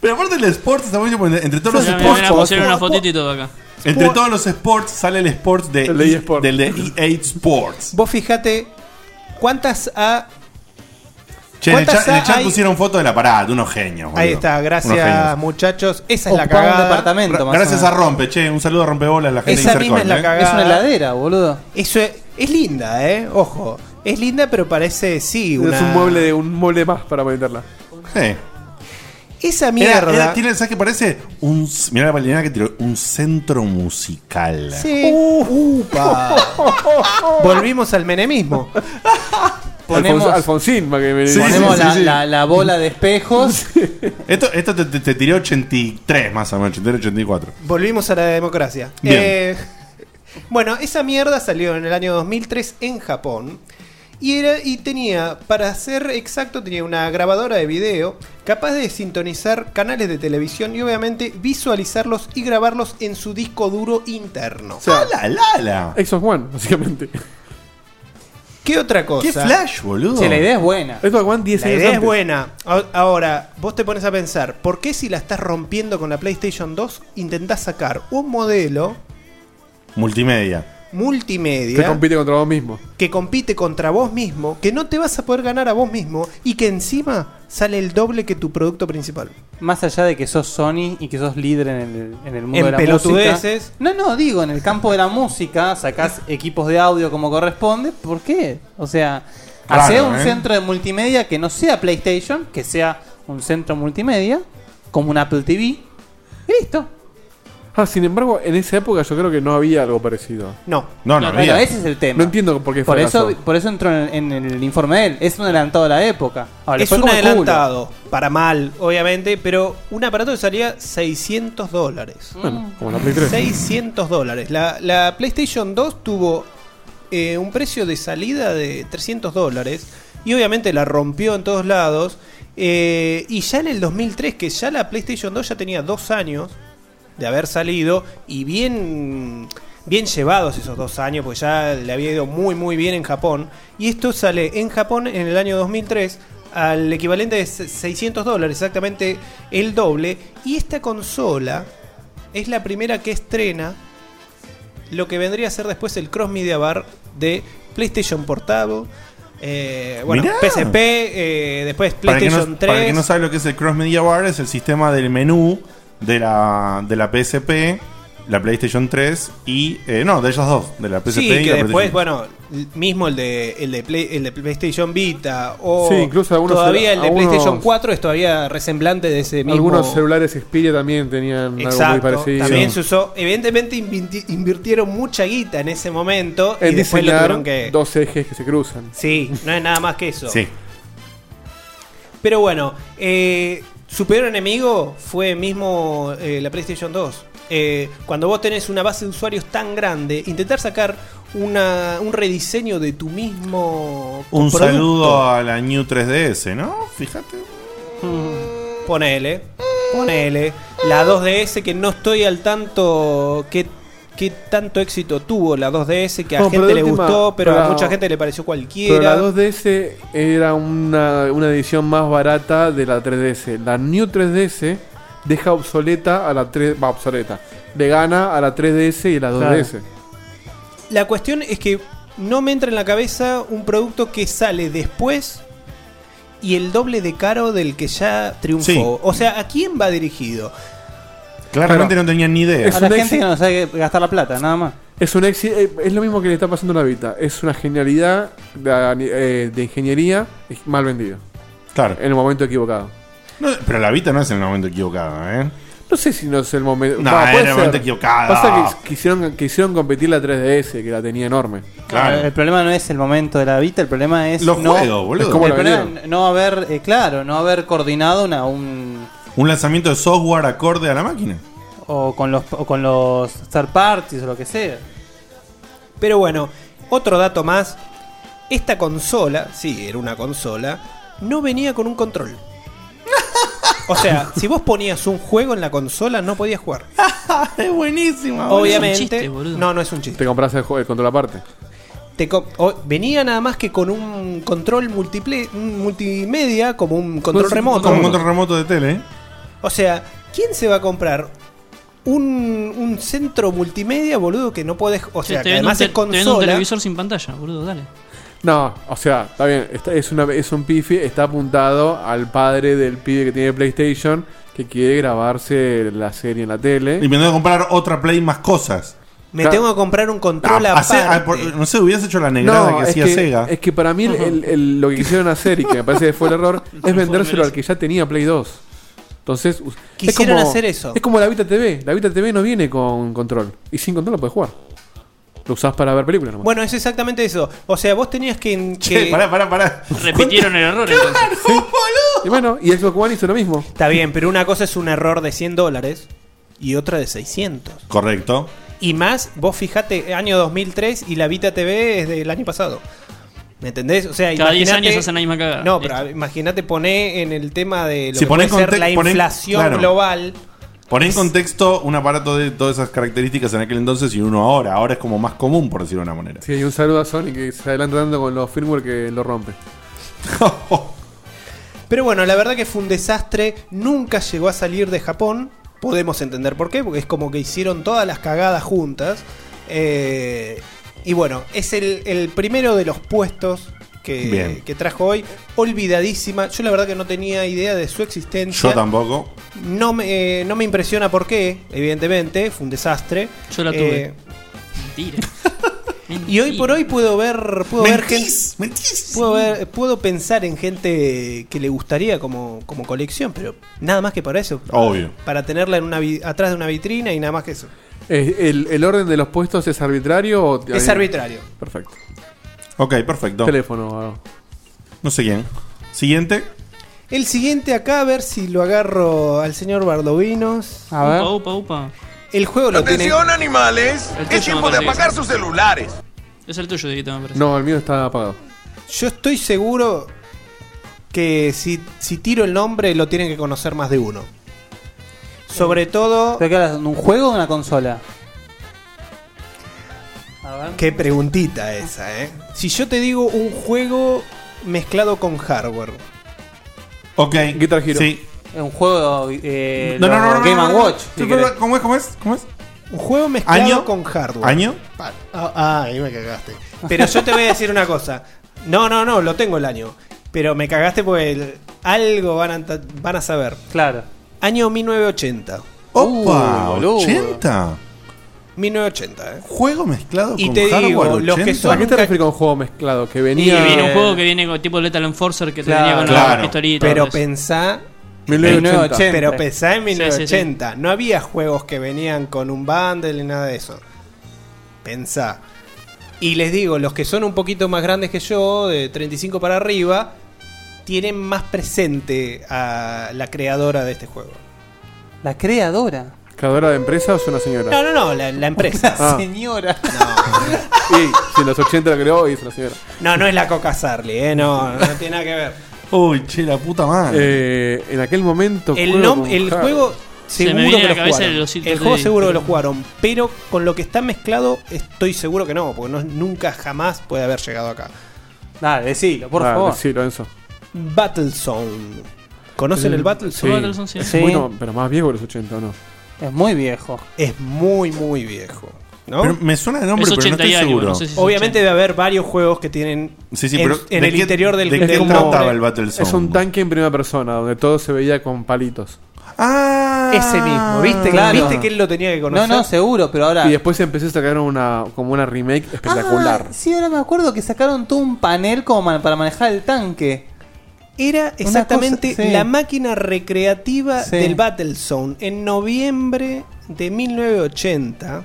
A: Pero aparte del Sports está bueno porque entre todos los
G: Mira,
A: sports.
G: mira, pusieron una fotito y todo acá.
A: Entre todos los sports sale el sports de, E- del de EA Sports.
K: Vos fijate cuántas A...
A: Che, en el,
K: ¿Cuántas
A: chat, en el
K: A
A: chat
K: hay?
A: pusieron foto del aparato, unos genios.
K: Ahí
A: boludo.
K: está,
A: Unos
K: gracias
A: genios.
K: muchachos. Esa es la
I: Ocupaba un
K: cagada.
I: departamento, más
A: Gracias a Rompe, che, un saludo a Rompebolas, la gente
K: Esa
A: de
K: misma
A: Intercon,
K: es la
A: ¿eh?
K: cagada.
I: Es una heladera, boludo.
K: Eso es, es linda, eh. Ojo. Es linda, pero parece, sí, [LAUGHS] una...
F: Es un mueble, de, un mueble más para meterla.
A: Sí.
K: Esa
A: Era-
K: mierda...
A: era- tiene- ¿Sabes qué parece? Un, c- mirá la palinada que tiró. Un centro musical.
K: Sí. Upa. Volvimos al menemismo.
I: Ponemos-
F: Alfonso- Alfonsín, para que me-
I: ponemos
F: Sí, sí,
I: la,
F: sí, sí.
I: la- la bola de espejos.
A: Esto, esto te, te- te tiré 83 más o menos, 83, 84.
K: Volvimos a la democracia.
A: Bien.
K: Eh, [LAUGHS] bueno, esa mierda salió en el año 2003 en Japón. Y, era, y tenía, para ser exacto, tenía una grabadora de video capaz de sintonizar canales de televisión y obviamente visualizarlos y grabarlos en su disco duro interno.
F: O sea,
A: ala!
F: Xbox One, básicamente.
K: [LAUGHS] ¿Qué otra cosa?
F: Qué flash, boludo.
K: Che,
F: Che, la idea es buena. Xbox One 10
K: La
F: años
K: idea es
F: antes.
K: buena. A- Ahora, vos te pones a pensar, ¿por qué si la estás rompiendo con la PlayStation 2 intentás sacar un modelo
A: Multimedia.
K: multimedia
F: Que compite contra vos mismo.
K: que compite contra vos mismo, que no te vas a poder ganar a vos mismo y que encima sale el doble que tu producto principal.
I: Más allá de que sos Sony y que sos líder en el, en el mundo
K: En
I: de la
K: pelotudeces.
I: música. No, no, digo, en el campo de la música sacás equipos de audio como corresponde. ¿Por qué? O sea,
O: Raro,
I: hacer un
O: ¿eh?
I: centro de multimedia que no sea PlayStation, que sea un centro multimedia, como un Apple TV. Y listo.
F: Ah, sin embargo, en esa época yo creo que no había algo parecido.
K: No.
F: No, no
I: Bueno,
F: había.
I: ese es el tema.
F: No entiendo por qué
I: por eso,
F: fracasó.
I: por eso entró en, en el informe de él. Es un adelantado de la época. Ahora, le
K: es
I: fue
K: un
I: como el culo.
K: adelantado, para mal, obviamente, pero un aparato que salía 600 dólares.
F: Bueno, como la Play
K: Mm,
F: 3.
K: 600 dólares. La, la PlayStation 2 tuvo eh, un precio de salida de 300 dólares y obviamente la rompió en todos lados. Eh, y ya en el 2003, que ya la PlayStation 2 ya tenía dos años de haber salido y bien, bien llevados esos dos años, pues ya le había ido muy muy bien en Japón. Y esto sale en Japón en el año 2003 al equivalente de 600 dólares, exactamente el doble. Y esta consola es la primera que estrena lo que vendría a ser después el Cross Media Bar de PlayStation Portable. eh, bueno,
A: Mirá.
K: PSP, eh, después
A: Para el, que
K: PlayStation
A: no,
K: 3.
A: para el que no sabe lo que es el Cross Media Bar, es el sistema del menú de la, de la PSP, la PlayStation 3 y. eh, no, de ellas dos, de la PSP
K: Sí,
A: y
K: que
A: la
K: después,
A: PlayStation
K: bueno, l- mismo el de el de, Play- el de PlayStation Vita o
F: Sí, incluso algunos-
K: todavía el de
F: algunos-
K: PlayStation 4 es todavía resemblante de ese mismo.
F: Algunos celulares Xperia también tenían algo muy
K: Exacto,
F: parecido.
K: también se usó, evidentemente invinti- invirtieron mucha guita en ese momento y
F: En
K: después lo
F: diseñar
K: tuvieron que
F: dos ejes que se cruzan.
K: Sí, no es nada más que eso. Pero bueno, eh, su peor enemigo fue mismo eh, la PlayStation 2. Eh, cuando vos tenés una base de usuarios tan grande, intentar sacar una- un rediseño de tu mismo
A: Un
K: producto,
A: saludo a la New 3DS, ¿no? Fíjate.
K: Ponele, ponele. La 2DS que no estoy al tanto que qué tanto éxito tuvo la 2DS que a
F: No, pero
K: gente
F: de
K: le
F: última,
K: gustó, pero a
F: pero-
K: mucha gente le pareció cualquiera.
F: Pero la 2DS era una, una edición más barata de la 3DS. La New 3DS deja obsoleta a la 3 va obsoleta. Le gana a la 3DS y la 2DS.
K: La cuestión es que no me entra en la cabeza un producto que sale después y el doble de caro del que ya triunfó.
A: Sí.
K: O sea, ¿a quién va dirigido?
A: Claramente no tenían ni idea.
I: A la gente que no sabe Eh, gastar la plata, nada más.
F: Es un éxito, eh, es lo mismo que le está pasando a la Vita. Es una genialidad de, eh, de ingeniería mal vendida.
A: Claro.
F: En el momento equivocado.
A: No, pero la Vita no es en el momento equivocado, ¿eh?
F: No sé si no es el momento.
A: No,
F: Va,
A: era
F: puede
A: el
F: ser.
A: momento equivocado.
F: Pasa que quisieron, quisieron competir la 3DS, que la tenía enorme.
I: El, el problema no es el momento de la Vita, el problema es
F: Los
I: no,
F: juegos, boludo. Eh, Es como
I: El
F: la
I: problema
F: vendieron.
I: es no haber, eh, claro, no haber coordinado una, un
A: Un lanzamiento de software acorde a la máquina.
I: o con los o con los third parties o lo que sea.
K: Pero bueno, otro dato más. Esta consola, sí, era una consola, no venía con un control. O
A: [LAUGHS]
K: sea, si vos ponías un juego en la consola, no podías jugar.
A: es buenísimo.
K: Obviamente. no, no es un chiste.
F: Te compras el, juego- el control aparte.
K: Te co- o- venía nada más que con un control multiple- un multimedia, como un control remoto.
A: Como un control remoto de tele, ¿eh?
K: O sea, ¿quién se va a comprar un, un centro multimedia, boludo, que no podés. O sea,
G: te
K: que
G: vendo
K: además
G: un te- te
K: es
G: vendo un
K: consola.
G: televisor sin pantalla, boludo, dale.
F: No, o sea, está bien, está- es, una, es un pifi, está apuntado al padre del pibe que tiene PlayStation, que quiere grabarse la serie en la tele.
A: Y me tengo que comprar otra Play más cosas.
K: Me tengo que comprar un control
A: Ah, hace-
K: aparte.
A: ah, por- no sé, hubieras hecho la negrada que
F: es
A: hacía
F: que,
A: Sega.
F: Es que para mí el- el- el- lo que quisieron hacer y que me parece que fue el
K: [LAUGHS]
F: error es vendérselo al que ya tenía Play 2. Entonces, us- es
K: Quisieron
F: como-
K: hacer eso.
F: Es como la Vita TV. La Vita TV no viene con control. Y sin control no puedes jugar. Lo usás para ver películas nomás.
K: Bueno, es exactamente eso. O sea, vos tenías que.
F: Che,
K: que-
F: pará, pará, pará.
A: [LAUGHS]
K: Repitieron el error. [LAUGHS]
F: Y bueno, y Xbox One hizo lo mismo.
K: Está bien, pero una cosa es un error de 100 dólares y otra de 600.
A: Correcto.
K: Y más, vos fijate, año 2003 y la Vita TV es del año pasado. ¿Me entendés? O sea,
G: Cada 10
K: imaginate-
G: años hacen la misma cagada.
K: No, pero imagínate poner en el tema de lo
A: Si
K: que
A: ponés
K: puede ser
A: conte-
K: la
A: ponés-
K: inflación
A: claro.
K: global.
A: Poné en contexto un aparato de todas esas características en aquel entonces y uno ahora. Ahora es como más común, por decirlo de una manera.
F: Sí, y un saludo a Sony que se adelanta dando con los firmware que lo rompe.
K: [LAUGHS] Pero bueno, la verdad que fue un desastre. Nunca llegó a salir de Japón. Podemos entender por qué, porque es como que hicieron todas las cagadas juntas. Eh, y bueno, es el, el primero de los puestos que,
A: Bien.
K: que trajo hoy. Olvidadísima. Yo la verdad que no tenía idea de su existencia.
A: Yo tampoco.
K: No me, eh, no me impresiona por qué, evidentemente. Fue un desastre. Eh,
G: Yo la tuve. Mentira.
K: Y hoy por hoy puedo ver, puedo ver
A: Mentís,
K: gente, puedo ver, puedo pensar en gente que le gustaría como, como colección, pero nada más que para eso.
A: Obvio.
K: Para tenerla en una vi- atrás de una vitrina y nada más que eso.
F: Eh, ¿El, el orden de los puestos es arbitrario? O
K: Es arbitrario.
F: Perfecto.
A: Ok, perfecto.
F: Teléfono.
A: No sé quién. Siguiente.
K: El siguiente acá a ver si lo agarro al señor Bardovinos.
F: A ver. Upa,
K: El juego lo tiene.
G: Atención,
K: animales.
G: El tuyo me parece que sí.
K: celulares.
G: Es el tuyo, Dieguito, me parece.
F: No, el mío está apagado.
K: Yo estoy seguro que si, si tiro el nombre lo tienen que conocer más de uno. Sobre todo.
I: ¿Pero qué hablas? ¿Un juego o una consola?
K: Qué preguntita esa, ¿eh? Si yo te digo un juego mezclado con hardware.
A: Ok.
F: Guitar Hero.
K: Sí.
I: Es un juego eh,
K: No,
I: lo-
K: no, no, no,
I: Game
K: no,
I: and
K: no, no.
I: Watch.
K: Sí,
I: si
K: pero-
I: querés.
A: ¿Cómo es? ¿Cómo es? ¿Cómo es?
K: Un juego mezclado
A: ¿Año?
K: con hardware.
A: ¿Año?
K: Pa- Ah, ah, ahí me cagaste. Pero yo te voy a decir una cosa. No, no, no, lo tengo el año. Pero me cagaste porque el- algo van a, ta- van a saber.
I: Claro.
K: Año 1980.
A: ¡Opa!
K: boludo.
A: ¿80?
K: 1980, ¿eh?
A: Juego mezclado
K: Y te digo, los que
F: ¿A qué
K: son
F: te refieres con juego mezclado? Que
G: Y
F: venía.
K: eh,
G: viene un juego que viene con tipo Lethal Enforcer que te venía con la pistolita.
K: pero
G: todo eso.
K: pensá.
F: 1980.
K: Pero pensá en
G: Sí, sí, sí.
K: 1980. No había juegos que venían con un bundle ni nada de eso. Pensá. Y les digo, los que son un poquito más grandes que yo, de 35 para arriba, tienen más presente a la creadora de este juego.
I: La creadora.
F: ¿Creadora de empresa o es una señora?
K: No, no, no, la, la
I: [LAUGHS]
K: empresa.
F: Ah.
I: Señora.
F: Y si en los 80 la creó y es una señora.
K: No, no es la Coca Sarli, eh, no, no tiene nada que ver.
A: Uy, che, la puta
F: madre. Eh, en aquel momento.
K: El,
F: juego
K: nom-
F: con
K: el
F: hardware.
K: juego
F: Se me
K: seguro
F: viene
K: que
F: a la
K: lo
F: cabeza
K: jugaron.
F: el osito
K: El juego
F: de-
K: seguro que lo jugaron, pero con lo que está mezclado estoy seguro que no, porque no- nunca jamás puede haber llegado acá.
I: Dale, decilo, por
F: Ah,
I: favor.
F: Sí, Lorenzo.
K: Battlezone. ¿Conocen el Battlezone?
F: Battlezone, sí. Bueno, pero más viejo que los 80, ¿o no?
I: Es muy viejo.
K: Es muy, muy viejo. ¿no?
A: Pero me suena de nombre, Es pero no 80 y estoy algo, seguro. no sé si es
K: Obviamente debe haber varios juegos que tienen
A: Sí, sí,
K: en,
A: pero
K: en
A: ¿de
K: el
A: qué-
K: interior del,
A: de qué
K: del
A: trataba
K: nombre.
A: el Battlezone?
F: Es un tanque en primera persona donde todo se veía con palitos.
A: Ah,
K: Ese mismo, ¿viste?
F: Claro.
K: ¿Viste que él lo tenía que conocer?
I: seguro, pero ahora.
F: Y después empezó a sacar una, como una remake espectacular.
I: Ah, sí, ahora me acuerdo que sacaron todo un panel como man- para manejar el tanque.
K: Era exactamente
I: cosa- sí.
K: la máquina recreativa
I: Sí.
K: del Battlezone en noviembre de 1980,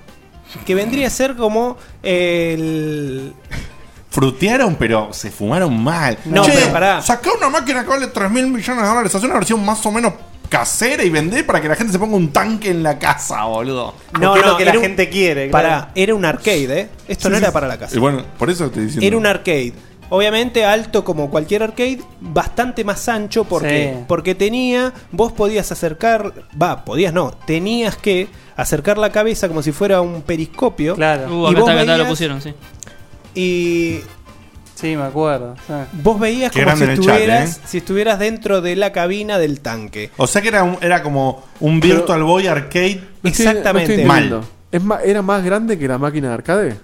K: que vendría a ser como el...
A: Frutearon, pero se fumaron mal.
K: No, pero pará.
A: Sacá una máquina que vale 3 mil millones de dólares. Haz una versión más o menos casera y vender para que la gente se ponga un tanque en la casa, boludo.
K: No,
A: Porque es
K: no,
A: lo que
K: era
A: la
K: un-
A: gente quiere.
K: Pará, era un arcade, ¿eh? Esto no era para la casa.
A: Y bueno, por eso estoy diciendo.
K: Era un arcade. Obviamente alto como cualquier arcade, bastante más ancho porque,
I: Sí.
K: porque tenía, vos podías acercar, va, podías no, tenías que acercar la cabeza como si fuera un periscopio. Claro.
G: Uh, acá está, acá está, lo pusieron, sí.
K: Y
I: Sí, me acuerdo. sí.
K: vos veías
A: Qué
K: como si
A: grande en el chat,
K: estuvieras,
A: ¿eh?
K: si estuvieras dentro de la cabina del tanque.
A: O sea que era, un- era como un Virtual Boy arcade.
F: No estoy- no estoy
A: mal.
F: entendiendo. Es ma- ¿Era más grande que la máquina de arcade?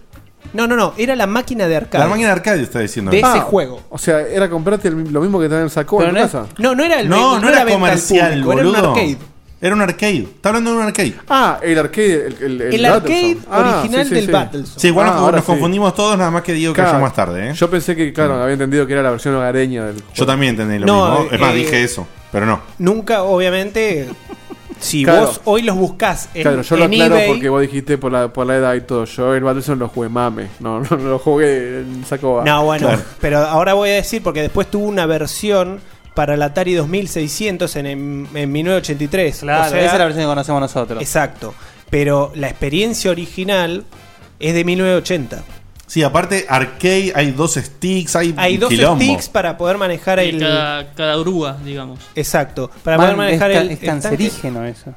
K: No, no, no, era la máquina de arcade.
A: La máquina de arcade está diciendo.
K: De ese juego.
F: Ah. O sea, era comprarte el- lo mismo que también sacó en tu casa.
K: No, no era el
A: No, no era
K: venta al
A: comercial,
K: público, era un
A: boludo.
K: arcade.
A: Era un arcade. Está hablando de un arcade.
F: Ah, el arcade. El, el,
K: El arcade
F: Battlezone. Ah,
K: original del Battlezone.
A: Sí, igual
F: Ah,
A: nos,
F: ahora
A: nos
F: sí.
A: confundimos todos, nada más que Diego
F: Claro.
A: cayó más tarde, ¿eh?
F: Yo pensé que, claro, había entendido que era la versión hogareña del juego.
A: Yo también entendí lo
K: No,
A: mismo. Es más,
K: eh,
A: dije eso, pero no.
K: Nunca, obviamente, si
F: Claro.
K: vos hoy los buscás en,
F: claro, yo lo
K: en
F: aclaro
K: eBay,
F: porque vos dijiste por la, por la edad y todo. Yo el Battleson lo jugué mame. No, no, no lo jugué en saco. a-
K: No, bueno,
F: Claro.
K: pero ahora voy a decir porque después tuvo una versión para el Atari 2600 en, en, en 1983.
I: Claro, esa es la versión
K: que conocemos nosotros. Exacto. Pero la experiencia original es de 1980.
A: Sí, aparte, arcade, hay dos sticks, hay,
K: Hay dos
A: quilombo.
K: sticks para poder manejar
G: Y
K: el.
G: cada, cada grúa, digamos.
K: Exacto. Para
G: Man,
K: poder manejar
G: es ca-
K: el.
G: es
K: el tanque.
G: cancerígeno
I: eso.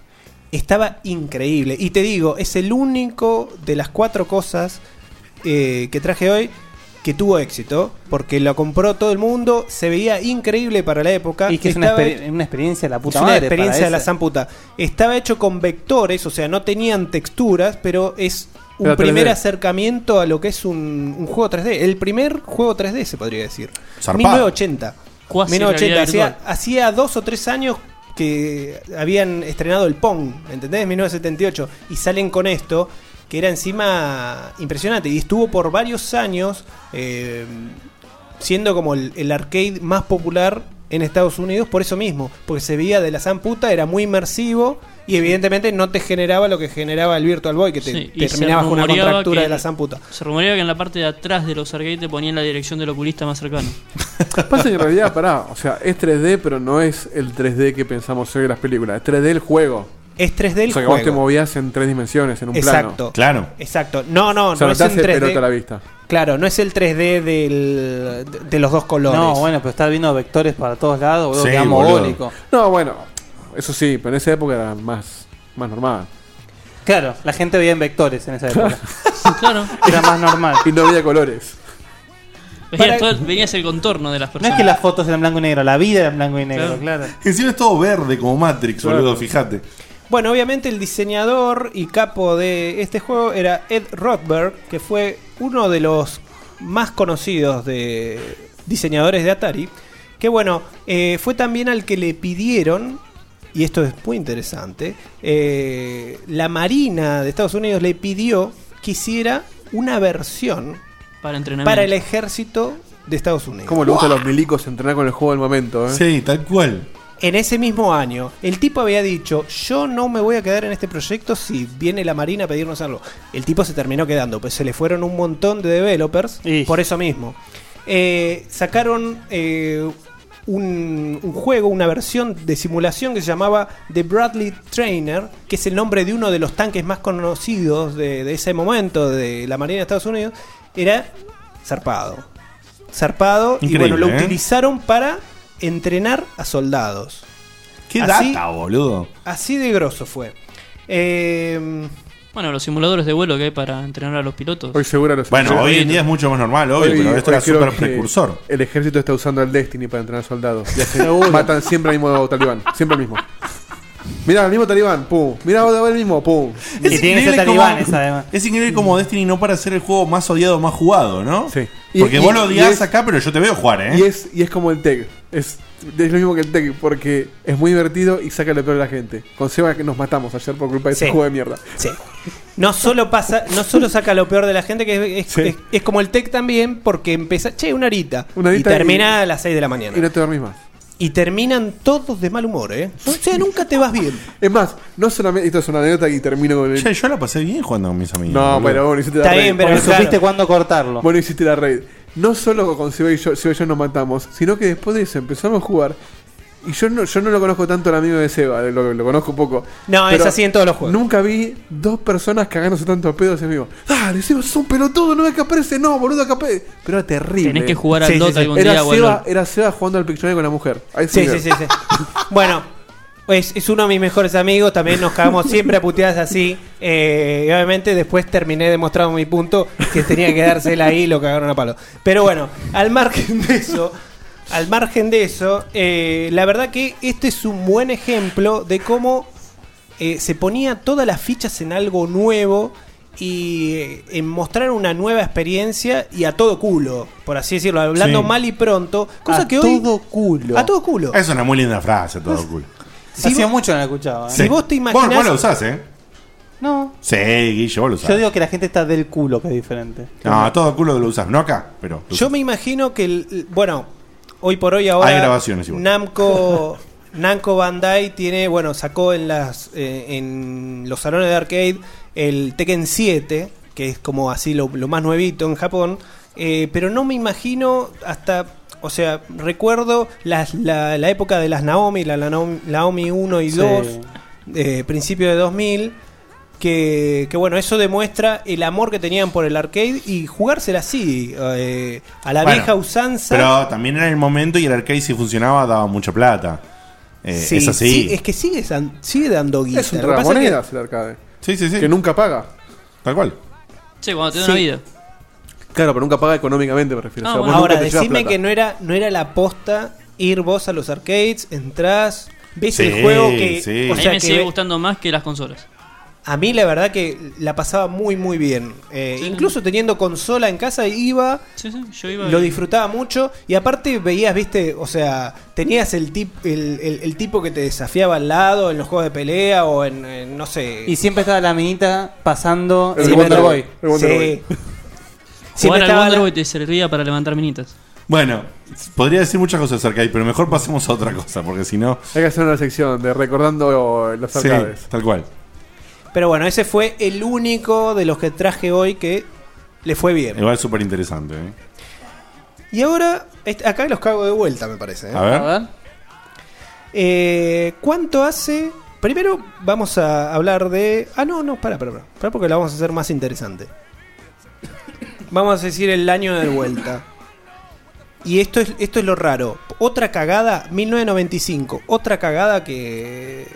K: Estaba increíble. Y te digo, es el único de las cuatro cosas eh, que traje hoy que tuvo éxito. Porque lo compró todo el mundo. Se veía increíble para la época.
I: Y que es una,
K: Estaba-
I: exper- una experiencia de la puta
K: es una
I: madre.
K: experiencia
I: para
K: de la
I: ese-
K: zamputa. Estaba hecho con vectores, o sea, no tenían texturas, pero es un
I: Pero 3D.
K: primer acercamiento a lo que es un, un juego 3D. El primer juego 3D, se podría decir.
A: Zarpado.
K: 1980.
A: Cuasi
K: 1980.
A: realidad
K: Hacía, hacía dos o tres años que habían estrenado el Pong, ¿entendés? 1978. Y salen con esto, que era encima impresionante. Y estuvo por varios años eh, siendo como el, el arcade más popular en Estados Unidos por eso mismo. Porque se veía de la san puta, era muy inmersivo. Y evidentemente no te generaba lo que generaba el Virtual Boy, que te,
G: Sí, y
K: te
G: se
K: terminabas con una
G: rumoreaba
K: contractura
G: que
K: de la
G: el-
K: san puta.
G: Se rumoreaba que en la parte de atrás de los arcades te ponían la dirección del oculista más cercano.
F: Pasa que en realidad, pará, o sea, es 3D, pero no es el 3D que pensamos hoy de las películas. Es 3D el juego.
K: Es 3D el
F: O sea, que vos
K: juego.
F: te movías en tres dimensiones, en un
K: Exacto.
F: plano.
K: Exacto. No, no,
F: O sea,
K: no
F: no
K: es
F: te
K: el
F: hace
K: 3D.
F: pelota a la vista.
K: Claro, no es el 3D del, de- de los dos colores.
I: No, bueno, pero está viendo vectores para todos lados, boludo,
K: Sí,
I: que amo
K: boludo.
I: bólico.
F: No, bueno, eso sí, pero en esa época era más, más normal.
I: Claro, la gente veía en vectores en esa época.
G: [LAUGHS] claro.
I: Era más normal.
F: Y no había colores.
G: Venías,
I: Para-
G: todo- venías el contorno de las
I: No es
K: Ah.
G: personas.
I: que las fotos eran blanco y negro, la vida era en blanco y negro, [LAUGHS] claro.
A: Encima es todo verde como Matrix,
I: Claro.
A: boludo, fíjate.
K: Bueno, obviamente el diseñador y capo de este juego era Ed Rothberg, que fue uno de los más conocidos de diseñadores de Atari. Que bueno, eh, fue también al que le pidieron, y esto es muy interesante, eh, la Marina de Estados Unidos le pidió que hiciera una versión
G: para,
K: el ejército de Estados Unidos.
F: Como le gusta a los milicos entrenar con el juego del momento, ¿eh?
A: Sí, tal cual.
K: En ese mismo año, el tipo había dicho, yo no me voy a quedar en este proyecto si viene la Marina a pedirnos algo. El tipo se terminó quedando, pues se le fueron un montón de developers por eso mismo. Eh, sacaron eh, un, un juego, una versión de simulación que se llamaba The Bradley Trainer, que es el nombre de uno de los tanques más conocidos de, de ese momento de la Marina de Estados Unidos. Era zarpado. Zarpado. y bueno,
A: Increíble,
K: lo
A: ¿eh?
K: utilizaron para entrenar a soldados.
A: Qué
K: Así-
A: data, boludo.
K: Así de grosso fue. Eh,
G: Bueno, los simuladores de vuelo que hay para entrenar a los pilotos.
F: Hoy seguro los
A: Bueno, hoy en día es mucho más normal, obvio, pero esto
F: hoy
A: era
F: creo
A: súper
F: que
A: precursor.
F: El ejército está usando el Destiny para entrenar soldados. Y
K: [LAUGHS]
F: hacen-
A: Seguro.
F: matan siempre al mismo talibán. Siempre al mismo. Mirá, el mismo talibán, pum. Mirá, otra vez el mismo, pum.
A: Es increíble cómo- [LAUGHS] Es increíble como Destiny no para ser el juego más odiado, más jugado, ¿no? Sí. Porque
F: Y-
A: vos
F: y-
A: lo
F: y
A: odiás
F: es-
A: acá, pero yo te veo jugar, ¿eh?
F: Y es, y es como el Tech. Es, es lo mismo que el Tech, porque es muy divertido y saca lo peor de la gente. Con Seba que nos matamos ayer por culpa de ese
K: Sí.
F: juego de mierda.
K: Sí. No solo pasa, no solo saca lo peor de la gente, que es, es- es- es como el tech también, porque empieza, che, una horita.
F: Una horita
K: y termina
F: y-
K: a las 6 de la mañana.
F: Y no te dormís más.
K: Y terminan todos de mal humor, ¿eh? O sea, nunca te vas bien.
F: Es más, no solamente. Esto es una anécdota y termino con el.
A: [LAUGHS] Che, yo la pasé bien jugando con mis amigos.
F: No,
A: boludo.
F: pero bueno, hiciste la raid.
I: cuándo cortarlo.
F: Bueno, hiciste la raid. No solo con Seba y yo, Seba y yo nos matamos, sino que después de eso empezamos a jugar. Y yo no, yo no lo conozco tanto al amigo de Seba, lo, lo conozco poco.
K: No, es así en todos los juegos.
F: Nunca vi dos personas cagándose tantos pedos en vivo. Dale, Seba, sos un pelotudo, no es que aparece, no, boludo, acá aparece. Pero era terrible.
G: Tenés que jugar
F: eh.
G: al
F: Sí, sí,
G: Dota
F: sí.
G: algún
F: era
G: día,
F: Seba, eh,
G: boludo.
F: Era Seba jugando al Pictionary con la mujer. Ahí
K: Sí,
F: era.
K: sí, sí, sí. Bueno, es, es uno de mis mejores amigos, también nos cagamos siempre a puteadas así. eh, y obviamente después terminé demostrando mi punto, que tenía que dársela ahí y lo cagaron a palo. Pero bueno, al margen de eso, al margen de eso, eh, la verdad que este es un buen ejemplo de cómo eh, se ponía todas las fichas en algo nuevo y eh, en mostrar una nueva experiencia y a todo culo, por así decirlo, hablando
A: Sí.
K: mal y pronto, cosa
I: A
K: que hoy
I: todo culo.
K: a todo culo.
A: Es una muy linda frase, todo cool.
I: Si Hacía mucho no la escuchaba. ¿eh?
A: Sí. Vos, vos la usás, ¿eh?
I: No.
A: Sí, Guillo, vos lo usás.
I: Yo digo que la gente está del culo, que es diferente.
A: No, todo culo lo usás. No acá, pero. lo
K: Yo me imagino que, el- bueno, hoy por hoy ahora
A: Hay grabaciones igual. [LAUGHS]
K: Namco, Namco Bandai tiene, bueno, sacó en las eh, en los salones de arcade el Tekken 7, que es como así lo, lo más nuevito en Japón, eh, pero no me imagino hasta, o sea, recuerdo las- la, la época de las Naomi, la, la Naomi, Naomi 1 y
I: Sí.
K: 2, eh, principio de 2000, que, que bueno, eso demuestra el amor que tenían por el arcade y jugársela así, eh, a la
A: Bueno,
K: vieja usanza.
A: Pero también era el momento y el arcade si funcionaba daba mucha plata. Eh,
K: Sí,
A: es así.
K: sí, es que sigue, san- sigue dando guita.
F: Es un
K: Lo que pasa es que-
F: tragamonedas el arcade.
A: Sí, sí, sí.
F: Que nunca paga.
A: Tal cual.
G: Sí, cuando te da
F: Sí.
G: una vida.
F: Claro, pero nunca paga económicamente, me refiero.
G: Ah,
F: O sea, vos
G: bueno.
F: nunca
K: Ahora,
F: te llevas
K: decime
F: plata.
K: que no era, no era la posta ir vos a los arcades, entrás, ves
G: Sí,
K: el juego que.
G: sí.
K: O
G: A mí
K: sea,
G: me
K: que
G: sigue
K: ve-
G: gustando más que las consolas.
K: a mí la verdad que la pasaba muy, muy bien. Eh, incluso teniendo consola en casa, iba.
G: Sí, sí, yo iba
K: Lo
G: y-
K: disfrutaba mucho y aparte veías, viste, o sea, tenías el, tip, el, el- el tipo que te desafiaba al lado en los juegos de pelea o en, en, no sé.
I: Y siempre estaba la minita pasando
K: El Wonder Boy, el Wonder
I: Sí.
G: Jugar al
K: estaba
G: Wonder
K: la-
G: Boy te servía para levantar minitas.
A: Bueno, podría decir muchas cosas acerca ahí, pero mejor pasemos a otra cosa, porque si no.
F: Hay que hacer una sección de recordando los
A: Sí,
F: arcades.
A: tal cual.
K: Pero bueno, ese fue el único de los que traje hoy que le fue bien.
A: Igual súper interesante. ¿eh?
K: Y ahora, est- acá los cago de vuelta, me parece. ¿eh?
A: A ver. A ver.
K: Eh, ¿Cuánto hace? Primero vamos a hablar de. Ah, no, no, para, para, para, porque la vamos a hacer más interesante. Vamos a decir el año de vuelta. Y esto es, esto es lo raro. Otra cagada, 1995. Otra cagada que,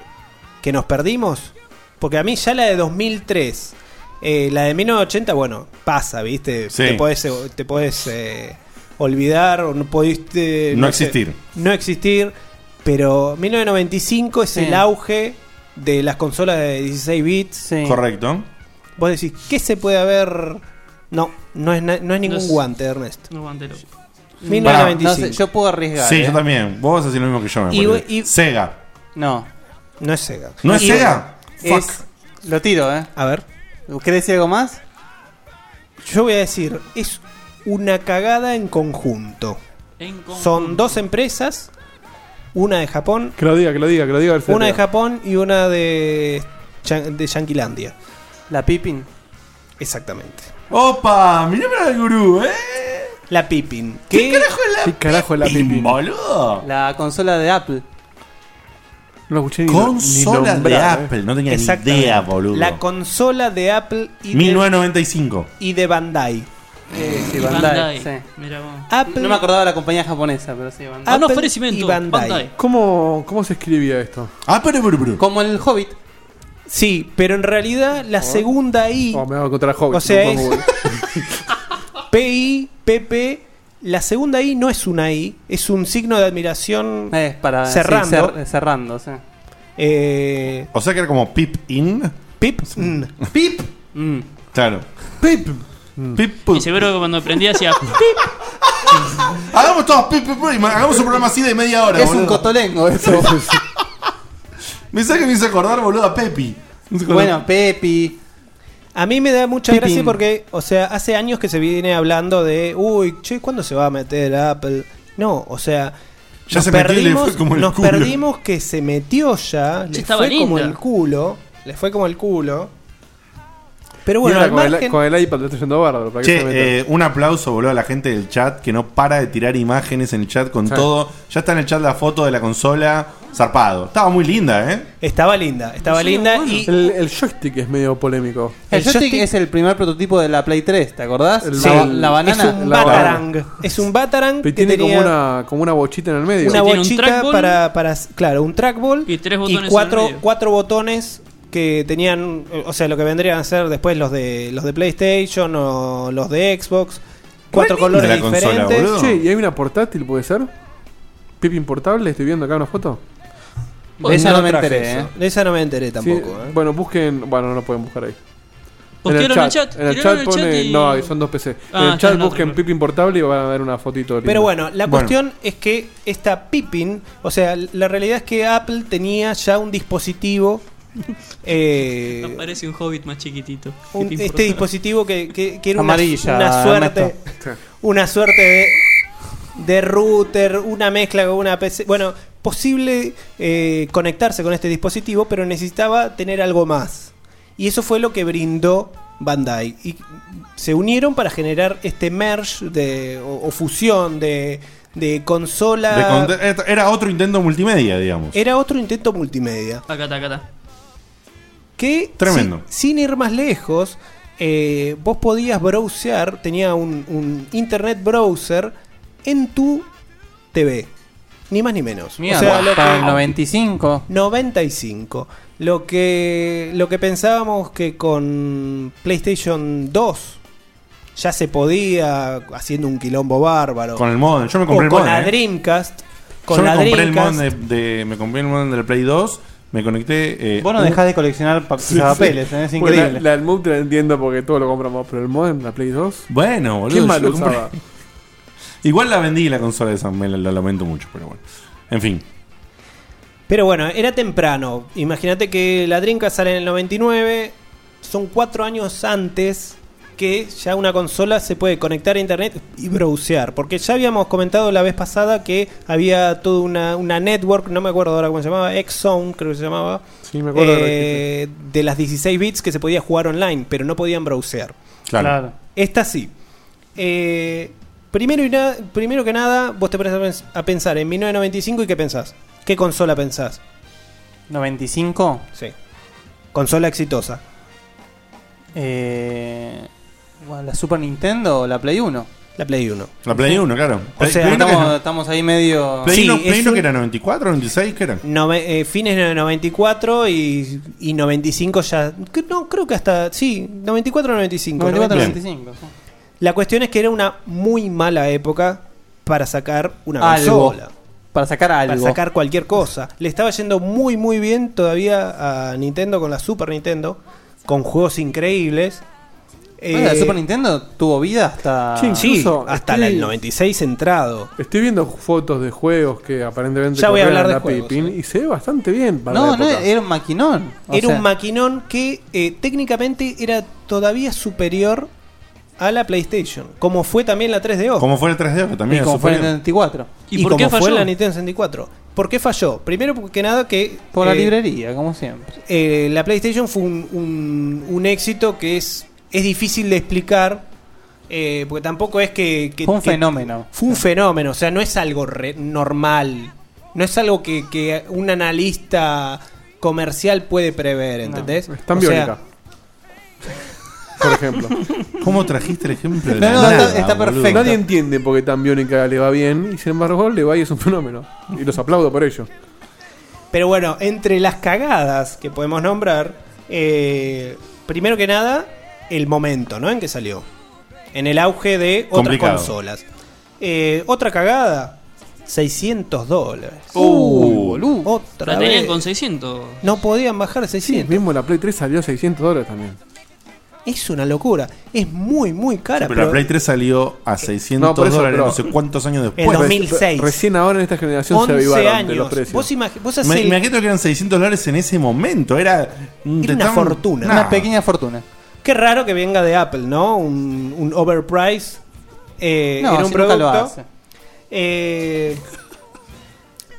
K: que nos perdimos. Porque a mí ya la de 2003, eh, la de 1980, bueno, pasa, ¿viste?
A: Sí.
K: Te podés, eh, te podés, eh, olvidar o no pudiste...
A: No
K: sé,
A: existir.
K: no existir. Pero 1995 es
I: Sí.
K: el auge de las consolas de 16 bits.
A: Correcto.
K: Vos decís, ¿qué se puede haber...? No, no es, na- no es ningún
G: No es-
K: guante, Ernesto.
G: No guantero.
K: 1995. yo puedo arriesgar.
A: Sí,
I: ¿eh?
A: yo también. Vos vas a decir lo mismo que yo. Me
K: Y-
A: parece.
K: y-
A: Sega.
I: No.
K: No es Sega.
A: ¿No es Sega?
I: Es- lo tiro, ¿eh?
K: A ver.
I: ¿Querés decir algo más?
K: Yo voy a decir, es una cagada en conjunto. Son dos empresas, una de Japón,
F: Que lo diga, que lo diga, que lo diga. a ver si
K: una de
F: pega.
K: Japón y una de, Yan- de Yanquilandia. La Pippin. Exactamente.
A: Opa, mirá para el gurú, ¿eh?
K: La Pippin. ¿Qué, carajo
A: es la
K: ¿Qué carajo es la Pippin?
A: Boludo.
I: La consola de Apple.
F: No lo escuché ni
A: Consola
F: ni nombrar,
A: de
F: eh.
A: Apple. No tenía ni
K: Exactamente.
A: idea, boludo.
K: La consola de Apple y, de,
A: 1995.
K: y de Bandai.
I: sí, Bandai, sí.
G: Mira vos.
K: Apple-
I: No me acordaba de la compañía japonesa, pero sí, Bandai.
G: Ah, no, ofrecimiento. Bandai.
F: eh. ¿Cómo, ¿Cómo se escribía esto?
A: Ah, pero,
I: Como el Hobbit.
K: Sí, pero en realidad
G: Oh.
K: la segunda I.
F: Oh, me van a encontrar Hobbit.
K: O sea,
F: no
K: es-
F: pongo Google.
K: PI, PP. La segunda I no es una I, es un signo de admiración
I: Es ¿eh? para sí,
K: cerrando.
I: cer- cerrando, sí.
K: Eh,
A: O sea que era como Pip In.
K: Pip. Pip.
A: Claro. Mm.
K: Pip.
A: Pip.
G: Y seguro que cuando aprendí hacía.
A: Hagamos todos pip, pip, pip, Hagamos un programa así de media hora.
I: Es
A: boludo.
I: un cotolengo eso.
A: Me saca que me hizo acordar, boludo, a Pepi.
I: bueno, Pepi.
K: A mí me da mucha
I: Pipín.
K: gracia porque, o sea, hace años que se viene hablando de, uy, che, ¿cuándo se va a meter Apple? No, o sea,
A: Ya se metió y le fue como el
K: nos
A: culo.
K: perdimos que se metió ya, le
G: estaba
K: fue como
G: linda.
K: el culo, le fue como el culo. Pero
F: Y
K: bueno,
F: ahora
K: al
F: con, el,
K: margen-
F: con el iPad le está yendo bárbaro. ¿para qué se meten?
A: Che, eh, un aplauso, boludo, a la gente del chat que no para de tirar imágenes en el chat con
F: Sí.
A: todo. Ya está en el chat la foto de la consola. Zarpado. Estaba muy linda, ¿eh?
K: Estaba linda, estaba linda y...
F: el, el joystick es medio polémico.
I: El joystick es el primer prototipo de la Play 3, ¿te acordás?
F: El-
I: la,
F: el-
I: la banana.
K: Es un batarang. Es un batarang
F: Pero
K: que
F: tiene
K: tenía
F: como una, como una bochita en el medio.
K: una bochita para, para- Claro, un trackball.
G: Y tres botones en el
K: cuatro,
G: medio.
K: cuatro botones que tenían. eh, O sea, lo que vendrían a ser después los de los de PlayStation o los de Xbox. Cuatro
F: Linda
K: colores diferentes.
F: che, ¿y hay una portátil, puede ser? ¿Pipi portable? Estoy viendo acá una foto.
K: De esa no, me enteré, ¿eh? De esa no me enteré tampoco.
F: Sí,
K: ¿eh?
F: Bueno, busquen. Bueno, no lo pueden buscar ahí.
K: Postealo Pues en el chat,
F: En el
K: tiralo
F: chat
K: en el
F: pone.
K: chat y-
F: No, ahí son dos PC. en
K: Ah,
F: el
K: está
F: chat
K: en otro,
F: busquen Pipi portable y van a ver una fotito. linda.
K: Pero bueno, la cuestión es que esta Pippin, o sea, la realidad es que Apple tenía ya un
G: [LAUGHS]
K: dispositivo. eh,
G: Aparece un hobbit más chiquitito.
K: un-
G: ¿Qué te importa?
K: este dispositivo que, que- que era una,
I: Amarilla,
K: una suerte
I: Ernesto.
K: una suerte de, de router, una mezcla con una PC. Bueno, posible eh, conectarse con este dispositivo, pero necesitaba tener algo más. Y eso fue lo que brindó Bandai. Y se unieron para generar este merge de, o, o fusión de, de consola.
A: De conte- era otro intento multimedia, digamos.
K: Era otro intento multimedia.
G: Acá está, acá está.
K: Que
A: Tremendo.
K: si- sin ir más lejos, eh, vos podías browsear, tenía un, un internet browser en tu TV. Ni más ni menos.
O: Mierda, para el
K: 95. 95. Lo que, lo que pensábamos que con PlayStation 2 ya se podía, haciendo un quilombo bárbaro.
A: Con el modem. Yo me compré
K: O
A: el
K: con
A: modem,
K: la
A: eh.
K: Dreamcast. Con
A: Yo me
K: la
A: compré, el
K: Dreamcast.
A: modem de, de- me compré el modem del Play 2, me conecté... eh,
I: Vos no
A: un-
I: dejás de coleccionar pa-
A: Sí, sí.
I: papeles, ¿eh? es
A: Bueno,
I: increíble.
F: La, la del MUB te la entiendo porque todos lo compramos, pero el modem, la Play 2.
A: Bueno, boludo.
F: Qué
A: yo
F: mal
A: lo compré.
F: usaba.
A: Igual la vendí la consola de San Mel, la lamento mucho, pero bueno. En fin.
K: Pero bueno, era temprano. Imagínate que la Dreamcast sale en el 99. Son cuatro años antes que ya una consola se puede conectar a internet y browsear. Porque ya habíamos comentado la vez pasada que había toda una, una network, no me acuerdo ahora cómo se llamaba, X-Zone creo que se llamaba.
F: Sí, me acuerdo.
K: eh, de las 16 bits que se podía jugar online, pero no podían browsear.
A: Claro.
K: Esta sí. Eh, primero, y na- primero que nada, vos te pones a pens- a pensar en 1995 y qué pensás. ¿Qué consola pensás?
O: ¿95?
K: Sí. Consola exitosa.
O: Eh, bueno, ¿La Super Nintendo o la Play 1?
K: La Play 1.
A: La Play 1, claro.
O: O
A: Play-
O: sea,
A: Play uno que-
O: estamos, estamos ahí medio.
A: Play
K: Sí,
A: 1, Play
K: es
A: uno
K: un-
A: que era 94, 96, que eran?
K: Nove- eh, fines de 94 y, y 95 ya. que No, creo que hasta. Sí, 94 95.
O: 94,
K: 95.
O: 95. sí.
K: La cuestión es que era una muy mala época para sacar una
O: Algo.
K: consola.
O: Para sacar algo.
K: Para sacar cualquier cosa. Le estaba yendo muy, muy bien todavía a Nintendo con la Super Nintendo. Con juegos increíbles.
O: Bueno,
K: eh,
O: la Super Nintendo tuvo vida hasta.
K: Sí,
F: incluso
K: hasta
F: estoy-
K: la- el 96 entrado.
F: Estoy viendo fotos de juegos que aparentemente
K: Ya voy a
F: corrían
K: hablar de
F: la Play
K: juegos, eh.
F: Pin, y se ve bastante bien. para la
K: No,
F: época.
K: no, era un
O: maquinón.
K: era un maquinón que eh, técnicamente era todavía superior a la PlayStation. Como fue también la 3DO.
A: Como fue el 3DO, que también
K: Y
A: es
K: como fue
A: superior.
K: el
O: 94.
K: ¿Y, como fue la Nintendo 64? ¿Por qué falló? Primero que nada que...
O: Por la
K: eh,
O: librería, como siempre.
K: eh, la PlayStation fue un, un- un éxito que es, es difícil de explicar, eh, porque tampoco es que... que-
O: Fue un
K: que-
O: fenómeno.
K: Fue un fenómeno, o sea, no es algo re- normal, no es algo que, que un analista comercial puede prever, ¿entendés?
F: Está en
K: O sea, [LAUGHS]
F: Biónica. Por ejemplo.
A: ¿Cómo trajiste el ejemplo?
F: No, no, está,
A: está boludo. perfecto.
F: Nadie entiende por qué tan Biónica le va bien y sin embargo le va y es un fenómeno. Y los aplaudo por ello.
K: Pero bueno, entre las cagadas que podemos nombrar, eh, primero que nada, el momento ¿no? en que salió. En el auge de otras
A: Complicado.
K: consolas. Eh, otra cagada, 600 dólares.
F: Uh, boludo.
K: Otra
G: La tenían
K: vez.
G: con 600.
K: No podían bajar a 600.
F: mismo la Play 3 salió a 600 dólares también.
K: Es una locura. Es muy, muy cara.
A: Pero la Play 3 salió a 600
F: No, por eso,
A: dólares
F: pero-
A: no sé cuántos años después.
K: En 2006.
F: Recién ahora en esta generación se
K: 11
F: avivaron de
K: años.
F: los precios.
K: Vos imag- vos haces
A: Me,
K: el-
A: me imagino que eran 600 dólares en ese momento. Era, mm,
K: Era
A: te
K: una
A: estaban-
K: fortuna.
A: Nah.
O: pequeña fortuna.
K: Qué raro que venga de Apple, ¿no? Un, un overprice eh,
O: No,
K: en un
O: si nunca
K: producto.
O: lo hace.
K: Eh,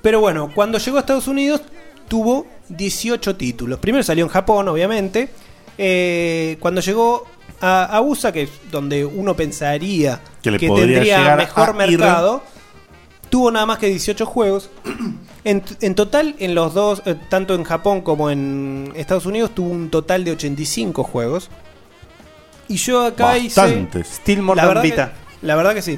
K: pero bueno, cuando llegó a Estados Unidos tuvo 18 títulos. Primero salió en Japón, obviamente. Eh, cuando llegó a, a USA, que es donde uno pensaría
A: Que
K: que,
A: le podría
K: tendría
A: llegar
K: mejor
A: a ir.
K: mercado, tuvo nada más que 18 juegos. En, en total, en los dos, eh, tanto en Japón como en Estados Unidos, tuvo un total de 85 juegos. Y yo acá
A: Bastantes.
K: hice.
A: Still more
K: la
A: than
K: verdad
A: Vita.
K: Que, la verdad que sí.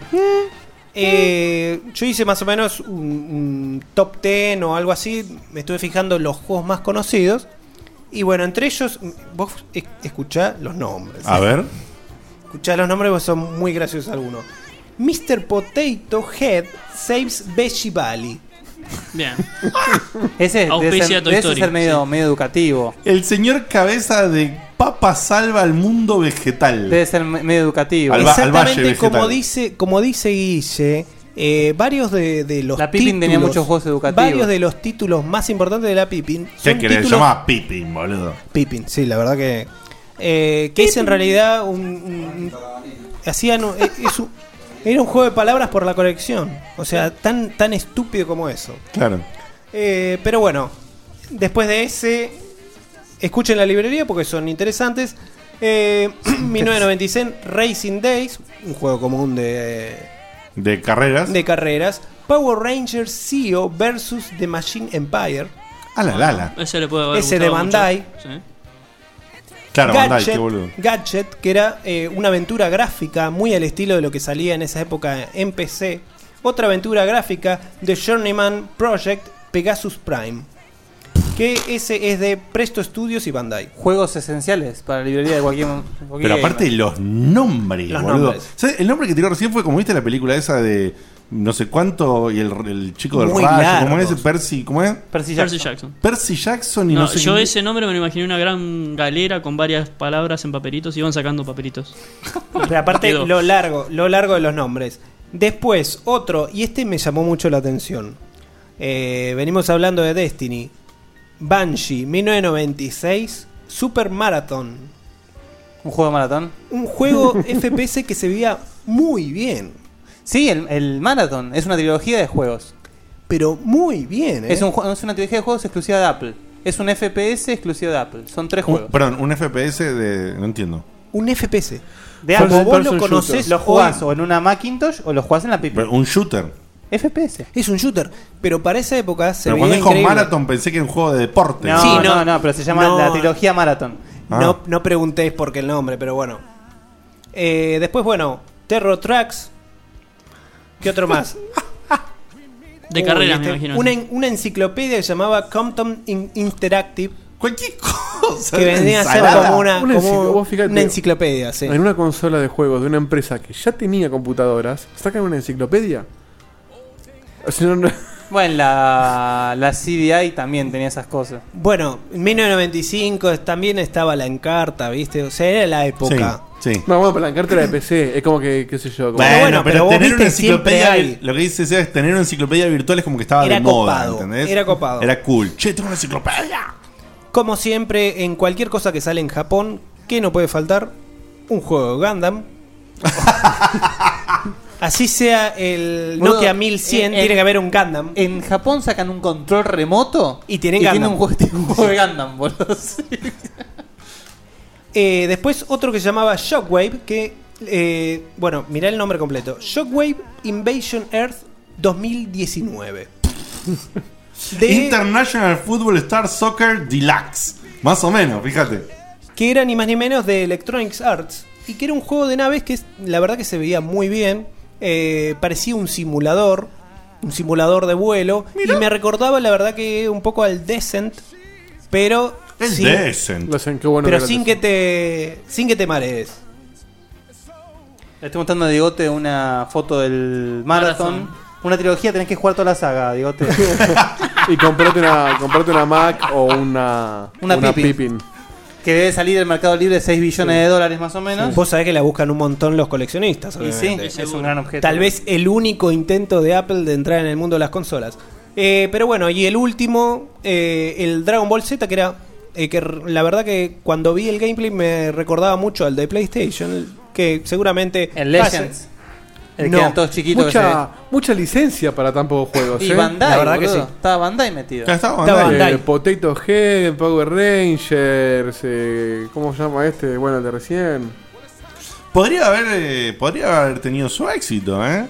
K: Eh, yo hice más o menos un, un top 10 o algo así. Me estuve fijando en los juegos más conocidos. Y bueno, entre ellos, vos es- escuchá los nombres.
A: A ver.
K: Escuchá los nombres porque son muy graciosos algunos. Mr. Potato Head Saves Veggie Valley.
G: Bien.
O: Ese es debe
K: Auspicia
O: ser,
K: Toy
O: debe ser
K: Story,
O: medio, medio educativo.
A: El señor cabeza de papa salva al mundo vegetal.
O: Debe ser me- medio educativo.
A: Al ba- al valle
K: Exactamente como
A: vegetal.
K: dice, como dice Guille, eh, varios de, de los
O: La Pippin tenía muchos juegos educativos.
K: Varios de los títulos más importantes de la Pippin
A: ¿Qué
K: son
A: querés?
K: títulos
A: Llamaba Pippin, boludo.
K: Pippin, sí, la verdad que. eh, que es en realidad un. un- un- hacían. un- eh, es un- era un juego de palabras por la colección. O sea, tan, tan estúpido como eso.
A: Claro.
K: Eh, pero bueno, después de ese, escuchen la librería porque son interesantes. Eh, [CLEARS THROAT] 1996, Racing Days, un juego común de,
A: De carreras.
K: de carreras. Power Rangers CEO versus The Machine Empire.
A: A la lala.
G: Ese le puede haber
K: Ese de
G: gustado mucho.
K: Bandai.
G: Sí.
A: Claro,
K: Gadget,
A: Bandai, qué boludo.
K: Gadget, que era eh, una aventura gráfica muy al estilo de lo que salía en esa época en PC. Otra aventura gráfica de Journeyman Project Pegasus Prime. Que ese es de Presto Studios y Bandai.
I: Juegos esenciales para la librería de cualquier.
A: Pero aparte los nombres,
I: Los
A: boludo.
I: nombres.
A: ¿Sabes? El nombre que tiró recién fue como viste la película esa de no sé cuánto y el, el chico del
G: Muy
A: rayo, ¿cómo es?
G: largos.
A: Percy, ¿cómo es?
G: Percy Jackson. Percy Jackson.
A: Percy Jackson y no,
G: No,
A: sé
G: yo
A: qué-
G: ese nombre me lo imaginé una gran galera con varias palabras en papelitos y iban sacando papelitos.
K: Pero aparte
G: Quedó.
K: lo largo, lo largo de los nombres. Después, otro, y este me llamó mucho la atención. Eh, venimos hablando de Destiny. Banshee, 1996, Super Marathon.
I: ¿Un juego de maratón?
K: Un
I: [LAUGHS]
K: juego FPS que se veía muy bien.
I: Sí, el, el Marathon es una trilogía de juegos.
K: Pero muy bien, ¿eh?
I: Es, un, ju- es una trilogía de juegos exclusiva de Apple. Es un FPS exclusivo de Apple. Son tres
A: un-
I: juegos.
A: perdón, un FPS de no entiendo.
K: Un FPS.
I: De
A: First
I: Apple, vos
A: person
I: lo conocés.
A: shooter.
I: Lo jugás o en una Macintosh o lo jugás en la pipa.
A: Pero un shooter.
I: FPS.
K: Es un shooter, pero para esa época se
A: Pero
K: veía
A: cuando dijo
K: increíble.
A: Marathon pensé que era un juego de deporte.
K: No, Sí, no, no, no,
I: pero se llama
K: no.
I: la trilogía Marathon.
F: Ah.
K: No, no preguntéis por qué el nombre, pero bueno. Eh, después, bueno, Terror Tracks. ¿Qué otro más?
G: [LAUGHS] De
K: Uy,
G: carreras, me
K: este,
G: imagino.
K: Una, en- una enciclopedia que llamaba Compton In-
F: [LAUGHS]
K: Interactive.
A: Cualquier [LAUGHS] cosa.
K: Que
F: una
K: venía a ser
F: ensalada.
K: como una,
F: Una
K: como
F: enciclo- vos fíjate.
K: una enciclopedia, sí.
F: En una consola de juegos de una empresa que ya tenía computadoras, sacan una enciclopedia. O sea, no- no- [LAUGHS]
I: Bueno, la, la CDI también tenía esas cosas.
K: Bueno, en 1995 también estaba la encarta, ¿viste? O sea, era la época.
A: Sí.
F: No, bueno, pero la carta era de PC. Es como que, qué sé yo. como-
A: Bueno, pero,
F: vos
A: tener
F: viste,
A: una
F: siempre
A: enciclopedia,
F: hay.
A: lo que dice Seba es tener una enciclopedia virtual es como que estaba
K: Era
A: de moda,
K: copado,
A: ¿entendés?
K: era copado.
A: Era cool. Che, tengo una enciclopedia.
K: Como siempre, en cualquier cosa que sale en Japón, ¿qué no puede faltar? Un juego de Gundam. Así sea el
I: Boludo,
K: Nokia 1100,
I: en-
K: tiene
I: en-
K: que haber un Gundam.
I: En Japón sacan un control remoto
K: y tienen
I: y
K: Gundam.
I: tiene un [LAUGHS] juego, tiene un juego de Gundam, boludo. Sí.
K: Eh, después otro que se llamaba Shockwave, que, eh, bueno, mirá el nombre completo. Shockwave Invasion Earth 2019. De-
A: International Football Star Soccer Deluxe. Más o menos, fíjate.
K: que era ni más ni menos de Electronics Arts y que era un juego de naves que es- la verdad que se veía muy bien, eh, parecía un simulador, un simulador de vuelo y me recordaba la verdad que un poco al Descent, pero
A: Es
K: sin-
A: decent.
F: Lo hacen, qué bueno
K: pero
F: que era
K: sin que te sin que te marees.
I: Le estoy mostrando a Digote una foto del Marathon. Una trilogía, tenés que jugar toda la saga, Digote.
F: y comprate una, comprate una Mac o una,
I: Una Pippin.
F: Pippin.
I: [LAUGHS] que debe salir del mercado libre de 6 billones de dólares más o menos.
K: Vos sabés que la buscan un montón los coleccionistas.
I: Y sí,
K: obviamente.
I: es un gran objeto.
K: Tal vez el único intento de Apple de entrar en el mundo de las consolas. Eh, pero bueno, y el último, eh, el Dragon Ball Z, que era. eh, que r- la verdad que cuando vi el gameplay me recordaba mucho al de PlayStation, que seguramente.
I: El
K: pase-
I: Legends. El que eran todos chiquitos que
F: Mucha, mucha licencia para tan pocos juegos.
I: Y
F: ¿eh?
I: Bandai, boludo. Estaba Bandai metido.
F: Eh, Potato Head, Power Rangers, eh, ¿cómo se llama este? Bueno, el de recién.
A: Podría haber, eh, podría haber tenido su éxito, ¿eh?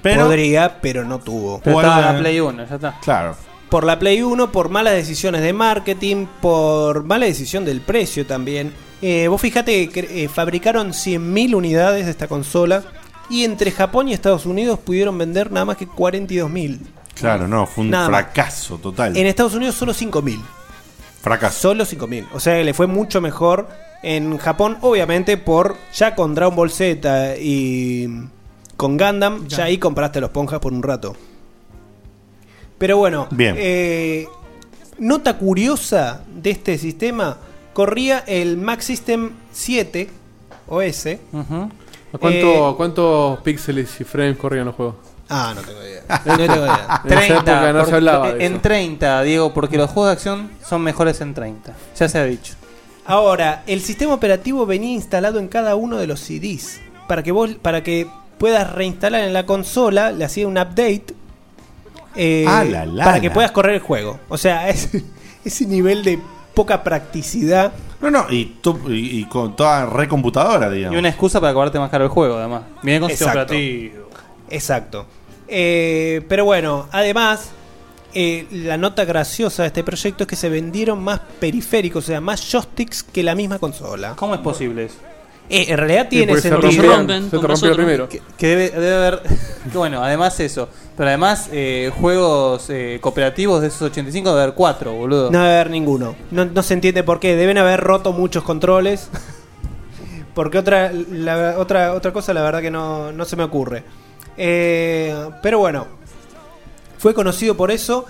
A: Pero
K: Podría, pero no tuvo.
A: Pero estaba en la Play
I: 1, ya está.
A: Claro.
K: Por la Play 1, por malas decisiones de marketing, por mala decisión del precio también. Eh, vos fijate que eh, fabricaron 100.000 unidades de esta consola y entre Japón y Estados Unidos pudieron vender nada más que 42.000.
A: Claro, no, fue un
K: Nada más.
A: fracaso total.
K: En Estados Unidos solo 5.000.
A: Fracaso.
K: Solo 5.000. O sea que le fue mucho mejor en Japón, obviamente por ya con Dragon Ball Z y con Gundam, ya ahí compraste los ponjas por un rato. Pero bueno,
A: Bien.
K: eh, nota curiosa de este sistema, corría el Max System 7 OS.
F: ¿A cuánto- ¿Cuántos píxeles y frames corrían los juegos?
K: Ah, no tengo idea. No tengo idea.
F: En esa época no se
I: porque-
F: hablaba de
I: en
F: eso.
I: 30, Diego, porque los juegos de acción son mejores en 30. Ya se ha dicho.
K: Ahora, el sistema operativo venía instalado en cada uno de los CDs. Para que vos, para que puedas reinstalar en la consola, le hacía un update eh,
A: Ah, la, la,
K: para que
A: la.
K: puedas correr el juego. O sea, es- [LAUGHS] ese nivel de poca practicidad.
A: No, no, y, tú- y- y con toda recomputadora, digamos.
K: Y una
O: excusa para cobrarte más caro el juego, además. Viene con sistema
K: Exacto. Exacto. Eh, pero bueno, además, eh, la nota graciosa de este proyecto es que se vendieron más periféricos, o sea, más joysticks que la misma consola.
O: ¿Cómo es posible eso?
K: Eh, en realidad tiene
O: pues se
K: sentido.
O: rompieron, se te rompió primero. Que, que debe, debe haber. [LAUGHS] que bueno, además eso. Pero además, eh, juegos eh, cooperativos de esos 85 debe haber 4, boludo.
K: No debe haber ninguno. No, no se entiende por qué. Deben haber roto muchos controles. [LAUGHS] Porque otra, la- otra, otra cosa, la verdad que no, no se me ocurre. Eh, pero bueno, fue conocido por eso.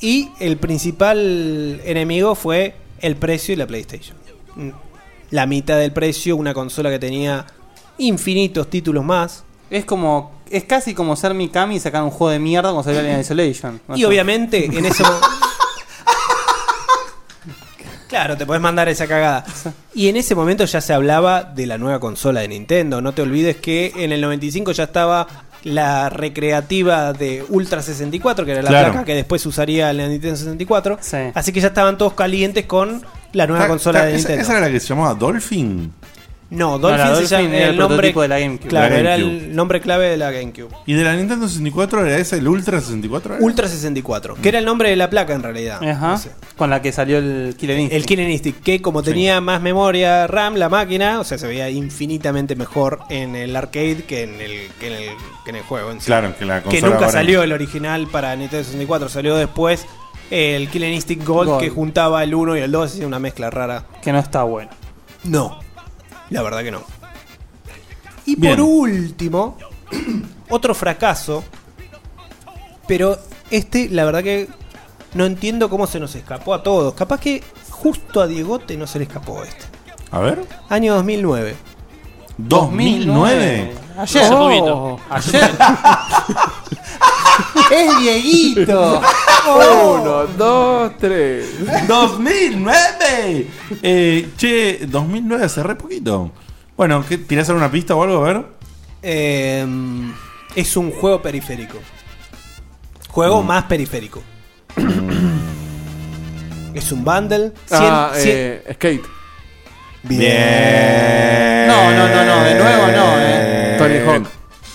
K: Y el principal enemigo fue el precio y la PlayStation. Mm, La mitad del precio, una consola que tenía infinitos títulos más.
O: Es como. Es casi como ser Mikami y sacar un juego de mierda como salió Alien Isolation.
K: Y obviamente, en ese mo- [LAUGHS] Claro, te podés mandar esa cagada. Y en ese momento ya se hablaba de la nueva consola de Nintendo. No te olvides que en el 95 ya estaba la recreativa de Ultra 64, que era la
A: Claro.
K: placa que después usaría la Nintendo 64. Así que ya estaban todos calientes con la nueva
A: Ta-
K: consola
A: ta-
K: de
A: esa,
K: Nintendo.
A: esa era la que se llamaba Dolphin.
K: No,
A: No,
K: Dolphin,
A: la
K: se llama-
A: Dolphin era
K: el,
A: el
K: nombre
A: prototipo de la GameCube.
K: Claro,
A: La
K: era
A: GameCube.
K: el nombre clave de la GameCube.
A: ¿Y de la Nintendo 64 era esa, el Ultra 64? era?
K: Ultra 64, que era el nombre de la placa en realidad.
O: Ajá. Con la que salió el Killer Instinct.
K: El Killer Instinct, que como tenía más memoria RAM, la máquina, o sea, se veía infinitamente mejor en el arcade que en el, que en el, que en el juego en sí.
A: Claro, que la consola
K: que nunca
A: ahora-
K: salió el original para Nintendo 64, salió después el Killer Instinct Gold,
O: Gold.
K: que juntaba el 1 y el 2, hacía una mezcla rara.
O: Que no está bueno.
K: No, la verdad que no. Y
O: Bien.
K: por último, [CLEARS THROAT] otro fracaso, pero este la verdad que no entiendo cómo se nos escapó a todos. Capaz que justo a Diegote no se le escapó este.
A: A ver.
K: Año 2009.
A: 2009.
K: Ayer.
A: Hace
K: poquito.
O: Ayer.
K: es Dieguito.
F: Uno, dos, tres.
A: 2009. Eh, che, 2009 hace re poquito. Bueno, ¿qué, ¿tirás alguna pista o algo? A ver.
K: Eh, es un juego periférico. Juego más periférico. es un bundle. Cien-
F: Ah,
K: cien-
F: eh, Skate.
A: Bien.
F: No, no, no, no, de nuevo no, eh. Tony Hawk.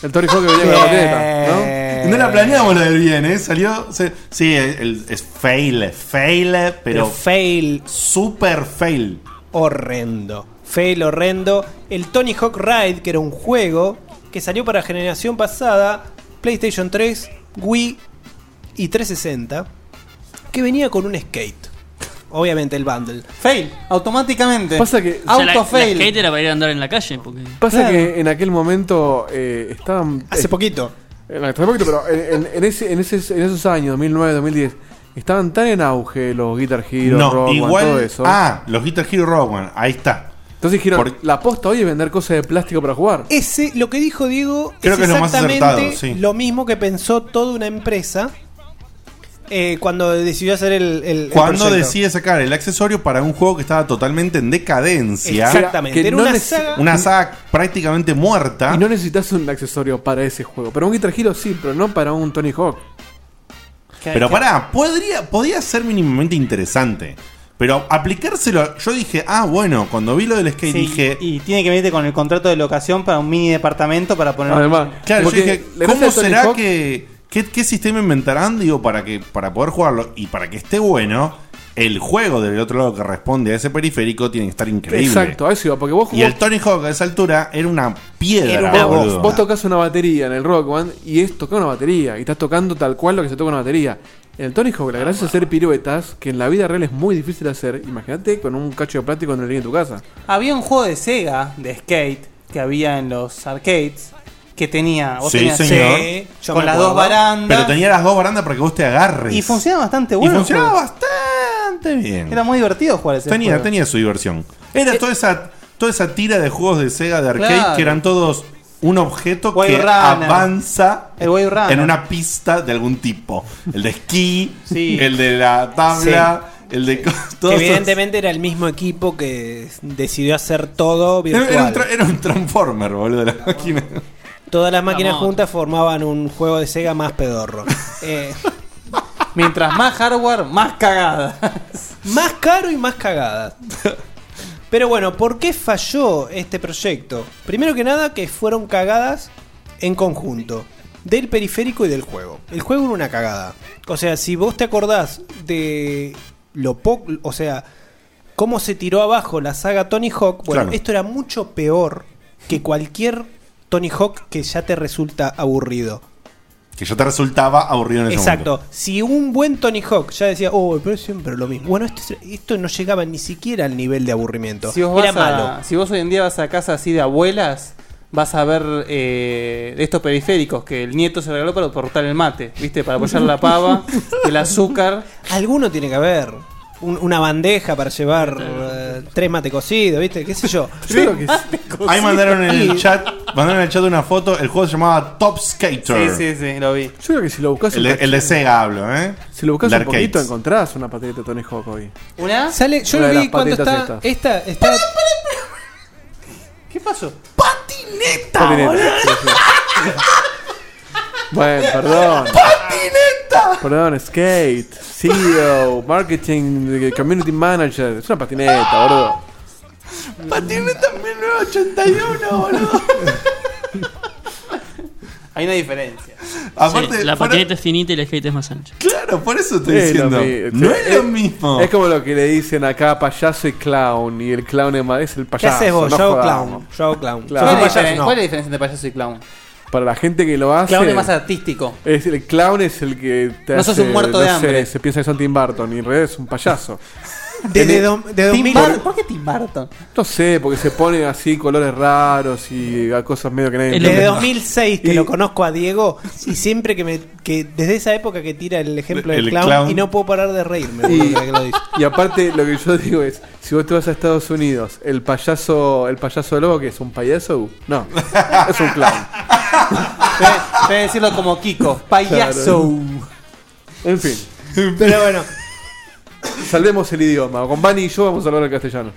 F: El Tony Hawk que venía con la
A: Eh,
F: atleta, ¿no?
A: No la planeamos lo del bien, ¿eh? Salió. se- sí, el, el- es fail, fail, pero.
K: Pero fail.
A: Super fail.
K: Horrendo. Fail horrendo. El Tony Hawk Ride, que era un juego que salió para generación pasada, PlayStation 3, Wii y 360, que venía con un skate. Obviamente el bundle.
O: Fail, automáticamente.
F: Pasa que-
G: O sea, la-
F: Auto
G: la
F: fail.
G: skate era para ir a andar en la calle. Porque...
F: Pasa que en aquel momento eh, estaban. Hace
K: poquito.
F: hace este poquito, pero en, en- en ese, en, ese- en esos años, 2009, 2010, estaban tan en auge los Guitar Hero,
A: no,
F: Rock One,
A: igual.
F: todo eso.
A: Ah, los Guitar Hero Rock One, ahí está.
F: Entonces dijeron,
A: Por-
F: la aposta hoy es vender cosas de plástico para jugar.
K: Ese, lo que dijo Diego
F: Creo
K: es
F: que es lo más
K: exactamente
F: acertado, sí.
K: lo mismo que pensó toda una empresa eh, cuando decidió hacer el. el- el
A: Cuando
K: proyecto.
A: decide sacar el accesorio para un juego que estaba totalmente en decadencia.
K: Exactamente,
A: Que
K: era
A: no
K: una
A: neces-
K: saga-
A: Una saga prácticamente muerta.
F: Y no necesitas un accesorio para ese juego. Para un Guitar Hero sí, pero no para un Tony Hawk.
A: Pero pará, podría, podía ser mínimamente interesante. Pero aplicárselo, yo dije, ah, bueno, cuando vi lo del skate
O: Sí,
A: dije.
O: Y tiene que venirte con el contrato de locación para un mini departamento para poner.
A: claro, yo dije, ¿cómo será que. Qué, qué sistema inventarán, digo, para que para poder jugarlo y para que esté bueno? El juego del otro lado que responde a ese periférico tiene que estar increíble.
F: Exacto, a eso iba, porque vos
A: Y el Tony Hawk a esa altura era una piedra.
F: Pero vos-
A: boludo.
F: Vos tocas una batería en el Rock Band y es tocar una batería. Y estás tocando tal cual lo que se toca una batería. En el Tony Hawk, la gracia es hacer piruetas que en la vida real es muy difícil de hacer. Imagínate con un cacho de plástico en el living de tu casa.
O: Había un juego de Sega de skate que había en los arcades que tenía. vos
A: Sí,
O: tenías-
A: señor.
O: Sí, con las dos barandas.
A: Pero tenía las dos barandas para que vos te agarres.
O: Y funcionaba bastante bueno.
A: Y
O: el
A: funcionaba
O: juego.
A: bastante bien.
O: Era muy divertido jugar ese
A: tenía,
O: juego. Eh,
A: tenía su diversión. Era toda esa toda esa tira de juegos de Sega de arcade
O: Claro.
A: que eran todos un objeto
O: Wave
A: que
O: Runner.
A: avanza
O: El Wave Runner.
A: en una pista de algún tipo. El de esquí,
K: Sí.
A: el de la tabla, el de
K: Que
A: todos esos-
K: evidentemente era el mismo equipo que decidió hacer todo
A: Era, era un
K: virtual.
A: tra- era un Transformer, boludo, la máquina.
K: Todas las máquinas
A: Vamos.
O: [LAUGHS]
K: juntas formaban un juego de Sega más pedorro. Eh,
I: Mientras más hardware, más cagada.
K: Más caro y
O: [LAUGHS]
K: más cagada. Pero bueno, ¿por qué falló este proyecto? Primero que nada, que fueron cagadas en conjunto. Del periférico y del juego. El juego era una cagada. O sea, si vos te acordás de lo poco. O sea, cómo se tiró abajo la saga Tony Hawk. Bueno,
A: Claro.
K: esto era mucho peor que cualquier Tony Hawk que ya te resulta aburrido.
A: Que ya te resultaba aburrido en ese
K: Exacto. Si un buen Tony Hawk ya decía, oh, pero es siempre lo mismo. Bueno, esto, esto no llegaba ni siquiera al nivel de aburrimiento.
I: Si vos,
K: Era
I: vas a-
K: malo.
I: si vos hoy en día vas a casa así de abuelas, vas a ver eh, estos periféricos que el nieto se regaló para cortar el mate, ¿viste? Para apoyar la pava, el azúcar.
K: Alguno tiene que haber. Un- una bandeja para llevar
I: Este,
K: eh, tres mate cocidos, ¿viste? ¿Qué sé yo?
A: momento. Ahí mandaron en el chat, mandaron en el chat una foto, el juego se llamaba Top Skater.
I: Sí, sí, sí, lo vi.
F: Yo creo que si lo buscas
A: El de, el de Sega hablo, ¿eh?
F: Si lo buscas
A: De
F: un poquito,
A: arcades.
F: encontrás una patita de Tony Hawk hoy.
I: ¿Una?
K: Sale, yo
F: Una de
K: lo
F: las
K: vi cuando
F: patitas
K: está.
F: estas.
K: Esta, está.
I: ¿Qué pasó?
K: ¡Patineta!
F: Patineta,
K: boludo!
F: Bueno, perdón.
K: ¡Patineta!
F: Perdón, skate, CEO, marketing, eh, community manager. Es una patineta, boludo.
K: ¡Patineta en 1981, boludo!
I: [LAUGHS] Hay una diferencia.
G: Sí, la patineta es finita y el skate es más ancho.
A: Claro, por eso
G: estoy diciendo, no es lo mismo.
F: Es como lo que le dicen acá payaso y clown. Y el clown es ma- es el
K: ¿Qué
F: payaso.
K: haces vos?
F: no
K: yo hago
F: jodamos.
K: clown. Yo hago clown.
F: Claro.
I: ¿Cuál, es la
F: Payaso,
I: diferen-
F: no.
I: cuál es la diferencia entre payaso y clown?
F: Para la gente que lo hace.
I: Clown es más artístico.
F: es- el clown es el que te
I: No
F: hace,
I: sos un muerto de
F: sé,
I: hambre.
F: se piensa que son Tim Burton y en realidad es un payaso.
K: Desde dom- de
I: Tim
K: 2000.
I: Burton- ¿Por qué Tim Burton?
F: No sé, porque se ponen así colores raros y a cosas medio que nadie
K: Desde
F: entiende.
K: 2006 que lo conozco a Diego y siempre que me que desde esa época que tira el ejemplo del
F: El
K: clown,
F: clown.
K: y no puedo parar de reírme.
F: Y,
K: boludo, cada que lo dice.
F: y aparte lo que yo digo es, si vos te vas a Estados Unidos, el payaso, el payaso lobo que es un payaso, no, es un clown.
I: Debe decirlo como Kiko, payaso.
F: En fin.
K: Pero bueno.
F: Salvemos el idioma. Con Bani y yo vamos a hablar el castellano.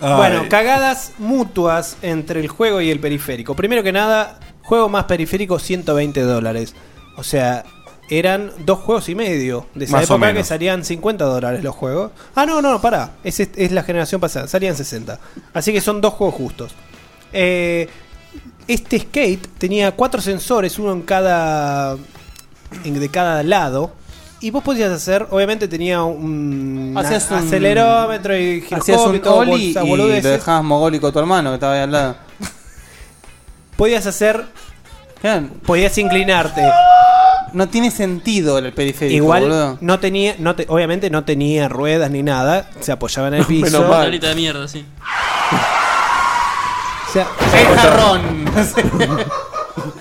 K: Bueno, cagadas mutuas entre el juego y el periférico. Primero que nada, juego más periférico 120 dólares. O sea, eran dos juegos y medio. De esa
A: Más o
K: época que
A: menos.
K: salían 50 dólares los juegos. Ah, no, no, pará. Es, est- es la generación pasada. Salían 60. Así que son dos juegos justos. Eh, este skate tenía cuatro sensores, uno en cada. en- de cada lado. Y vos podías hacer, obviamente tenía un
I: Hacías un-
K: acelerómetro y
I: Hacías
K: giroscopio y
I: un
K: todo,
I: ollie
K: bolsa,
I: y lo
K: boludeces.
I: dejabas mogólico a tu hermano que estaba ahí al lado.
K: Podías hacer. Podías inclinarte.
I: No tiene sentido el periférico.
K: Igual
I: boludo.
K: no tenía, no te- obviamente no tenía ruedas ni nada, se apoyaba en el piso.
G: Una tablita de mierda, sí.
K: Se,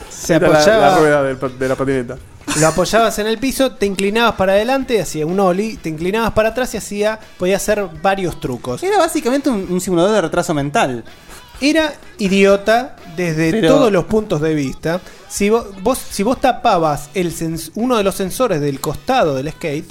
K: se
F: Era la-
K: apoyaba.
F: La, rueda del pa- de la patineta.
K: Lo apoyabas en el piso, te inclinabas para adelante, hacía un ollie, te inclinabas para atrás y hacía, podía hacer varios trucos.
I: Era básicamente un, un simulador de retraso mental.
K: Era idiota desde
I: Pero-
K: todos los puntos de vista. Si vos, vos- si vos tapabas el sens- uno de los sensores del costado del skate,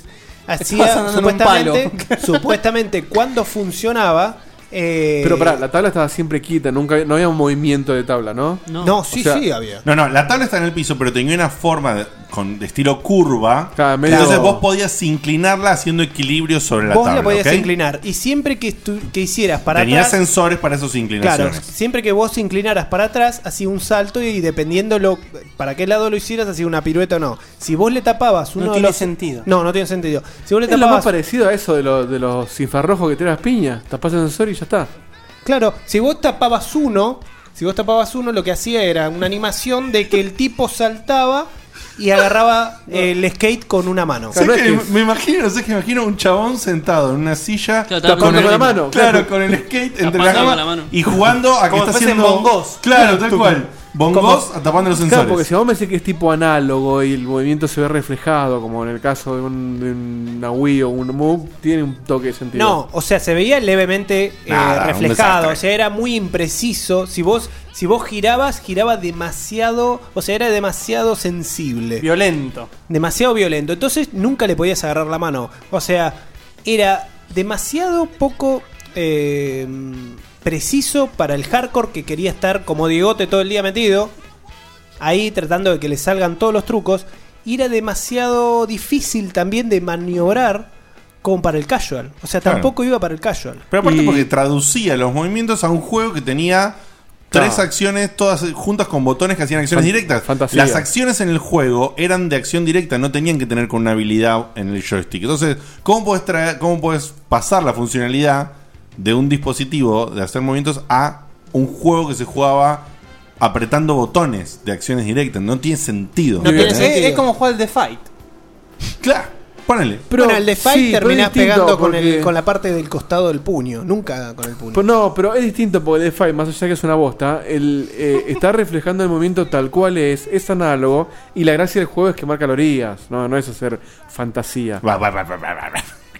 K: hacía
I: Estabas andando en un
K: supuestamente,
I: palo.
K: supuestamente cuando funcionaba. eh,
F: Pero pará, la tabla estaba siempre quieta, nunca no había un movimiento de tabla, ¿no?
K: No. No, sí, sí, había.
A: No, no, la tabla está en el piso, pero tenía una forma de, con, de estilo curva.
F: medio-
A: Entonces vos podías inclinarla haciendo equilibrio sobre la
K: vos
A: tabla.
K: la podías
A: ¿ok?
K: inclinar. Y siempre que, estu- que hicieras para
A: Tenía
K: atrás.
A: sensores para esos
K: Claro,
A: inclinaciones.
K: siempre que vos inclinaras para atrás, hacía un salto y dependiendo lo, para qué lado lo hicieras, hacía una pirueta o no. Si vos le tapabas uno
I: No
K: de
I: tiene
K: los-
I: sentido.
K: No, no tiene sentido. Si vos le
F: Es lo más
K: tapabas
F: parecido a eso de, lo- de los infrarrojos que tiras las piñas. Tapás el sensor y ya está.
K: Claro, si vos tapabas uno, si vos tapabas uno, lo que hacía era una animación de que el tipo saltaba
F: [LAUGHS]
K: y agarraba el skate con una mano.
A: Sé que me imagino, sé que me imagino un chabón sentado en una silla
K: tapando con la mano,
A: Claro,
K: claro.
A: con el skate entre
K: Tapando
A: las
K: con
A: manos
K: la mano.
A: y jugando a que
K: Como
A: está
K: si fuesen
A: haciendo
K: bongos.
A: Claro, tal
K: Tucu.
A: cual. Bongos tapando los
F: Claro, porque
A: sensores.
F: si vos me decís que es tipo análogo y el movimiento se ve reflejado, como en el caso de, un, de una Wii o un Move, tiene un toque de sentido.
K: No, o sea, se veía levemente eh,
F: Nada, un
K: reflejado,
F: desastre.
K: o sea, era muy impreciso. Si vos, si vos girabas, giraba demasiado, o sea, era demasiado sensible.
I: Violento.
K: Demasiado violento. Entonces nunca le podías agarrar la mano. O sea, era demasiado poco eh, preciso para el hardcore que quería estar como Diegote todo el día metido. Ahí tratando de que le salgan todos los trucos. y era demasiado difícil también de maniobrar como para el casual. O sea, tampoco iba para el casual.
A: Pero aparte porque traducía los movimientos a un juego que tenía tres
K: Ah.
A: acciones todas juntas con botones que hacían acciones
F: Fan-
A: directas.
F: fantasía.
A: Las acciones en el juego eran de acción directa, no tenían que tener con una habilidad en el joystick. Entonces, ¿cómo puedes traer, cómo puedes pasar la funcionalidad de un dispositivo de hacer movimientos a un juego que se jugaba apretando botones de acciones directas? No tiene sentido.
O: No tiene
A: ¿Eh?
O: sentido. es, es como jugar el The Fight.
A: Claro, ponele.
K: Pero, bueno, el de Fight terminás pegando con,
F: porque-
K: el, con la parte del costado del puño, nunca con el puño.
F: Pues no, pero es distinto porque el Defy, más allá que es una bosta, el, eh, está reflejando el movimiento tal cual es, es análogo, y la gracia del juego es quemar calorías, no, no es hacer fantasía.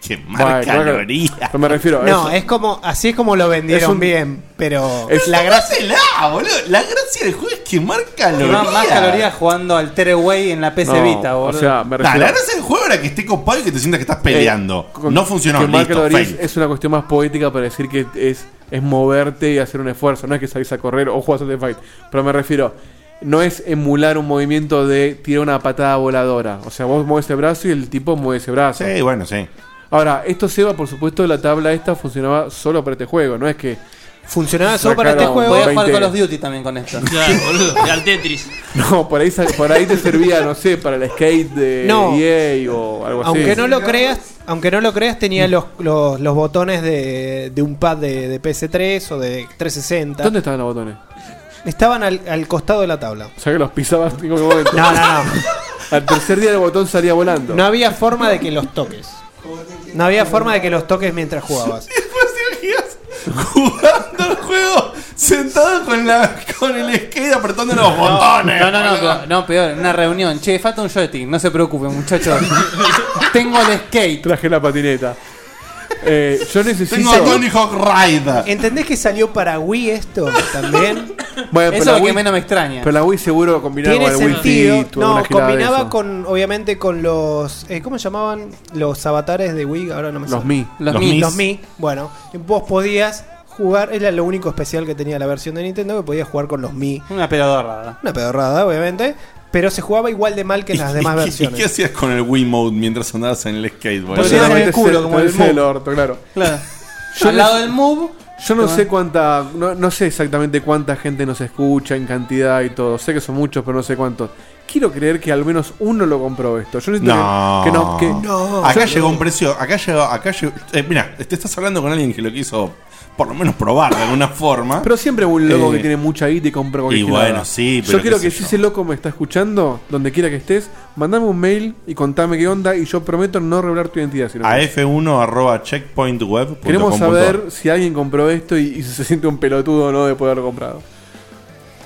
A: Quemar calorías.
F: No me refiero a
K: No,
F: eso.
K: es como así es como lo vendieron
F: Es un-
K: bien, pero
F: Es-
K: la gracia
A: la, boludo, la gracia del juego es quemar
K: calorías.
O: Más, más calorías jugando al Tereway en la PC
A: No,
O: Vita,
A: o
O: boludo.
A: sea, me refiero- Nah, la gracia del juego era que esté copado y que te sientas que estás
F: eh,
A: peleando. no funcionó,
F: Quemar
A: listo,
F: calorías
A: fail.
F: es una cuestión más poética para decir que es, es moverte y hacer un esfuerzo, no es que salís a correr o juegas al The Fight, pero me refiero, no es emular un movimiento de tirar una patada voladora, o sea, vos mueves el brazo y el tipo mueve ese brazo.
A: Sí, bueno, sí.
F: Ahora, esto se va, por supuesto, la tabla esta funcionaba solo para este juego, no es que...
K: Funcionaba
O: solo para este juego. Podías
F: Podías
O: jugar Call of Duty también con esto.
G: Claro, boludo. Y al Tetris.
F: No, por ahí, sa- por ahí te servía, no sé, para el skate de
K: No.
F: EA o algo así.
K: aunque no lo creas, aunque no lo creas tenía los, los, los botones de, de un pad de, de PS3 o de 360.
F: ¿Dónde estaban los botones?
K: Estaban al, al costado de la tabla.
F: O sea que los pisabas en cualquier momento.
K: No, no, no.
F: Al tercer día el botón salía volando.
K: No había forma de que los toques. No había forma de que los toques mientras jugabas.
A: jugando al juego sentado con, la, con el skate apretando los botones.
O: No, no, no, no, no, peor, en una reunión. Che, falta un joystick, no se preocupen,
F: [LAUGHS]
O: muchachos. Tengo el skate.
F: Traje la patineta. Eh, yo necesito.
K: ¿Entendés que salió para Wii esto también?
F: Bueno, pero
K: Eso
F: la
K: es lo que
F: Wii-
K: menos me extraña.
F: Pero la Wii seguro combinaba
K: Tiene
F: con el Wii
K: sentido.
F: Fit o
K: No,
F: alguna gilada de
K: combinaba
F: eso.
K: con, obviamente, con los. eh, ¿Cómo llamaban? Los avatares de Wii. Ahora no me
F: Los
K: sale.
F: Mi.
K: Los,
F: Los
K: Mi.
F: Mis.
K: Los Mi. Bueno, vos podías jugar. Era lo único especial que tenía la versión de Nintendo que podías jugar con los Mi.
O: Una pedorrada.
K: Una pedorrada, obviamente. Pero se jugaba igual de mal
F: [LAUGHS]
K: que en las demás
A: ¿Y qué- ¿Y qué
K: versiones.
A: hacías con el Wii Mode mientras andabas en el skate, boludo?
F: Pues solamente se- parece el orto, claro. Yo
O: Al
F: no
O: lado
F: sé-
O: del move.
F: Yo no
O: te
F: sé
O: va.
F: cuánta. No, no sé exactamente cuánta gente nos escucha en cantidad y todo. Sé que son muchos, pero no sé cuántos. Quiero creer que al menos uno lo compró esto. Yo
A: [LAUGHS]
F: necesito
A: No.
F: que, que no. que-
A: Acá
F: Yo-
A: llegó un precio. Acá llegó. Acá llegó eh, mira, te estás hablando con alguien que lo quiso por lo menos probar de alguna forma.
F: Pero siempre hubo un loco
A: Eh,
F: que tiene mucha guita y compra cualquier
A: y
F: gilada.
A: bueno, sí, pero
F: Yo creo
A: qué
F: que
A: sé
F: si ese loco me está escuchando, donde quiera que estés, mandame un mail y contame qué onda y yo prometo no revelar tu identidad. si no
A: A
F: querés.
A: F1 arroba checkpointweb.
F: Queremos saber si alguien compró esto y, y si se siente un pelotudo o no de poder haberlo comprado.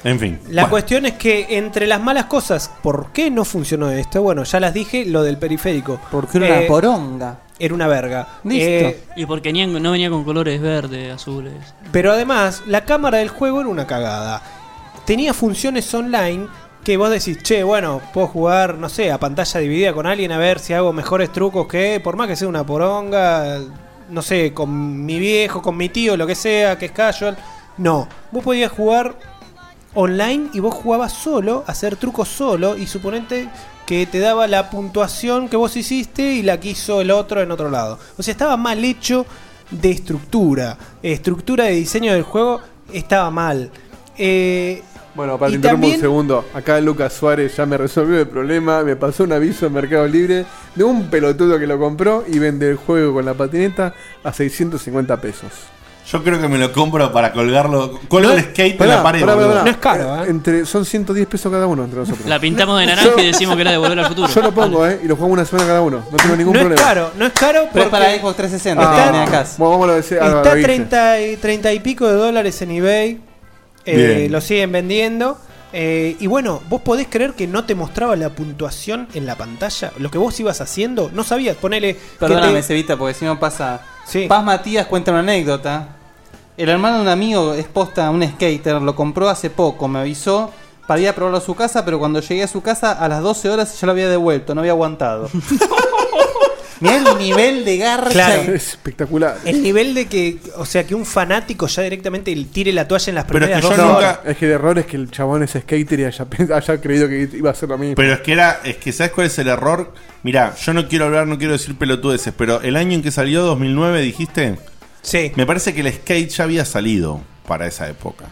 A: En fin.
K: La cuestión es que entre las malas cosas, ¿por qué no funcionó esto? Bueno, ya las dije, lo del periférico. Porque
O: era una poronga.
K: Era una verga. Eh,
G: y porque ni- no venía con colores verdes, azules.
K: Pero además, la cámara del juego era una cagada. Tenía funciones online que vos decís, che, bueno, puedo jugar, no sé, a pantalla dividida con alguien a ver si hago mejores trucos que, por más que sea una poronga, no sé, con mi viejo, con mi tío, lo que sea, que es casual. No, vos podías jugar online y vos jugabas solo, hacer trucos solo y suponente que te daba la puntuación que vos hiciste y la que hizo el otro en otro lado. O sea, estaba mal hecho de estructura. Eh, Estructura de diseño del juego estaba mal. Eh,
F: Bueno, para
K: y
F: interrumpir
K: también-
F: un segundo, acá Lucas Suárez ya me resolvió el problema, me pasó un aviso en Mercado Libre de un pelotudo que lo compró y vende el juego con la patineta a 650 pesos. ¿Eh?
A: Yo creo que me lo compro para colgarlo. Colgo el skate en la pared. boludo.
F: caro, ¿eh? Entre, son 110 pesos cada uno entre nosotros.
G: La pintamos de naranja y decimos que era de volver al futuro.
F: Yo lo pongo, ¿eh? Y lo juego una semana cada uno. No tengo ningún
K: No es
F: problema.
K: caro, no es caro,
O: Pero es
K: porque-
O: para Xbox 360,
F: Ah,
O: tiene acá.
F: Bueno, vamos a decir. a-
A: ah,
K: Está
F: a- a-
K: 30 y, 30 y pico de dólares en eBay. Eh,
F: Bien.
K: lo siguen vendiendo. Eh, y bueno, vos podés creer que no te mostraba la puntuación en la pantalla. Lo que vos ibas haciendo, no sabías. Ponele. que
O: Perdóname,
K: te-
O: Cevita, porque si no pasa. Paz Matías cuenta una anécdota. El hermano de un amigo es posta un skater, lo compró hace poco, me avisó para ir a probarlo a su
F: [LAUGHS]
O: casa, pero cuando llegué a su casa a las 12 horas ya lo había devuelto, no había aguantado.
I: Mirá el nivel de garra.
K: Claro.
F: Es espectacular.
K: El nivel de que, o sea, que un fanático ya directamente tire la toalla en las
F: Pero es
K: primeras
F: que yo
K: dos
F: nunca.
K: horas.
F: Es que el error es que el chabón es skater y haya, [LAUGHS] pens- haya creído que iba a ser lo mismo.
A: Pero es que era, es que ¿sabes cuál es el error? Mirá, yo no quiero hablar, no quiero decir pelotudeces, pero el año en que salió, 2009, dijiste.
K: Sí.
A: Me parece que el skate ya había salido para esa época.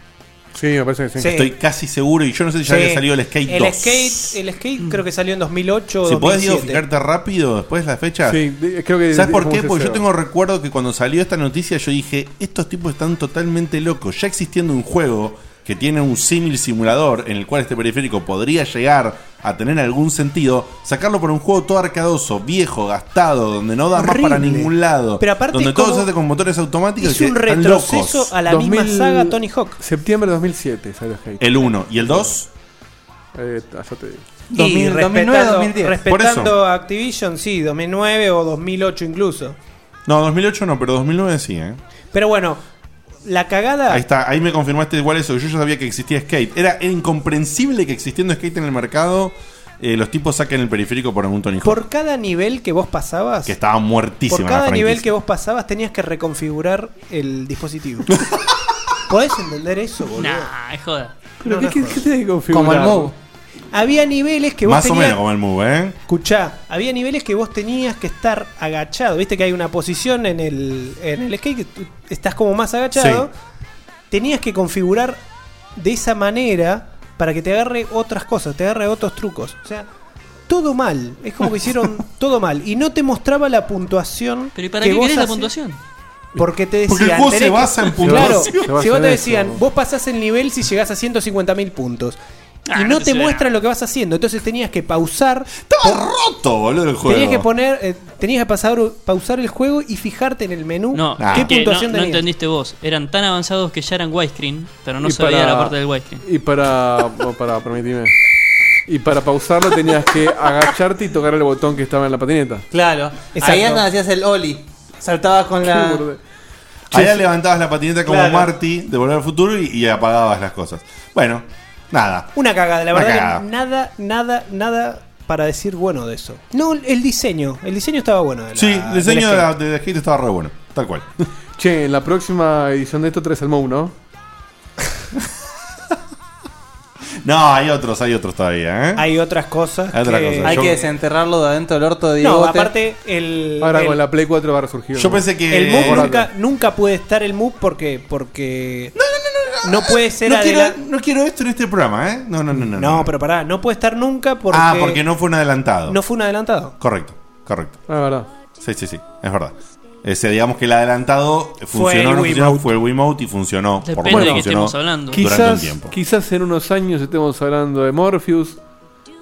F: Sí, me parece que sí.
K: Sí.
A: Estoy casi seguro y yo no sé si ya
K: Sí.
A: había salido el skate 2.
K: El skate, el skate creo que salió en 2008 o
A: Si podés, Diego,
K: 2007.
A: fijarte rápido después la fecha.
F: Sí, de- creo que-
A: ¿Sabes
F: de-
A: por
F: cómo
A: qué?
F: se
A: Porque yo
F: ceba.
A: tengo recuerdo que cuando salió esta noticia yo dije, estos tipos están totalmente locos. Ya existiendo un juego que tiene un símil simulador en el cual este periférico podría llegar a tener algún sentido, sacarlo por un juego todo arcadoso, viejo, gastado, donde no da más para
K: Horrible.
A: ningún lado.
K: Pero aparte
A: donde todo
K: como-
A: se hace con motores automáticos.
K: Hizo
A: que
K: un
A: están
K: retroceso
A: locos.
K: a la misma saga Tony Hawk.
F: Septiembre de 2007 salió skate.
A: El 1 y el 2.
F: Eh, allá te digo.
K: Y
F: 2000, 2009,
K: respetando-
F: 2010. Por
K: Respetando a Activision, sí, 2009 o 2008 incluso.
A: No, 2008 no, pero 2009 sí, ¿eh?
K: Pero bueno, la cagada...
A: Ahí está, ahí me confirmaste igual eso, que yo ya sabía que existía skate. Era, era incomprensible que existiendo skate en el mercado, eh, los tipos saquen el periférico por algún Tony Hawk.
K: Por cada nivel que vos pasabas,
A: que estaba muertísima
K: por
A: la
K: cada
A: franquicia.
K: nivel que vos pasabas tenías que reconfigurar
A: [LAUGHS]
K: el dispositivo. ¿Podés entender eso, boludo?
G: Nah, es joda.
K: Pero
G: No, no
K: ¿qué-
G: es
K: qué-
G: joda.
K: qué tenés que configurar? Como el Move. Había niveles que vos
A: Más o
K: tenías
A: menos como el move, ¿eh?
K: Escuchá, había niveles que vos tenías que estar agachado. Viste que hay una posición en el, en el skate que tú estás como más agachado. Tenías que configurar de esa manera para que te agarre otras cosas, te agarre otros trucos. O sea, todo mal. Es como que [LAUGHS] hicieron todo mal. Y no te mostraba la puntuación.
G: Pero ¿y para
K: que
G: qué
K: vos
G: querés la
K: hacés.
G: puntuación?
K: Porque te decían.
G: Porque el juego se
K: tenés que-
G: basa en
K: Claro,
G: puntuación. Se basa
K: si vos
G: en
K: te
G: eso.
K: decían, vos pasás el nivel si llegás a 150 mil puntos. Y
G: Ah,
K: no
G: no
K: te
G: sé.
K: muestran lo que vas haciendo. Entonces tenías que pausar.
A: Roto, boludo, el juego.
K: Tenías que poner, eh, tenías que pasar, pausar el juego y fijarte en el menú
G: No,
K: qué
G: es que
K: puntuación
G: no, no
K: tenías.
G: entendiste vos. Eran tan avanzados que ya eran widescreen, pero no
F: Y
G: se veía
F: para-
G: la parte del widescreen.
F: Y para. no, para, permitime. Y para pausarlo tenías que agacharte y tocar el botón que estaba en la patineta.
I: Claro.
F: Exacto.
I: Ahí es donde hacías el Oli. Saltabas con la.
F: borde-
A: Allá levantabas la patineta como
I: Claro.
A: Marty de Volver al Futuro y, y apagabas las cosas. Bueno, nada.
K: Una cagada, la
A: Una
K: verdad
A: cagada.
K: que nada, nada, nada para decir bueno de eso. No, el diseño, el diseño estaba bueno. de la-
A: Sí, el diseño de
K: del
A: la,
K: skate.
A: de la skate estaba re bueno, tal cual. [LAUGHS]
F: Che, en la próxima edición de esto traes el Mou, ¿no?
A: No, hay otros, hay otros todavía, ¿eh?
K: Hay otras cosas.
A: Hay otra
K: que-
A: cosa.
I: Hay
A: Yo-
I: que desenterrarlo de adentro del orto de
K: No,
I: Diegote.
K: aparte el.
F: Ahora
K: el-
F: con la Play 4 va a resurgir.
A: Yo pensé que- eh,
K: el move
F: Borrando.
K: nunca, nunca puede estar el move porque. porque no, no, no, no. puede ser
A: no quiero,
K: adela-
A: no quiero esto en este programa, ¿eh? No, no, no, no.
K: No, pero pará, no puede estar nunca porque.
A: ah, porque no fue un adelantado.
K: no fue un adelantado.
A: Correcto, correcto.
F: Ah, verdad.
A: Sí, sí, sí, es verdad. Ese, digamos que el adelantado funcionó,
F: el
A: no funcionó,
F: Wiimote.
A: fue el Wiimote y funcionó. por lo menos funcionó durante un
F: Quizás,
A: tiempo.
F: quizás en unos años estemos hablando de Morpheus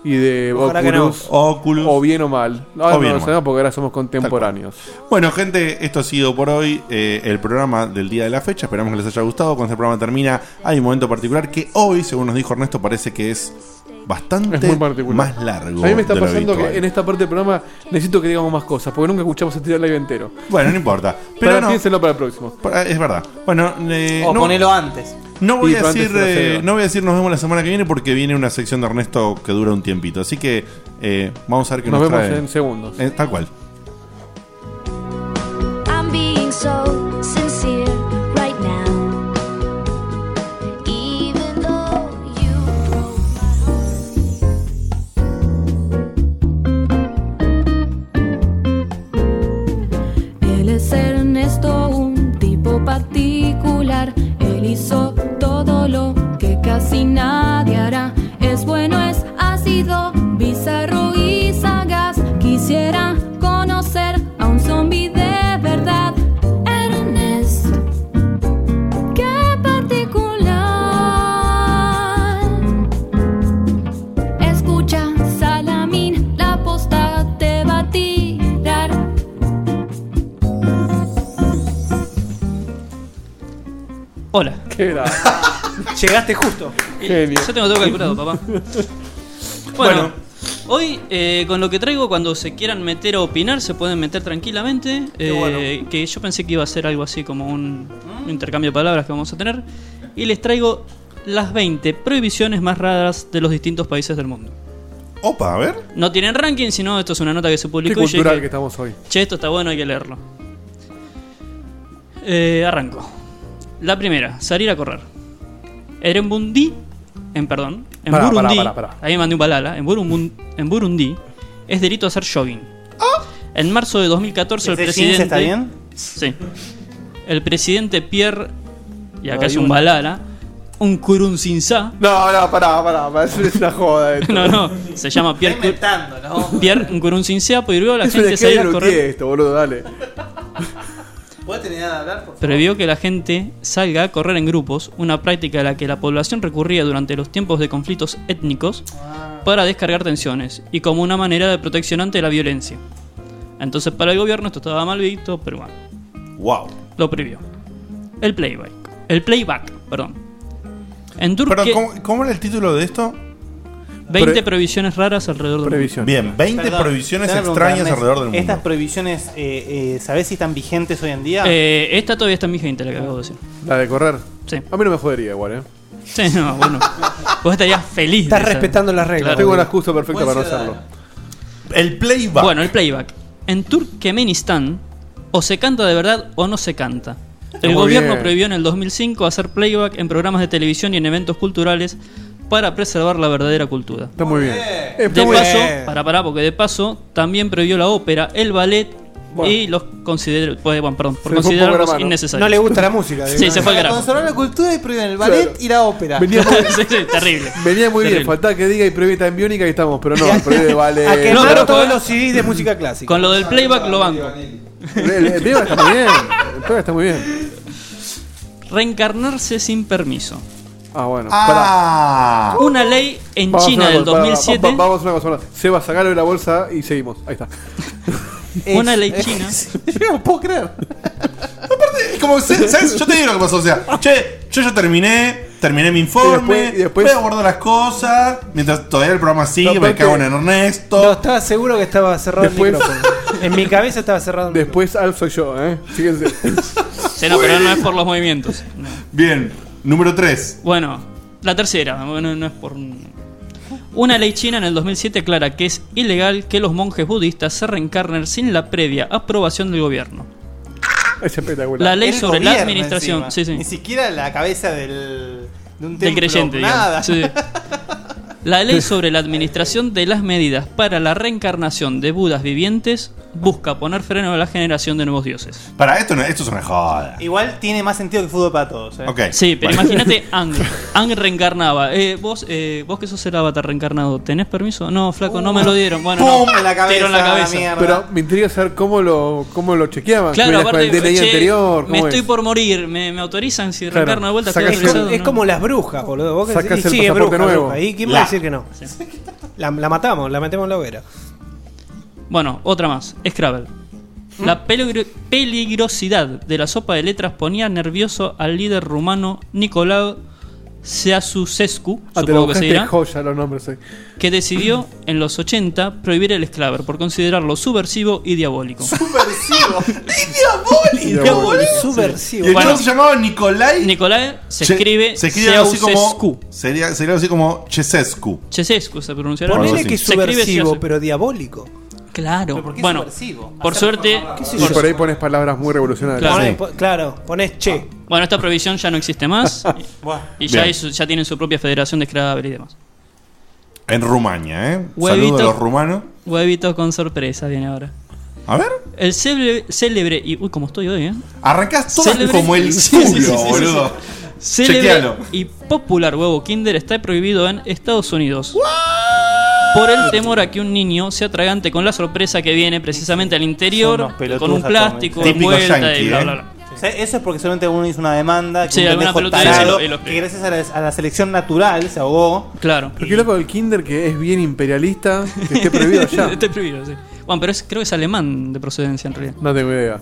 F: y de
A: Ojalá que no.
F: Oculus, O bien o mal.
A: O
F: Ahora no
A: bien
F: lo
A: o
F: sabemos porque ahora somos contemporáneos.
A: Bueno, gente, esto ha sido por hoy eh, el programa del día de la fecha. Esperamos que les haya gustado. Cuando este programa termina, hay un momento particular que hoy, según nos dijo Ernesto, parece que es bastante
F: Es muy particular.
A: más largo.
F: A mí me está
A: de lo
F: pasando
A: habitual.
F: que en esta parte del programa necesito que digamos más cosas porque nunca escuchamos este live entero.
A: Bueno, no importa. Pero
F: Pero
A: no.
F: piénsenlo [LAUGHS] para el próximo.
A: Para- Es verdad. Bueno, eh,
I: O
A: no-
I: ponelo antes.
A: No voy,
F: Sí,
A: a
F: pero antes
A: decir,
F: de la
A: eh,
F: cena.
A: no voy a decir nos vemos la semana que viene porque viene una sección de Ernesto que dura un tiempito. Así que eh, vamos a ver qué
F: Nos
A: nos
F: vemos
A: trae.
F: en segundos.
A: Eh, tal cual.
V: I'm being so sincere right now. Even though you broke my heart.
W: Él es Ernesto, un tipo particular. Él hizo todo lo que casi nadie hará. Es bueno, es ácido, bizarro y sagaz. Quisiera conocer a un zombie de verdad. Ernesto, qué particular. Escucha, Salamín, la posta te va a tirar.
G: Hola.
F: ¿Qué era?
K: Llegaste justo.
G: Genio. Yo Eh, tengo todo
F: [LAUGHS]
G: calculado, papá. Bueno,
K: Bueno.
G: hoy eh, con lo que traigo, cuando se quieran meter a opinar, se pueden meter tranquilamente.
K: Qué
G: eh,
K: bueno.
G: Que yo pensé que iba a ser algo así como un, un intercambio de palabras que vamos a tener. Y les traigo las 20 prohibiciones más raras de los distintos países del mundo.
A: Opa, a ver.
G: No tienen ranking, sino esto es una nota que se
F: Qué
G: publicó. y yo
F: cultural
G: dije,
F: que estamos hoy.
G: Che, esto está bueno, hay que leerlo. Eh, arranco. La primera, salir a correr. Era en Burundi. En perdón. En
F: Pará,
G: Burundi.
F: pará, pará, pará.
G: Ahí me mandé un balala. En Burundi, en Burundi es delito hacer jogging. En marzo de 2014 el
I: ¡Oh! ¿Ese jeans
G: presidente.
I: está bien?
G: Sí. El presidente Pierre. Y acá
F: Ay,
G: es un
F: una.
G: balala. Un curuncinzá.
F: No, no, pará, pará, pará, es una joda eh. [LAUGHS] esto.
G: No, no. Se llama Pierre. Cur- Pierre Nkurunzinsea prohibió a la
F: Es un
G: gente salir
F: esquema
G: a
F: de
G: correr.
F: Luthier esto, boludo, dale.
I: ¿Puedes tener nada de hablar? por
G: Previó que la gente salga a correr en grupos, una práctica a la que la población recurría durante los tiempos de conflictos étnicos para descargar tensiones y como una manera de protección ante la violencia. Entonces para el gobierno esto estaba mal visto, pero bueno.
A: Wow.
G: Lo previó. El playback. El playback, perdón. En Turquía...
A: Perdón, ¿cómo, cómo era el título de esto?
G: 20
A: Pre-
G: prohibiciones raras alrededor del
A: Previsiones.
G: mundo.
A: Bien, 20
I: Perdón, te voy a preguntar, Ernesto, ¿Estas prohibiciones, eh, eh, sabés si están vigentes hoy en
F: Ah.
I: día?
G: Eh, esta todavía está en vigente, la que acabo de decir.
F: La de correr.
G: Sí.
F: A mí no me jodería igual, eh.
G: Sí,
F: [LAUGHS]
G: no, bueno. Vos estarías feliz. de
F: Estás
G: esa-
F: respetando las reglas. Tengo la excusa perfecta Buen para no ciudadano.
A: El playback.
G: Bueno, el playback. En Turkmenistán, o se canta de verdad o no se canta. El
A: Muy
G: gobierno
A: bien.
G: prohibió en el 2005 hacer playback en programas de televisión y en eventos culturales para preservar la verdadera cultura.
F: Está muy bien.
G: De
F: Está muy
G: paso,
F: bien.
G: para parar, porque de paso también prohibió la ópera, el ballet
F: Bueno.
G: y los consider pues, bueno, perdón, por
F: Se le fue un poco la
G: considerarlos
F: mano.
G: innecesarios.
F: No le gusta
G: [LAUGHS]
F: la [LAUGHS] música,
G: Sí,
F: digamos.
G: se fue al
F: Para
G: carajo.
I: Conservar la cultura y prohíben el ballet
F: Claro.
I: y la ópera.
F: Venía
G: [LAUGHS]
F: muy,
G: Sí, sí, terrible.
F: venía muy bien,
G: Terrible.
F: faltaba que diga y prohíbe en biónica y estamos,
G: [LAUGHS]
F: pero no, prohíbe vale.
G: A quemar Eh, No, pero todos podés- los
F: CDs de música clásica.
G: Con lo del playback lo banco.
F: El, el playback eh, está muy bien, el playback está muy bien.
G: Reencarnarse sin permiso.
F: Ah, bueno.
A: Ah.
G: Una ley en
F: Vamos a
G: China
F: una
G: del
F: cosa, para, para,
G: 2007.
F: va- va- Vamos a una cosa, una cosa. Seba, sacalo de la bolsa y seguimos. Ahí está.
G: Una ley china.
K: [LAUGHS]
F: Yo no puedo creer.
A: Es como, ¿sabes? ¿sabes? Yo te digo lo que pasó. O sea, che, yo ya terminé, terminé mi informe,
F: Y
A: después,
F: después- y después-
A: voy a guardar las cosas. Mientras todavía el programa sigue,
F: No,
A: me
F: aparte-
A: cago en Ernesto.
K: No, estaba seguro que estaba cerrado
F: Después-
K: el micrófono. En mi cabeza estaba cerrado el
F: Después Alf soy yo, ¿eh?
G: [LAUGHS]
F: Fíjense.
G: Sí, no, pero no es por los movimientos. No.
A: Bien, número 3.
G: Bueno, la tercera, bueno, no es por... Una ley china en el 2007 aclara que es ilegal que los monjes budistas se reencarnen sin la previa aprobación del gobierno.
F: Es espectacular.
G: La ley
I: El
G: sobre la
I: gobierno
G: administración,
I: encima.
G: sí, sí.
I: Ni siquiera la cabeza del, de un
G: del
I: templo,
G: creyente,
I: Nada.
G: digamos. Sí, sí. La ley sobre la administración de las medidas para la reencarnación de budas vivientes busca poner freno a la generación de nuevos dioses.
A: Para esto, no- esto es una joda.
I: Igual tiene más sentido que fútbol para todos. ¿eh?
A: Ok.
G: Sí, pero
A: Bueno.
I: [LAUGHS]
G: imagínate Ang. Ang reencarnaba. Eh, vos, eh, vos que sos el avatar reencarnado, ¿tenés permiso? No, flaco, no me lo dieron. Bueno, no,
I: Uh, ¡Pum! En la cabeza,
G: tiro en la cabeza.
F: Pero me intriga saber cómo lo, cómo lo chequeaban. si
G: Claro,
F: venías
G: aparte,
F: con el DNI
G: che,
F: anterior.
G: me
F: ¿cómo
G: estoy
F: es?
G: por morir, me, me autorizan si
F: Claro,
G: reencarno de vuelta.
F: sacas
G: estoy autorizado,
F: el-
K: Es
G: ¿no?
K: como las brujas, boludo. Vos que
F: Sacás
K: decís,
F: el
K: sí, es
F: pasaporte
K: bruja,
F: nuevo.
K: bruja. ¿Y quién va
G: La.
K: a decir que no? La, la matamos, la metemos en la hoguera.
G: Bueno, otra más, Scrabble.
F: ¿Mm?
G: La peligro- peligrosidad de la sopa de letras ponía nervioso al líder rumano Nicolau Ceausescu,
F: Ah, te lo
G: supongo que se
F: buscaste
G: dirá,
F: joya los nombres. eh. sí.
G: que decidió en los 80 prohibir el Scrabble por considerarlo subversivo y diabólico.
M: Subversivo.
G: [LAUGHS]
A: Diabólico. Diabólico.
G: Subversivo.
A: Y el
G: Bueno.
A: chabón se llamaba Nicolai.
G: Nicolai se
A: Che-
G: escribe
A: Se escribe algo así
G: Ceausescu.
A: como. Sería, sería algo así como Chesescu.
G: Ceausescu se pronunciará.
K: Ponele que es
G: Se escribe
K: subversivo,
G: Ceausescu.
K: pero diabólico.
G: Claro. Bueno, por suerte...
F: Y por ahí pones palabras muy revolucionarias.
G: Claro.
F: Sí.
K: Po- Claro, ponés che.
G: Bueno, esta provisión ya no existe
K: [LAUGHS]
G: más.
K: Buah.
G: y
A: Bien.
G: ya, hay su- ya tienen su propia federación de Scrabble y demás.
A: En Rumania, ¿eh?
G: Huevito.
A: Saludos a los rumanos.
G: Huevitos con sorpresa viene ahora.
A: A ver.
G: El célebre, célebre y. Uy, como estoy hoy, ¿eh?
A: Arrancás todo como el culo, boludo.
G: Célebre
A: Chequealo.
G: y popular huevo Kinder está prohibido en Estados Unidos. Por el temor a que un niño se atragante con la sorpresa que viene precisamente al
I: Son
G: interior,
I: unos pelotudos
G: con un plástico
I: atómicos. Típico
G: envuelta
I: yankee,
G: y bla,
I: ¿eh?
G: bla, bla.
I: O sea, eso es porque solamente uno hizo una demanda. Que
G: Sí,
I: un
G: alguna
I: pendejo
G: pelotudez
I: tarado,
G: y lo- y lo
I: que gracias a la, a la selección natural se ahogó.
G: Claro.
F: Pero qué loco el Kinder que es bien imperialista, que esté
G: [LAUGHS]
F: prohibido allá.
G: Está prohibido, sí. Bueno, pero es- creo que es alemán de procedencia en realidad.
F: No tengo idea.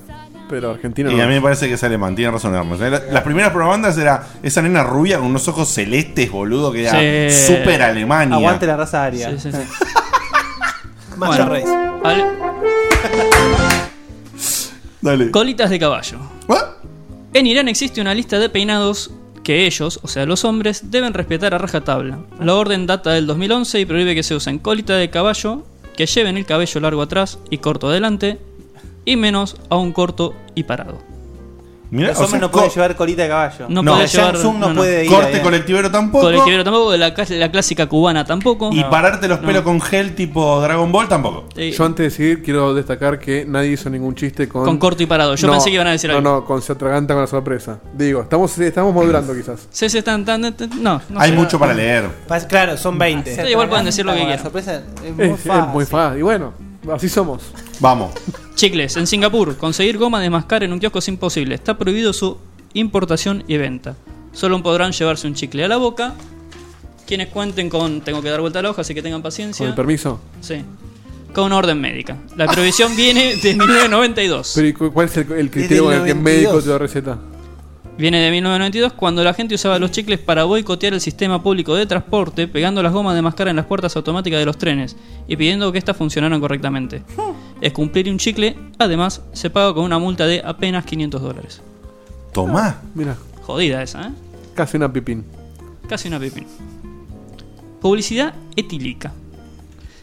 F: Pero Argentina
A: Y a mí me
F: no.
A: parece que es alemán, tiene razón Hermes. La- Las primeras propagandas era esa nena rubia con unos ojos celestes, boludo, que era
G: Sí.
A: súper Alemania.
I: Aguante la raza aria.
G: Sí, sí, sí.
I: Macho Reyes.
A: Dale. ¿Ah?
G: Colitas de caballo. En Irán existe una lista de peinados que ellos, o sea los hombres, deben respetar a rajatabla. La orden data del 2011 y prohíbe que se usen colita de caballo, que lleven el cabello largo atrás y corto adelante, y menos aún corto y parado.
A: Mirá,
I: Los
A: o
I: hombres
A: sea,
I: no pueden llevar colita de caballo.
G: No, puede llevar. no, no.
A: Corte colectivero tampoco.
G: Colectivero tampoco, la, ca- la clásica cubana tampoco.
A: Y
G: No.
A: pararte los
G: No.
A: pelos con gel tipo Dragon Ball tampoco.
F: Yo antes de seguir quiero destacar que nadie hizo ningún chiste con...
G: Con corto y parado. Yo pensé que iban a decir
F: no,
G: algo.
F: No, con se atraganta con la sorpresa. Digo, estamos, estamos modulando quizás.
G: Sí, sí, están- están- están- no, no sé.
K: Claro, son 20.
G: Sí, igual pueden decir lo que quieran.
F: Es-
G: Eh,
F: es muy fácil. Y bueno, así somos.
A: Vamos.
G: Chicles, en Singapur, conseguir goma de mascar en un kiosco es imposible. Está prohibido su importación y venta. Solo podrán llevarse un chicle a la boca. Quienes cuenten con. Tengo que dar vuelta a la hoja, así que tengan paciencia.
F: Con el permiso.
G: Sí. Con una orden médica. La prohibición viene de [LAUGHS] 1992.
F: Pero ¿y cu- ¿cuál es el, el criterio con el que el médico te da receta?
G: Viene de 1992 cuando la gente usaba los chicles para boicotear el sistema público de transporte, pegando las gomas de mascara en las puertas automáticas de los trenes y pidiendo que éstas funcionaran correctamente. Es cumplir un chicle, además, se paga con una multa de apenas 500 dólares.
A: Tomá.
F: Mira,
G: Jodida esa, ¿eh?
F: casi una pipín.
G: Casi una pipín. Publicidad etílica.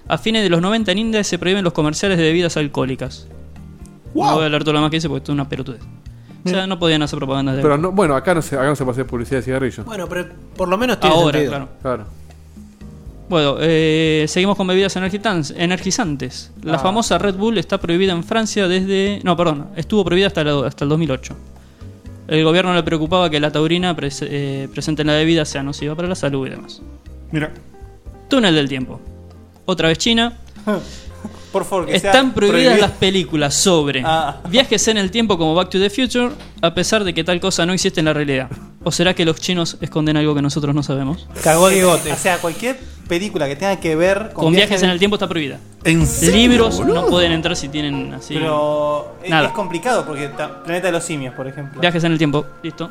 G: A fines de los 90 en India se prohíben los comerciales de bebidas alcohólicas. No voy a hablar todo lo más que hice porque esto es una pelotudez. O sea, no podían hacer propaganda de
F: Pero no, bueno, acá no se, acá no se pasea publicidad de cigarrillo.
K: Bueno, pero por lo menos tiene
G: Ahora,
K: sentido.
G: claro.
F: Claro.
G: Bueno, eh, seguimos con bebidas energizan- energizantes. La
K: Ah.
G: famosa Red Bull está prohibida en Francia desde... No, perdón, estuvo prohibida hasta, la- hasta el 2008. El gobierno le preocupaba que la taurina pres- eh, presente en la bebida sea nociva para la salud y demás.
A: Mira.
G: Túnel del tiempo. Otra vez China.
I: Por favor, que sea
G: Están prohibidas
I: prohibido. Ah.
G: las películas sobre viajes en el tiempo como Back to the Future, a pesar de que tal cosa no existe en la realidad. ¿O será que los chinos esconden algo que nosotros no sabemos?
I: Cagó el bigote. O sea, cualquier película que tenga que ver con,
G: Con viajes en el tiempo está prohibida.
A: ¿En
I: serio,
G: Libros no
I: boludo?
G: pueden entrar si tienen así.
I: Pero es,
G: Nada.
I: es complicado porque ta- Planeta de los Simios, por ejemplo.
G: Viajes en el tiempo, listo.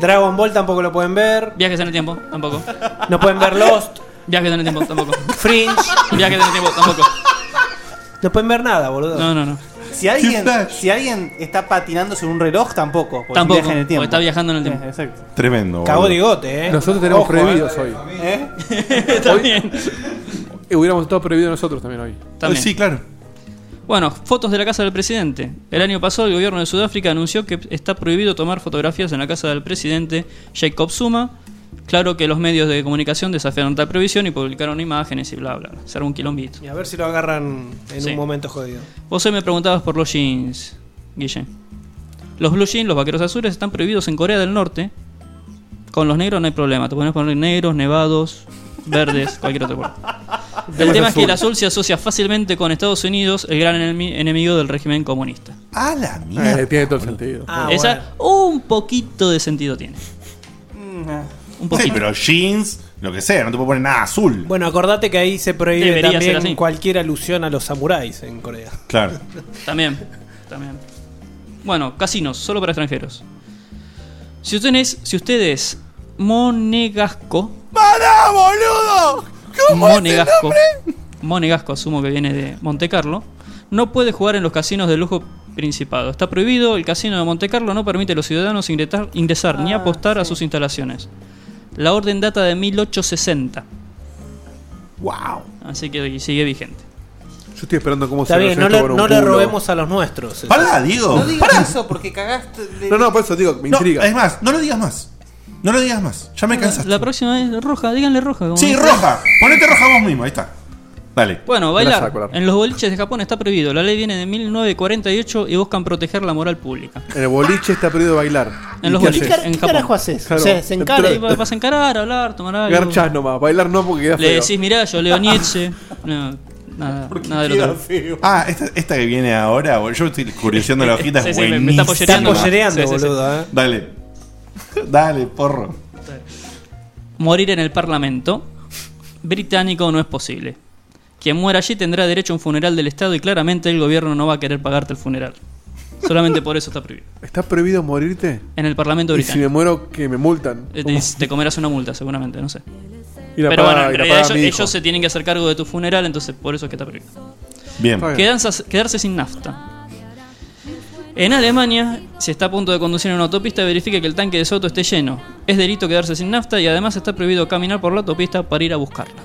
K: Dragon Ball tampoco lo pueden ver.
G: Viajes en el tiempo, tampoco.
K: No pueden ver Lost.
G: Viajes en el tiempo, tampoco.
K: Fringe.
G: Viajes en el tiempo, tampoco.
K: No pueden ver nada, boludo.
G: No, no, no.
I: Si alguien, si alguien está patinando sobre un reloj, tampoco. porque
G: Tampoco,
I: viaja en el tiempo.
G: porque está viajando en el tiempo.
I: Eh, exacto.
A: Tremendo.
I: Cagó
A: boludo.
I: de
K: bigote, eh.
F: Nosotros tenemos
I: Ojo,
F: prohibidos
I: eh.
F: hoy.
I: ¿Eh?
G: Está bien.
F: Y hubiéramos estado prohibidos nosotros también hoy.
G: [LAUGHS] También.
F: Sí,
A: claro.
G: Bueno, fotos de la casa del presidente. El año pasado el gobierno de Sudáfrica anunció que está prohibido tomar fotografías en la casa del presidente Jacob Zuma. Claro que los medios de comunicación desafiaron tal prohibición y publicaron imágenes y bla bla. bla. Se armó un quilombito.
K: Y a ver si lo agarran en
G: Sí.
K: un momento jodido.
G: Vos hoy me preguntabas por los jeans, Guille. Los blue jeans, los vaqueros azules, están prohibidos en Corea del Norte. Con los negros no hay problema. Te pones poner negros, nevados, verdes, cualquier otro
K: [LAUGHS]
G: color. El
K: Temas
G: tema es que
K: azul.
G: el azul se asocia fácilmente con Estados Unidos, el gran enemi- enemigo del régimen comunista.
A: A la
F: Eh, tiene todo el sentido.
K: Ah,
G: Esa un poquito de sentido tiene.
K: Mm, ah.
G: Un poquito.
A: Sí, pero jeans, lo que sea, no te puedo poner nada azul.
K: Bueno, acordate que ahí se prohíbe
G: Debería ser así.
K: también cualquier alusión a los samuráis en Corea.
A: Claro.
G: También, también. Bueno, casinos, solo para extranjeros. Si usted es, si usted es monegasco,
M: ¡Para, boludo! ¿Cómo es el
G: monegasco,
M: nombre?
G: monegasco asumo que viene de Monte Carlo, no puede jugar en los casinos de lujo principado. Está prohibido, el casino de Monte Carlo no permite a los ciudadanos ingretar- ingresar
A: Ah,
G: ni apostar a sus instalaciones. La orden data de 1860.
A: Wow.
G: Así que sigue vigente.
F: Yo estoy esperando cómo
K: Está bien, no, le, no le robemos a los nuestros.
A: Pará, Diego.
K: No digas
A: Pará.
I: Eso porque cagaste.
A: No, no,
F: por eso digo, me
A: intriga. Es más, no lo digas más. No lo digas más. Ya me cansaste.
G: La próxima es roja, díganle roja. como
A: Sí,
G: dice.
A: roja. Ponete roja vos mismo, ahí está. Dale.
G: Bueno,
A: Me la
G: bailar
A: saco, la-
G: en los boliches de Japón está prohibido. La ley viene de 1948 y buscan proteger la moral pública.
F: En el boliche está prohibido bailar.
G: En
F: ¿Y
G: los
F: qué
G: boliches,
F: haces?
G: en Japón.
F: Claro.
G: Ahí va- Vas a encarar, hablar, tomar algo.
F: Garchás nomás, bailar no porque queda
G: Le
F: feo.
G: decís, mirá, yo
F: [LAUGHS]
G: leo Nietzsche. No, nada, nada del otro.
A: Ah, esta, esta que viene ahora, bol- yo estoy curioseando la hojita,
G: Sí,
A: es
G: sí, me-
A: buenísima.
G: me está pollereando. Está pollereando, Sí, sí, sí.
K: boludo, eh.
A: Dale. Dale, porro.
G: Morir en el Parlamento británico no es posible. Quien muera allí tendrá derecho a un funeral del Estado y claramente el gobierno no va a querer pagarte el funeral. Solamente por eso está prohibido.
F: ¿Está prohibido morirte?
G: En el Parlamento
F: Y si me
G: británico.
F: muero, que me multan.
G: Eh, Te, te comerás una multa, seguramente, no sé.
F: Y la
G: Pero
F: paga- y
G: bueno, en
F: la
G: realidad
F: paga
G: ellos,
F: mi hijo.
G: ellos se tienen que hacer cargo de tu funeral, entonces por eso es que está prohibido.
A: Bien.
G: Quedanzas- quedarse sin nafta. En Alemania, si está a punto de conducir en una autopista, verifique que el tanque de su auto esté lleno. Es delito quedarse sin nafta y además está prohibido caminar por la autopista para ir a buscarla.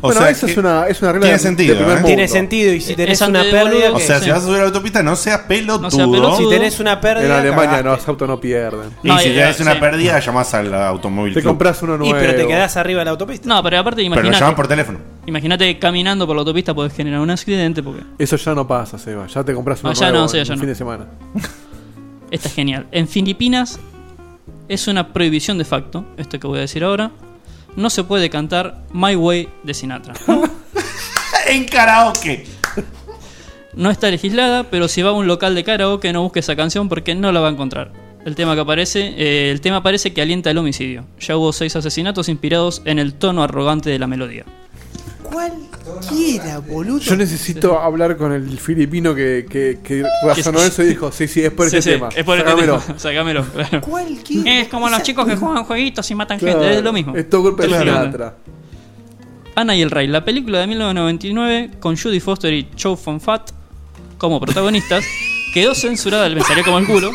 F: bueno, eso es una, es una regla
A: tiene
F: de-
A: sentido,
F: de primer
A: ¿eh?
F: mundo.
A: Tiene sentido, y si
K: tenés una pérdida,
A: O sea,
K: sí.
A: si vas a subir a la autopista, no seas pelotudo.
K: Si tenés una pérdida.
F: En Alemania
K: cagaste.
F: no, los autos no pierden.
A: Y si tenés una pérdida, llamás al automóvil.
F: Te
A: club.
F: compras uno
K: Y
F: nuevo.
K: pero te quedás arriba de la autopista.
G: No, pero aparte
A: Pero lo
G: imagínate.
A: llaman por teléfono.
G: Imagínate que caminando por la autopista podés generar un accidente porque
F: Eso ya no pasa, Seba. Ya te compras uno
G: No, ya
F: nuevo
G: no, sí,
F: en
G: ya
F: un
G: no.
F: fin de semana.
G: está genial. En Filipinas es una prohibición de facto, esto que voy a decir ahora. No se puede cantar My Way de Sinatra.
A: en karaoke.
G: No está legislada, pero si va a un local de karaoke no busque esa canción porque no la va a encontrar. El tema que aparece, eh, el tema parece que alienta el homicidio. Ya hubo seis asesinatos inspirados en el tono arrogante de la melodía.
K: Cualquiera, boludo.
F: Yo necesito hablar con el filipino que, que, que razonó eso y dijo: Sí, sí, es por
G: Sí,
F: ese
G: sí,
F: tema.
G: Es por este
F: Sacámelo.
G: tema. [LAUGHS] Sacámelo, claro.
D: Es como los chicos que juegan jueguitos y matan
F: Claro,
D: gente.
G: es lo mismo.
F: Es todo culpa de
G: Claro.
F: Sinatra.
G: Ana y el Rey, la película de 1999 con Judy Foster y Chow Fun Fat como protagonistas, quedó censurada, le pensaría como el culo,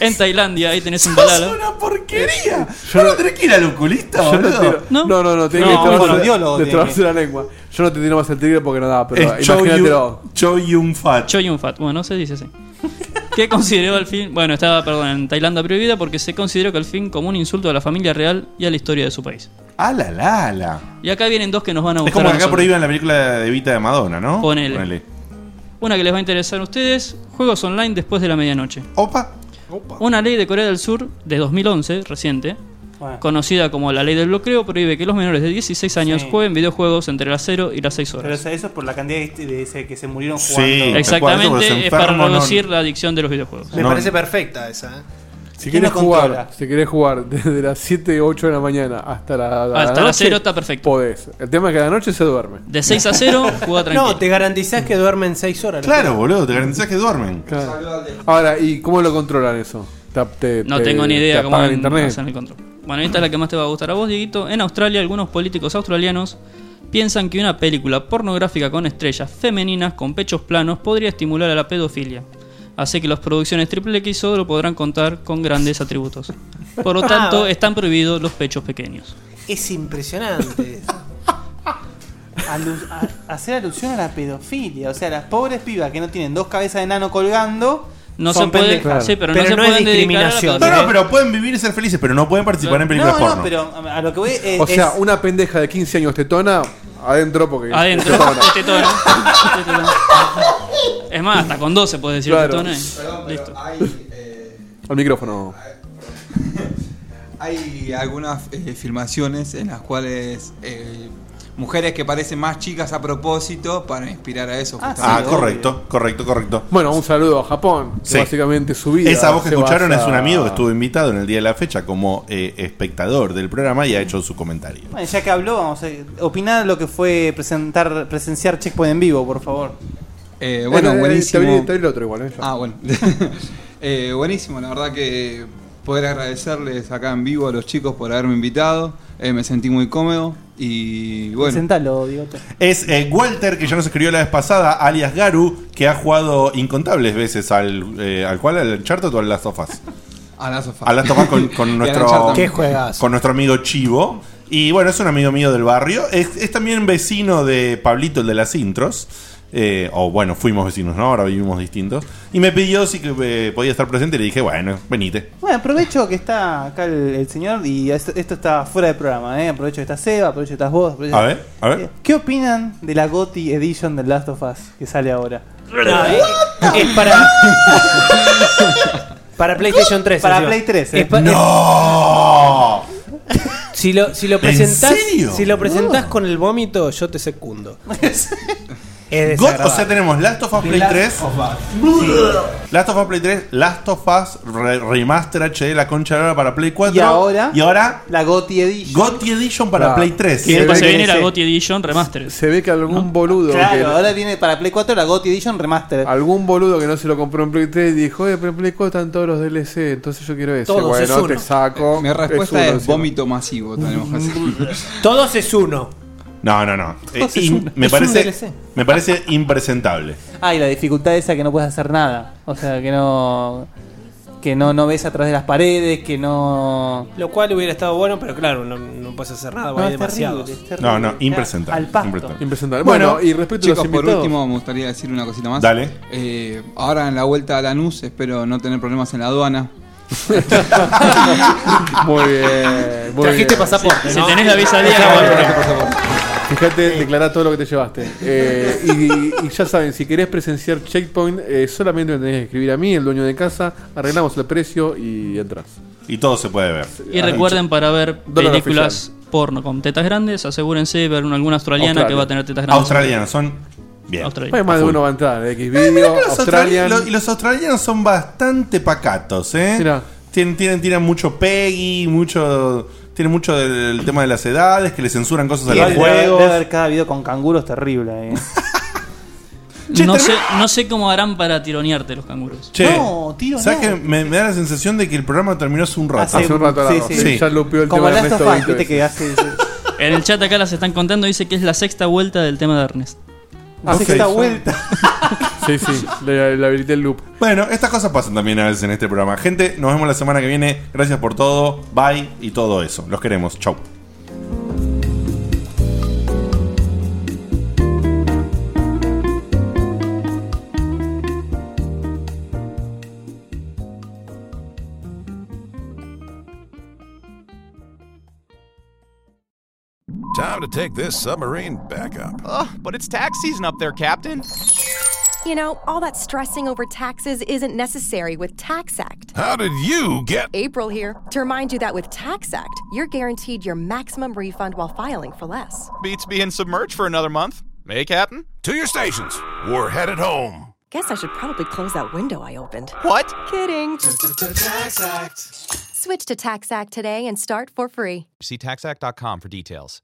G: en Tailandia, ahí
F: [LAUGHS]
G: tenés un balala.
A: porquería! ¿No lo tenés que ir al oculista,
F: Yo no,
A: boludo?
F: tiro- no, no, no, tiene
A: No,
F: que
A: un
F: destrabarse-
A: audiólogo tiene
F: destrabarse
A: que-
F: la lengua. Yo no te tiro más el tigre porque no da, pero
A: Es Chow
F: imagínatelo.
A: Cho Yun Fat.
G: Cho Yun Fat, bueno, se dice así. ¿Qué consideró el film? Bueno, estaba, perdón, en Tailandia prohibida porque se consideró que el film como un insulto a la familia real y a la historia de su país.
A: ¡Ah, la, la, la!
G: Y acá vienen dos que nos van a
A: Es
G: gustar.
A: como
G: a
A: que acá
G: nosotros.
A: prohíben la película de Evita de Madonna, ¿no?
G: Ponele. Una que les va a interesar a ustedes, juegos online después de la medianoche.
A: Opa.
G: Una ley de Corea del Sur de 2011, reciente, conocida como la ley del bloqueo, prohíbe que los menores de 16 años
I: Sí.
G: jueguen videojuegos entre las 0 y las 6 horas.
I: Pero o sea, eso es por la cantidad de, de- de- que se murieron
A: Sí,
I: jugando.
A: Porque se
G: Exactamente, es para
A: enfermo, no-
G: reducir la adicción de los videojuegos.
K: Me parece perfecta esa. ¿eh?
F: Si
K: ¿Quién
F: quieres
K: nos controla?
F: jugar, si quieres jugar desde las 7 o 8 de la mañana hasta la, la
G: Hasta las
F: noche,
G: cero está perfecto.
F: Podés. El tema es que a la noche se duerme.
A: [LAUGHS]
G: De 6 a 0, juega tranquilo.
K: No, te garantizás que duermen 6 horas.
F: Claro,
A: boludo, te garantizás que duermen.
F: Ahora, ¿y cómo lo controlan eso? Te- te-
G: No
F: te-
G: tengo ni idea
F: te
G: cómo
F: apagan
G: en-
F: internet.
G: hacen el control. Bueno, esta es la que más te va a gustar a vos, Dieguito. En Australia, algunos políticos australianos piensan que una película pornográfica con estrellas femeninas con pechos planos podría estimular a la pedofilia. Así que las producciones triple X solo podrán contar con grandes atributos. Por lo
K: Ah,
G: tanto,
K: bueno.
G: están prohibidos los pechos pequeños.
K: Es impresionante.
I: [LAUGHS] Alu- a- hacer alusión a la pedofilia. O sea, las pobres pibas que no tienen dos cabezas de nano colgando.
G: No
I: son
G: se puede-
I: pendejas.
G: sí, pero no Pero se no es pueden dedicar a la discriminación,
A: No, no, pero pueden vivir y ser felices, pero no pueden participar en películas
I: no,
A: porno.
I: no, pero a a lo que voy es.
F: o sea,
I: es-
F: una pendeja de 15 años tetona, adentro porque.
G: Adentro, este
F: tetona.
G: [LAUGHS] tetona. Tetona. Es más, hasta con 12 puedes decir
F: Claro.
G: tetona y-
B: Perdón, pero
G: Listo.
B: hay, eh,
F: Al micrófono.
B: hay algunas eh, filmaciones en las cuales eh, mujeres que parecen más chicas a propósito para inspirar a eso.
A: Ah,
B: justamente.
A: correcto, correcto, correcto.
F: Bueno, un saludo a Japón. que
A: Sí.
F: básicamente su vida.
A: Esa voz que
F: se
A: escucharon
F: basa-
A: es un amigo que estuvo invitado en el día de la fecha como eh, espectador del programa y ha hecho su comentario.
I: Bueno, ya que habló, vamos a opinar lo que fue presentar, presenciar Checkpoint en vivo, por favor.
B: Eh, bueno,
I: Eh, eh,
B: buenísimo.
I: te abrí- te
F: abrí el otro igual, ¿eh?
B: Ah, bueno. [LAUGHS] Eh, buenísimo, la verdad que poder agradecerles acá en vivo a los chicos por haberme invitado. Eh, me sentí muy cómodo y bueno.
I: Presentalo, Diegote.
A: Es eh, Walter, que ya nos escribió la vez pasada, alias Garu, que ha jugado incontables veces al, eh, al cual, al Uncharted o al Last of Us.
B: A la sofá.
A: A Last of Us
B: [LAUGHS]
A: con,
I: [LAUGHS]
A: con
B: Y al
A: nuestro,
B: Uncharted. ¿Qué juegas?
A: con nuestro amigo Chivo. Y bueno, es un amigo mío del barrio. Es, es también vecino de Pablito, el de las intros. Eh, o bueno, fuimos vecinos, ¿no? Ahora vivimos distintos. Y me pidió si que, eh, podía estar presente y le dije, bueno, venite.
I: Bueno, aprovecho que está acá el, el señor y es- esto está fuera de programa, ¿eh? Aprovecho que está Seba, aprovecho que estás vos. aprovecho-
A: A ver, a ver.
I: ¿Qué opinan de la GOTI Edition del Last of Us que sale ahora? Ah,
K: es
I: [LAUGHS]
K: para. [LAUGHS] Para PlayStation 3.
I: Para
K: encima.
I: Play 3, eh.
K: Es pa-
A: ¡No!
K: Si lo, si lo
I: ¿En
K: presentás,
I: serio?
K: si lo presentás con el vómito, yo te secundo. Es
A: God,
K: desagradable.
A: o sea, tenemos Last of Us
K: The
A: Play
K: Last
A: 3.
K: of
A: Last of Us Play 3, Last of Us Re- Remaster HD, la concha de la hora para Play 4.
I: Y ahora-
A: Y ahora.
I: La GOTI Edition.
A: GOTY Edition para
I: Ah.
A: Play 3.
G: Y después se viene la
I: sí.
G: GOTY Edition Remastered.
F: Se ve que algún
B: Ah,
F: boludo.
I: Claro,
F: que-
I: ahora viene para Play 4 la GOTI Edition Remaster.
F: Algún boludo que no se lo compró en Play 3 dijo, eh, pero en Play 4 están todos los DLC, entonces yo quiero ese.
B: Todos,
F: bueno,
B: es uno. Eh,
F: te saco.
B: Mi respuesta
F: uno
B: es,
F: encima.
B: vómito masivo. Tenemos que hacer.
K: Todos es uno.
A: No, no, no. Eh,
I: Entonces
A: y
I: es un-
A: me,
I: es un
A: parece,
I: DLC.
A: me parece impresentable.
I: Ah, y la dificultad esa que no puedes hacer nada. O sea, que no. Que no, no ves atrás de las paredes, que no.
K: Lo cual hubiera estado bueno, pero claro, no, no puedes hacer nada,
I: No,
K: porque hay
I: es
K: demasiados.
A: No, no, impresentable.
K: Al pasto.
F: Impresentable. Bueno, y respecto a los
B: chicos, por
F: invitados-
B: último me gustaría decir una cosita más.
A: Dale.
B: Eh, ahora en la vuelta a Lanús espero no tener problemas en la aduana.
F: [LAUGHS] Muy bien. Muy
B: Trajiste
F: bien.
B: pasaporte, Si- si ¿no? tenés la visa al día, no, bueno.
F: Trajiste pasaporte. Fíjate, declará todo lo que te llevaste. Eh, y, y ya saben, si querés presenciar Checkpoint, eh, solamente me tenés que escribir a mí, el dueño de casa, arreglamos el precio y entras.
A: Y todo se puede ver.
F: Sí,
G: Y
F: ah,
G: recuerden
F: sí.
G: para ver
F: Dólar
G: películas porno con tetas grandes, asegúrense de ver una- alguna australiana
F: Australia.
G: que va a tener tetas grandes.
A: Australianas, son bien.
F: Pues más de uno va a entrar, X video,
A: Los australianos-
F: Australian.
A: lo- y los australianos son bastante pacatos, ¿eh? Tienen, tienen, tienen mucho Peggy, mucho. Tienen mucho del, tema de las edades, que le censuran cosas a los
I: Igual debe-
A: juegos.
I: Debe haber cada video con canguros terrible. eh.
G: No sé, no sé cómo harán para tironearte los canguros.
A: Che,
I: No, tiro
A: ¿sabes
I: no.
A: que me, me da la sensación de que el programa terminó hace un rato?
G: Hace- Hace un rato,
A: sí,
G: largo. sí. Ya lupeó el
I: Como
G: tema de
I: Last of
G: Ernesto
I: Us,
G: veinte
I: viste que hace.
G: En el chat acá las están contando, dice que es la sexta vuelta del tema de Ernest.
I: La sexta vuelta.
F: Sí, sí, le, le habilité el loop.
A: Bueno, estas cosas pasan también a veces en este programa. Gente, nos vemos la semana que viene. Gracias por todo. Bye y todo eso. Los queremos. Chau.
X: Time to take this submarine back up.
Y: Ugh, but it's tax season up there, Captain.
Z: You know, all that stressing over taxes isn't necessary with Tax Act.
X: How did you get?
Z: April here to remind you that with Tax Act, you're guaranteed your maximum refund while filing for less.
Y: Beats being submerged for another month. Eh, Captain?
X: To your stations. We're headed home.
Z: Guess I should probably close that window I opened.
Y: What?
Z: Kidding. Switch to Tax Act today and start for free.
Y: See taxact.com for details.